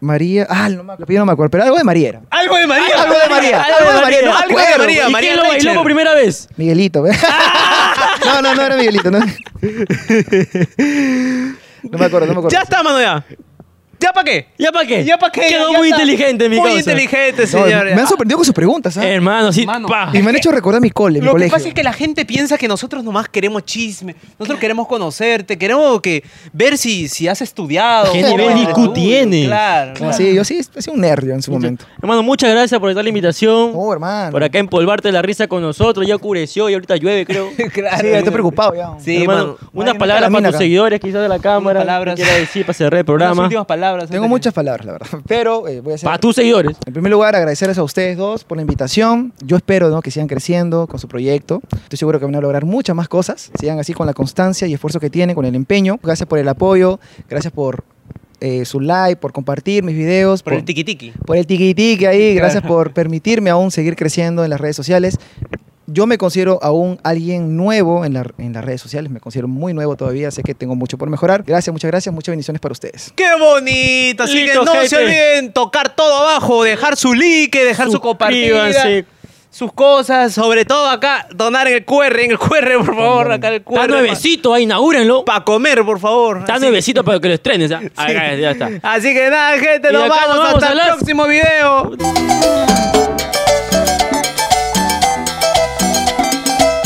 C: María. Ah, no me acuerdo. yo no me acuerdo. Pero algo de María era.
A: Algo de María.
C: Algo de María. Algo de María. No me
A: Algo de
C: acuerdo.
A: María.
B: ¿Y quién lo bailó
A: Thatcher.
B: por primera vez?
C: Miguelito, ¿ves? No, no, no era Miguelito, ¿no? No me acuerdo, no me acuerdo.
A: Ya está, mano, ya. ¿Ya para qué?
B: ¿Ya para qué?
A: ¿Ya para qué?
B: Eh, Quedó
A: Ya
B: muy
A: está.
B: inteligente, mi
A: Muy
B: causa.
A: inteligente,
C: No,
A: señor.
C: me han sorprendido con sus preguntas, ¿ah?
B: Hermano, sí.
E: Mano.
B: pa.
C: Y me han hecho recordar mi cole, mi
E: Lo que
C: colegio.
E: pasa es que la gente piensa que nosotros nomás queremos chisme, nosotros queremos conocerte, queremos que ver si, si has estudiado.
B: ¿Qué
E: cómo
B: nivel
E: vas
B: de
E: de
B: IQ
E: estudio,
B: tienes?
E: Claro,
C: Ah,
E: claro.
C: Sí, yo sí, he sido un nervio en su momento.
B: Hermano, muchas gracias por esta la invitación.
C: No, hermano.
B: Por acá empolvarte la risa con nosotros. Ya oscureció y ahorita llueve, creo.
E: Claro.
C: Sí, estoy preocupado ya.
E: Sí,
B: hermano,
E: mano.
B: unas palabras
C: Ay, nunca la
B: para
C: mina
B: tus
C: acá.
B: seguidores, quizás de la cámara.
E: palabras.
B: ¿Qué quieras decir para cerrar el
E: Unas
B: programa?
E: últimas palabras.
C: Tengo
E: antes
C: muchas palabras, la verdad. Pero eh, voy a hacer...
B: Para tus seguidores.
C: En primer lugar, agradecerles a ustedes dos por la invitación. Yo espero ¿no? que sigan creciendo con su proyecto. Estoy seguro que van a lograr muchas más cosas. Sigan así con la constancia y esfuerzo que tienen, con el empeño. Gracias por el apoyo, gracias por eh, su like, por compartir mis videos,
E: Por el tiquitiqui.
C: por el tiquitiqui ahí. Gracias por permitirme aún seguir creciendo en las redes sociales. Yo me considero aún alguien nuevo en, la- en las redes sociales. Me considero muy nuevo todavía. Sé que tengo mucho por mejorar. Gracias, muchas gracias. Muchas bendiciones para ustedes.
A: ¡Qué bonito! Así
B: Listo,
A: que no
B: gente.
A: se olviden tocar todo abajo, dejar su like, dejar su compartida,
B: Suscríbanse.
A: sus cosas, sobre todo acá, donar en el QR, en el QR, por favor, acá el QR.
B: Está nuevecito, ahí, inaugúrenlo.
A: Para comer, por favor.
B: Está
A: Así-
B: nuevecito para que lo estrenes. ¿ah? Ahí, ahí, ya está.
A: Así que nada, gente,
B: Y
A: nos
B: acá
A: vamos,
B: nos vamos
A: hasta
B: a
A: el
B: las-
A: próximo video.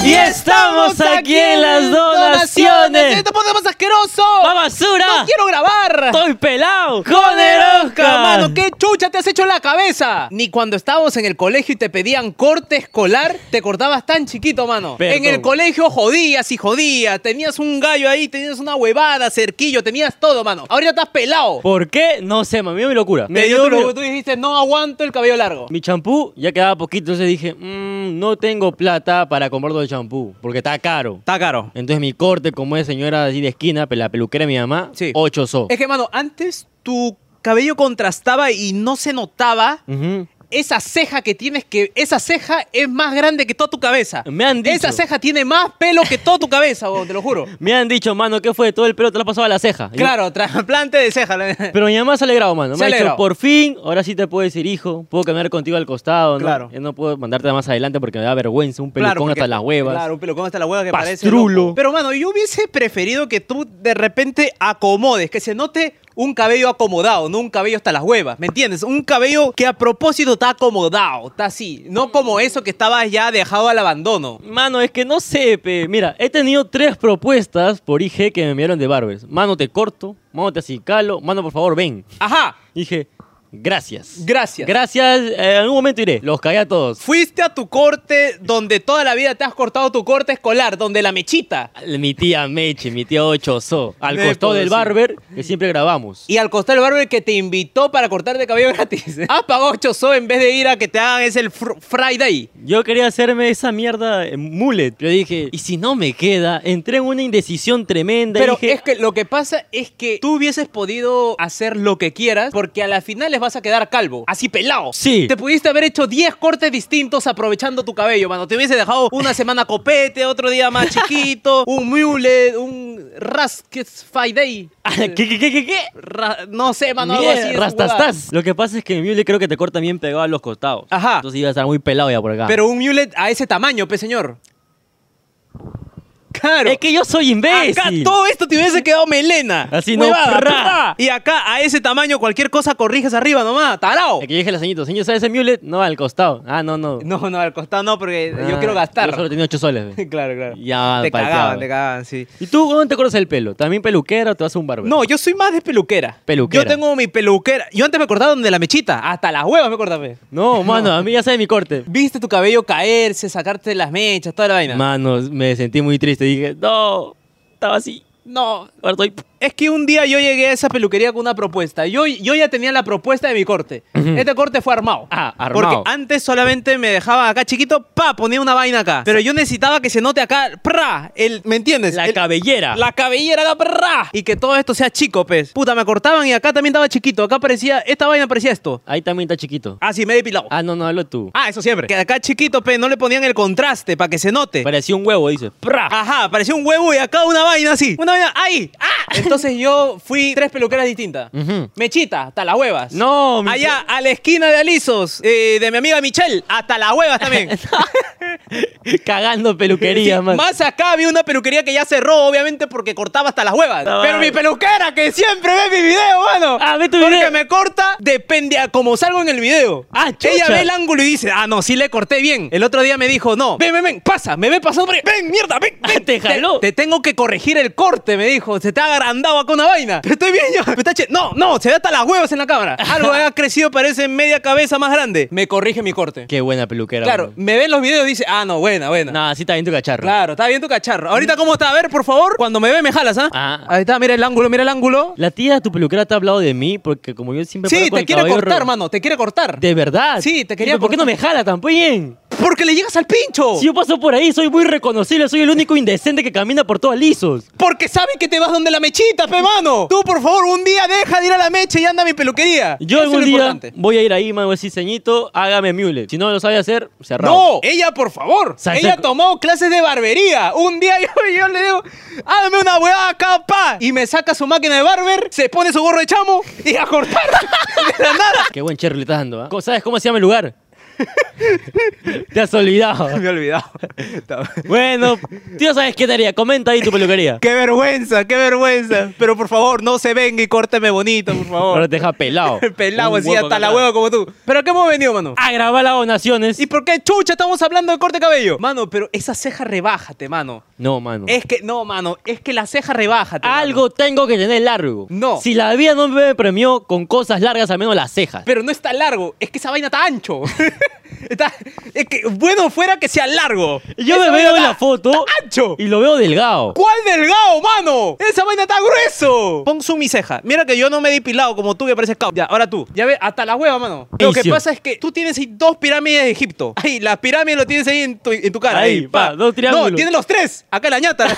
B: Y estamos aquí en las donaciones.
A: ¡Esto ponemos asqueroso!
B: ¡Va basura!
A: ¡No quiero grabar!
B: ¡Estoy pelado!
A: ¡Joderosca!
B: Oscar!
A: Mano, ¿qué chucha te has hecho en la cabeza? Ni cuando estábamos en el colegio y te pedían corte escolar, te cortabas tan chiquito, mano.
B: Perdón.
A: En el colegio jodías y jodías. Tenías un gallo ahí, tenías una huevada, cerquillo, tenías todo, mano. Ahora ya estás pelado.
B: ¿Por qué? No sé, mami, mi locura.
A: Te dio
B: mi-
A: tu- tú dijiste, no aguanto el cabello largo.
B: Mi champú ya quedaba poquito, entonces dije, "Mm, no tengo plata para comprar todo el champú, porque está caro.
A: Está caro.
B: Entonces mi corte, como es señora así de esquina, pe- la peluquera de mi mamá,
A: Sí.
B: 8 so.
A: Es que, mano, antes tu cabello contrastaba y no se notaba
B: Ujú.
A: esa ceja que tienes que esa ceja es más grande que toda tu cabeza.
B: Me han dicho.
A: Esa ceja tiene más pelo que toda tu cabeza, weón, te lo juro.
B: Me han dicho, mano, ¿qué fue? Todo el pelo te lo has pasado a la ceja. Y yo,
A: Claro, trasplante de ceja. la-
B: Pero mi mamá se ha alegrado, mano.
A: Se
B: Me
A: ha
B: ha dicho,
A: alegrado.
B: por fin, ahora sí te puedo decir, hijo, puedo caminar contigo al costado. ¿no?
A: Claro.
B: Yo no puedo mandarte más adelante porque me da vergüenza, un pelucón
A: porque-
B: hasta las huevas.
A: Claro, un pelucón hasta la hueva que parece.
B: Pastrulo.
A: loco. Pero, mano, yo hubiese preferido que tú de repente acomodes, que se note un cabello acomodado, no un cabello hasta las huevas, ¿me entiendes? Un cabello que a propósito está acomodado, está así. No como eso que estabas ya dejado al abandono.
B: Mano, es que no sé, pe. Mira, he tenido tres propuestas por IG que me enviaron de barbers. Mano, te corto. Mano, te acicalo. Mano, por favor, ven.
A: Ajá,
B: Dije, gracias.
A: gracias.
B: Gracias. eh, en algún momento iré. Los cagué a todos.
A: Fuiste a tu corte donde toda la vida te has cortado tu corte escolar, donde la mechita.
B: Mi tía Meche, mi tía Ochozo. Al
A: Me
B: costado
A: puedo
B: del
A: decir.
B: barber que siempre grabamos.
A: Y al costado el barber que te invitó para cortarte cabello gratis. Has pagado 8 so en vez de ir a que te hagan ese el fr- Friday.
B: Yo quería hacerme esa mierda en mullet. Yo dije, ¿y si no me queda? Entré en una indecisión tremenda. y
A: Pero
B: dije,
A: es que lo que pasa es que tú hubieses podido hacer lo que quieras porque a las finales vas a quedar calvo, así pelado.
B: Sí.
A: Te pudiste haber hecho 10 cortes distintos aprovechando tu cabello, mano. Te hubiese dejado una semana copete, otro día más chiquito, un mullet, un Raskets Friday.
B: ¿Qué, qué, qué, qué, qué?
A: Ra- no sé, mano, algo así.
B: Mierda,
A: de esa huevada.
B: Rastastas. Lo que pasa es que mi mullet creo que te corta bien pegado a los costados.
A: Ajá.
B: Entonces iba a estar muy pelado ya por acá.
A: Pero un mullet a ese tamaño, pe señor. Claro.
B: Es que yo soy imbécil.
A: Acá todo esto te hubiese quedado melena.
B: Así no,
A: Huevada,
B: pra.
A: pra. Y acá, a ese tamaño, cualquier cosa corriges arriba nomás. Tarao.
B: Es que yo dije a la señorita, señor, ¿sabes ese mullet? No, al costado. Ah, no, no.
A: No, no, al costado no, porque
B: Ah,
A: yo quiero gastar.
B: Yo solo tenía 8 soles. ve.
A: claro, claro.
B: Ya,
A: te
B: palteado.
A: cagaban, te cagaban, sí.
B: ¿Y tú dónde te cortas el pelo? ¿También peluquera o te vas a un barbero?
A: No, yo soy más de peluquera.
B: Peluquera.
A: Yo tengo mi peluquera. Yo antes me cortaba donde la mechita. Hasta las huevas me cortaba.
B: No, mano, a mí ya sabes mi corte.
A: Viste tu cabello caerse, sacarte las mechas, toda la vaina.
B: Mano, me sentí muy triste. Dije, no, estaba así.
A: no,
B: Ahora estoy
A: Es que un día yo llegué a esa peluquería con una propuesta. Yo, yo ya tenía la propuesta de mi corte. Este corte fue armado.
B: Ah, armado.
A: Porque antes solamente me dejaba acá chiquito, pa, ponía una vaina acá. Pero yo necesitaba que se note acá, pra, el, ¿me entiendes?
B: La
A: El-
B: cabellera.
A: La cabellera acá, pra. Y que todo esto sea chico, pues. Puta, me cortaban y acá también estaba chiquito. Acá parecía, esta vaina parecía esto.
B: Ahí también está chiquito.
A: Ah, sí, me he depilado.
B: Ah, no, no, hazlo tú.
A: Ah, eso siempre. Que acá chiquito, pe, no le ponían el contraste para que se note.
B: Parecía un huevo, dice. ¡Pra!
A: Ajá, parecía un huevo y acá una vaina así. Una vaina, ¡ay! ¡Ah! Entonces yo fui tres peluqueras distintas.
B: Ujú.
A: Mechita, hasta las huevas.
B: No, mi-
A: Allá, a la esquina de Alisos, eh, de mi amiga Michelle, hasta las huevas también.
B: Cagando peluquería,
A: Sí,
B: man.
A: Más acá había una peluquería que ya cerró, obviamente, porque cortaba hasta las huevas.
B: No,
A: Pero
B: vale.
A: mi peluquera, que siempre ve mi video, mano.
B: Ah, ve tu
A: porque
B: video.
A: me corta, depende a cómo salgo en el video.
B: Ah, chucha.
A: Ella ve el ángulo y dice, ah, no, sí le corté bien. El otro día me dijo, no, ven, ven, ven, pasa, me ve pasando por ahí. Ven, mierda, ven, ven.
B: Ah, Te jaló.
A: Te, tengo que corregir el corte, me dijo. Se te ha agrandado acá una vaina. Pero estoy bien yo. Me está che- no, no, se ve hasta las huevas en la cámara. Algo ha crecido, parece media cabeza más grande. Me corrige mi corte.
B: Qué buena peluquera,
A: Claro,
B: man.
A: me ven los videos y dice, ah, no, buena, buena.
B: Nah, sí está bien tu cacharro.
A: Claro, está bien tu cacharro. Ahorita, ¿cómo está? A ver, por favor, cuando me ve, me jalas, ¿ah?
B: Ah.
A: Ahí está, mira el ángulo, mira el ángulo.
B: La tía, tu peluquera, te ha hablado de mí porque como yo siempre
A: Sí,
B: paro con
A: te
B: el
A: quiere
B: cabello
A: cortar,
B: ro-
A: mano, te quiere cortar.
B: ¿De verdad?
A: Sí, te quería
B: ¿Y ¿Por qué no
A: cortar.
B: me jala tan bien?
A: Porque le llegas al pincho.
B: Si yo paso por ahí, soy muy reconocible, soy el único indecente que camina por todos lisos.
A: Porque sabe que te vas donde la mechita, pe mano. Tú, por favor, un día deja de ir a la mecha y anda a mi peluquería. Eso
B: Yo
A: es
B: algún
A: lo
B: día
A: importante.
B: voy a ir ahí, man, voy a decir, ceñito, hágame mule. Si no lo sabe hacer, cerrado.
A: No, ella, por favor.
B: Sa-
A: ella
B: sa-
A: tomó clases de barbería. Un día yo, yo le digo, hágame una hueá acá, pa. Y me saca su máquina de barber, se pone su gorro de chamo y a cortar. de la nada.
B: Qué buen cherry le estás dando, ¿ah? Co- ¿Sabes cómo se llama el lugar? Te has olvidado.
A: Me he olvidado.
B: Bueno, tú ya sabes qué te haría. Comenta ahí tu peluquería.
A: Qué vergüenza, qué vergüenza. Pero por favor, no se venga y córteme bonito, por
B: Ahora
A: favor.
B: te deja pelado.
A: Pelado
B: Un
A: así
B: hueco
A: hasta la
B: acá.
A: hueva como tú. ¿Pero a qué hemos venido, mano?
B: A grabar las donaciones.
A: ¿Y por qué chucha estamos hablando de corte de cabello? Mano, pero esa ceja rebájate, mano.
B: No, mano.
A: Es que, no, mano, es que la ceja rebájate. mano.
B: Algo tengo que tener largo.
A: No.
B: Si la vida no me premió con cosas largas, al menos las cejas.
A: Pero no está largo, es que esa vaina está ancho. Está- es que bueno fuera que sea largo.
B: Yo me
A: Esa
B: veo
A: vaina
B: en la
A: está-
B: foto
A: está ancho.
B: y lo veo delgado.
A: ¿Cuál delgado, mano? Esa vaina está grueso. Pon su mi ceja. Mira que yo no me he depilado como tú que pareces cao. Ya, ahora tú. Ya ve, hasta la hueva, mano. Lo que
B: Vicio.
A: pasa es que tú tienes ahí dos pirámides de Egipto. Ahí, las pirámides lo tienes ahí en tu, en tu cara.
B: Ahí, pa, dos triángulos.
A: No, tienes los tres. Acá la ñata.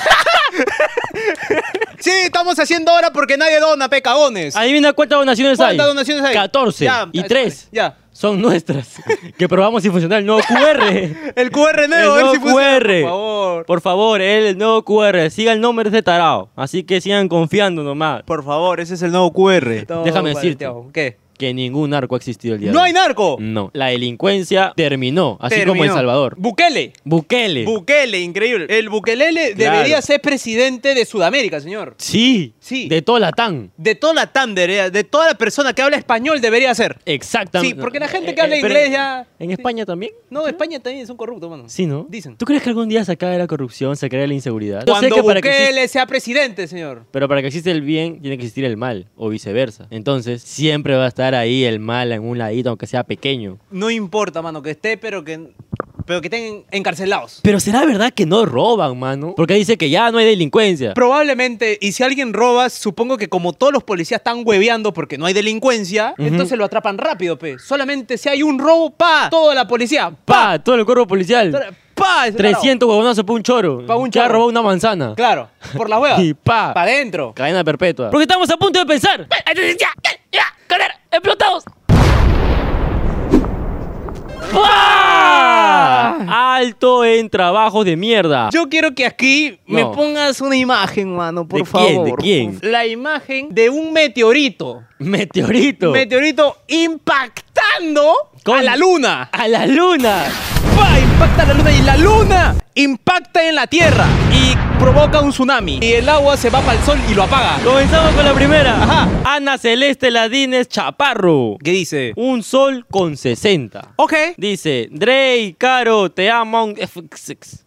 A: sí, estamos haciendo ahora porque nadie dona, pecagones.
B: Adivina cuántas donaciones hay.
A: ¿Cuántas donaciones hay?
B: 14.
A: Ya,
B: y
A: está,
B: 3
A: ya.
B: son nuestras. que probamos si funciona el nuevo QR.
A: El QR
B: el
A: nuevo, a ver
B: nuevo
A: si funciona,
B: QR.
A: Por favor.
B: Por favor, el nuevo QR. Siga el nombre de ese tarao. Así que sigan confiando nomás.
A: Por favor, ese es el nuevo QR.
B: Déjame decirte.
A: ¿Qué?
B: Que ningún narco ha existido el día de
A: No
B: hoy.
A: hay narco.
B: No. La delincuencia terminó. Así como El
A: Terminó.
B: Salvador.
A: Bukele.
B: Bukele.
A: Bukele, increíble. El Bukelele
B: Claro.
A: debería ser presidente de Sudamérica, señor.
B: sí.
A: Sí.
B: De toda la TAN.
A: De toda la Tander, eh, de toda la persona que habla español debería ser.
B: Exactamente.
A: Sí, porque la gente que
B: Eh,
A: habla
B: eh, pero
A: inglés ya-
B: ¿En España también?
A: No, España también son corruptos, mano.
B: Sí, ¿no?
A: Dicen.
B: ¿Tú crees que algún día se acabe la corrupción, se acabe la inseguridad? Yo sé
A: Cuando
B: que para que exista-
A: Bukele sea presidente, señor.
B: Pero para que exista el bien, tiene que existir el mal, o viceversa. Entonces, siempre va a estar ahí el mal en un ladito, aunque sea pequeño.
A: No importa, mano, que esté, pero que, pero que estén encarcelados.
B: Pero será verdad que no roban, mano. Porque dice que ya no hay delincuencia.
A: Probablemente, y si alguien roba, supongo que como todos los policías están hueveando porque no hay delincuencia, entonces lo atrapan rápido, pe. Solamente si hay un robo, pa, toda la policía, pa,
B: ¡Pa! Todo el cuerpo policial.
A: pa, pa ese tarado.
B: 300 huevonazos por un choro.
A: Pa' un
B: que ha
A: choro.
B: robado una manzana.
A: Claro, por las huevas.
B: Y pa.
A: Pa' adentro.
B: Cadena perpetua. Porque estamos a punto de pensar. ¡Ya! ¡Ya! ¡Correr! ¡Explotados! ¡Pah! ¡Ah! Alto en trabajos de mierda.
A: Ah. Yo quiero que aquí me
B: No.
A: pongas una imagen, mano, por
B: ¿De quién? ¿De
A: favor.
B: quién?
A: La imagen de un meteorito.
B: Meteorito.
A: Meteorito impactando
B: Con-
A: a la luna.
B: a la luna.
A: ¡Pa! Impacta la luna y la luna impacta en la Tierra y provoca un tsunami. Y el agua se va para el sol y lo apaga.
B: Comenzamos con la primera.
A: Ajá.
B: Ana Celeste Ladines Chaparro.
A: ¿Qué dice?
B: Un sol con 60.
A: Ok.
B: Dice, Drey, Caro, te amo. un FXX".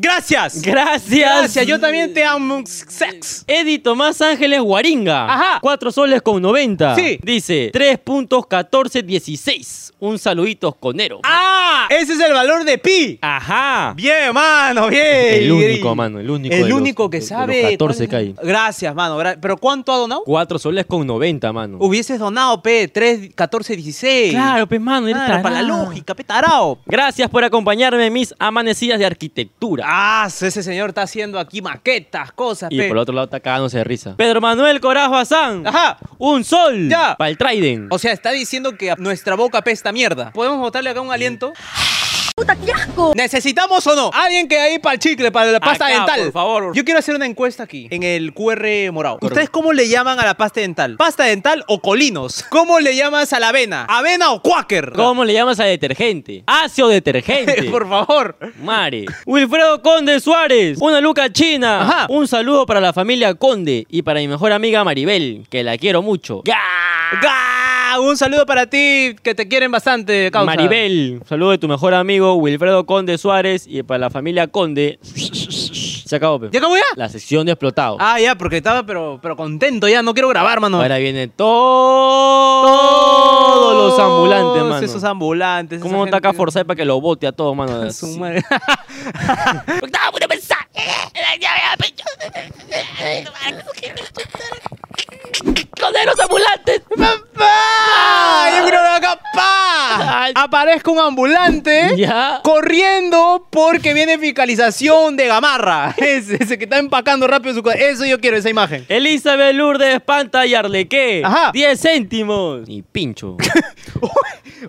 A: Gracias.
B: Gracias.
A: Gracias. Yo también te amo. Sex.
B: Eddie Tomás Ángeles Guaringa.
A: Ajá.
B: 4 soles con 90.
A: Sí.
B: Dice 3.1416. Un saludito conero.
A: Ah, ese es el valor de pi.
B: Ajá.
A: Bien, mano, bien.
B: El único, mano, el único
A: El
B: de los-
A: único que
B: de- de los
A: sabe.
B: 14 que hay.
A: Gracias, mano. gra- Pero ¿cuánto ha donado?
B: 4 soles con 90, mano.
A: Hubieses donado, P, 3, 14, 16.
B: Claro, pues, mano, eres
A: Claro, para la
B: tarado.
A: lógica, pe, tarao.
B: Gracias por acompañarme en mis amanecidas de arquitectura.
A: Ah, ese señor está haciendo aquí maquetas, cosas,
B: y
A: Ah, pe.
B: por el otro lado está cagándose de risa. Pedro Manuel Corajo Bazán.
A: Ajá.
B: Un sol.
A: Ya.
B: Para el Trident.
A: O sea, está diciendo que a nuestra boca pesta mierda. ¿Podemos botarle acá un aliento?
F: ¡Puta, qué asco!
A: ¿Necesitamos o no? Alguien que ahí para el chicle, para la pasta
B: Acá,
A: dental.
B: por favor.
A: Yo quiero hacer una encuesta aquí, en el QR morado. ¿Ustedes cómo le llaman a la pasta dental? ¿Pasta dental o colinos? ¿Cómo le llamas a la avena? ¿Avena o cuáquer?
B: ¿Cómo le llamas a detergente? Ácido detergente.
A: Por favor.
B: Mare. Wilfredo Conde Suárez. Una luca china.
A: Ajá.
B: Un saludo para la familia Conde y para mi mejor amiga Maribel, que la quiero mucho.
A: ¡Ga! Un saludo para ti, que te quieren bastante, causa.
B: Maribel, saludo de tu mejor amigo Wilfredo Conde Suárez y para la familia Conde. Se acabó, pe.
A: ¿Ya acabó ya?
B: La sección de explotado.
A: Ah, ya, porque estaba pero, pero contento ya. No quiero grabar, mano.
B: Ahora viene todos los ambulantes,
A: Todos
B: mano.
A: Esos ambulantes.
B: ¿Cómo no
A: esa
B: taca
A: gente-
B: Forsyth para que lo bote a todos, mano?
A: Su madre.
B: ¡Conderos ambulantes! Ah.
A: ¡Papá! Yo creo que acá, pa.
B: Ay.
A: Aparezca un ambulante
B: Ya.
A: corriendo porque viene fiscalización de gamarra. Ese, ese que está empacando rápido su co- Eso yo quiero, esa imagen.
B: Elizabeth Lourdes Espanta y Arlequé.
A: Ajá.
B: 10 céntimos. Y pincho.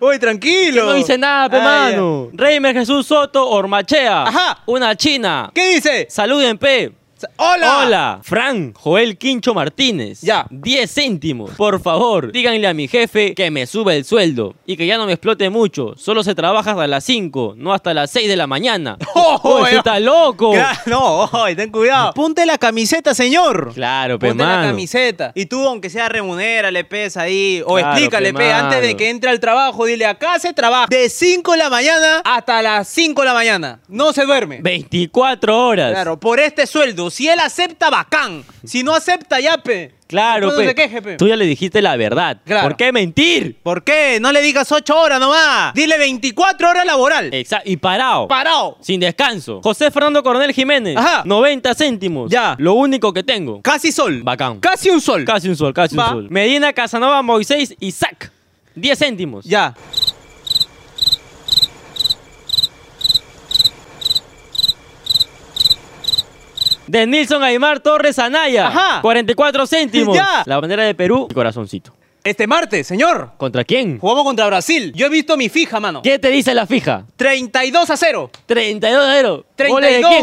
A: Uy, tranquilo.
B: no dice nada, pe,
A: Ah, ya.
B: mano. Reimer Jesús Soto Ormachea.
A: Ajá.
B: Una china.
A: ¿Qué dice?
B: Saluden, pe.
A: ¡Hola!
B: Hola, Fran Joel Quincho Martínez.
A: Ya.
B: 10 céntimos. Por favor, díganle a mi jefe que me suba el sueldo y que ya no me explote mucho. Solo se trabaja hasta las 5, no hasta las 6 de la mañana.
A: Oh,
B: Oye,
A: bueno.
B: está loco!
A: Gra- No, oye, ten cuidado. Ponte la camiseta, señor.
B: Claro, pe,
A: Ponte la
B: mano.
A: camiseta. Y tú, aunque sea remunérale, pes ahí. O
B: Claro,
A: explícale,
B: pe,
A: pe, antes de
B: mano.
A: que entre al trabajo, dile, acá se trabaja de 5 de la mañana hasta las 5 de la mañana. No se duerme.
B: 24 horas.
A: Claro, por este sueldo. Si él acepta, bacán. Si no acepta, ya, pe.
B: Claro,
A: Después
B: pe.
A: No se queje, pe.
B: Tú ya le dijiste la verdad.
A: Claro.
B: ¿Por qué mentir?
A: ¿Por qué? No le digas 8 horas nomás. Dile 24 horas laboral.
B: Exacto. Y parado.
A: Parado.
B: sin descanso. José Fernando Coronel Jiménez.
A: Ajá.
B: 90 céntimos.
A: Ya.
B: Lo único que tengo.
A: Casi sol.
B: Bacán.
A: Casi un sol.
B: Casi un sol, casi
A: Va.
B: un sol. Medina Casanova Moisés Isaac. 10 céntimos.
A: Ya.
B: De Nilson Aymar Torres Anaya.
A: Ajá.
B: 44 céntimos.
A: Ya.
B: La bandera de Perú. Y corazoncito.
A: Este martes, señor.
B: ¿Contra quién?
A: Jugamos contra Brasil. Yo he visto mi fija, mano.
B: ¿Qué te dice la fija?
A: 32 a 0.
B: 32 a 0.
A: 32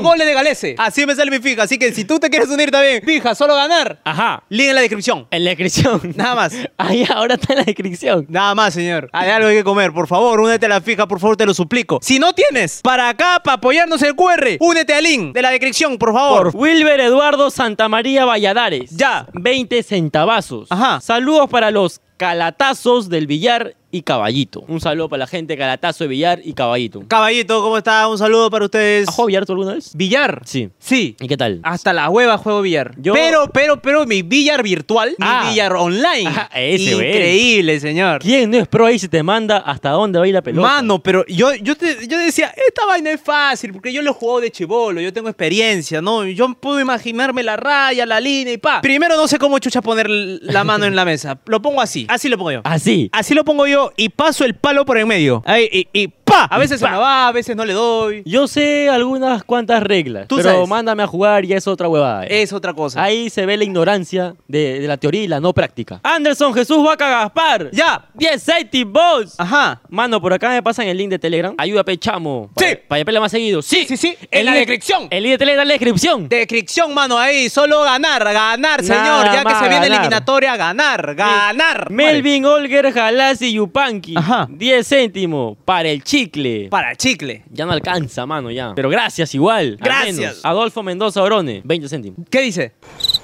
B: ¿Goles de quién?
A: Galese. Así me sale mi fija. Así que si tú te quieres unir también, fija, solo ganar.
B: Ajá.
A: Link en la descripción.
B: En la descripción.
A: Nada más.
B: Ahí ahora está en la descripción.
A: Nada más, señor. Hay algo que comer. Por favor, únete a la fija, por favor, te lo suplico. Si no tienes para acá, para apoyarnos el QR, únete al link de la descripción, por favor.
B: Por Wilber Eduardo Santamaría Valladares.
A: Ya.
B: 20 centavazos.
A: Ajá.
B: Saludos para los calatazos del billar y caballito. Un saludo para la gente calatazo de billar y caballito.
A: Caballito, ¿cómo está? Un saludo para ustedes.
B: ¿Has jugado billar tú alguna vez?
A: ¿Billar?
B: Sí.
A: Sí.
B: ¿Y qué tal?
A: Hasta la hueva juego billar.
B: Yo-
A: Pero, pero, pero mi billar virtual,
B: Ah.
A: mi billar online.
B: Ah, ese, güey.
A: Increíble, señor.
B: ¿Quién no es pro ahí si te manda hasta dónde va a ir la pelota?
A: Mano, pero yo, yo, te- yo decía, esta vaina es fácil, porque yo lo he jugado de chivolo, yo tengo experiencia, ¿no? Yo puedo imaginarme la raya, la línea y pa. Primero no sé cómo chucha poner l- la mano en la mesa. Lo pongo así, así lo pongo yo.
B: Así.
A: Así lo pongo yo y paso el palo por en medio. Ahí, y, y pa. A veces se me va, a veces no le doy.
B: Yo sé algunas cuantas reglas,
A: Tú
B: pero
A: sabes.
B: mándame a jugar y es otra huevada. eh.
A: Es otra cosa.
B: Ahí se ve la ignorancia de, de la teoría y la no práctica. Anderson Jesús Vaca Gaspar.
A: Ya.
B: 10 céntimos.
A: Ajá.
B: Mano, por acá me pasan el link de Telegram. Ayuda, pechamo.
A: Sí.
B: Para llamarle más seguido. Sí.
A: Sí, sí, en
B: El
A: la
B: link-
A: descripción.
B: El link de Telegram en la descripción.
A: Descripción, mano, ahí. Solo ganar, ganar,
B: Nada
A: señor. Ya que
B: más,
A: se viene
B: ganar.
A: eliminatoria, ganar, ganar.
B: Melvin Olger Jalás y Yupanqui.
A: Ajá.
B: 10 céntimos para el chicle.
A: Para el chicle.
B: ya no alcanza, mano, ya. Pero gracias igual. al
A: Gracias.
B: menos. Adolfo Mendoza Orone. 20 céntimos.
A: ¿Qué dice?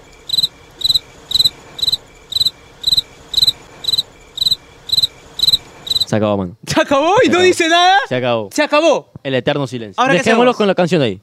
B: Se acabó, mano.
A: ¿Se acabó y
B: Se
A: no
B: acabó.
A: dice nada?
B: Se acabó.
A: Se acabó.
B: El eterno silencio.
A: Ahora, ¿qué
B: Dejémoslo
A: hacemos?
B: con la canción ahí.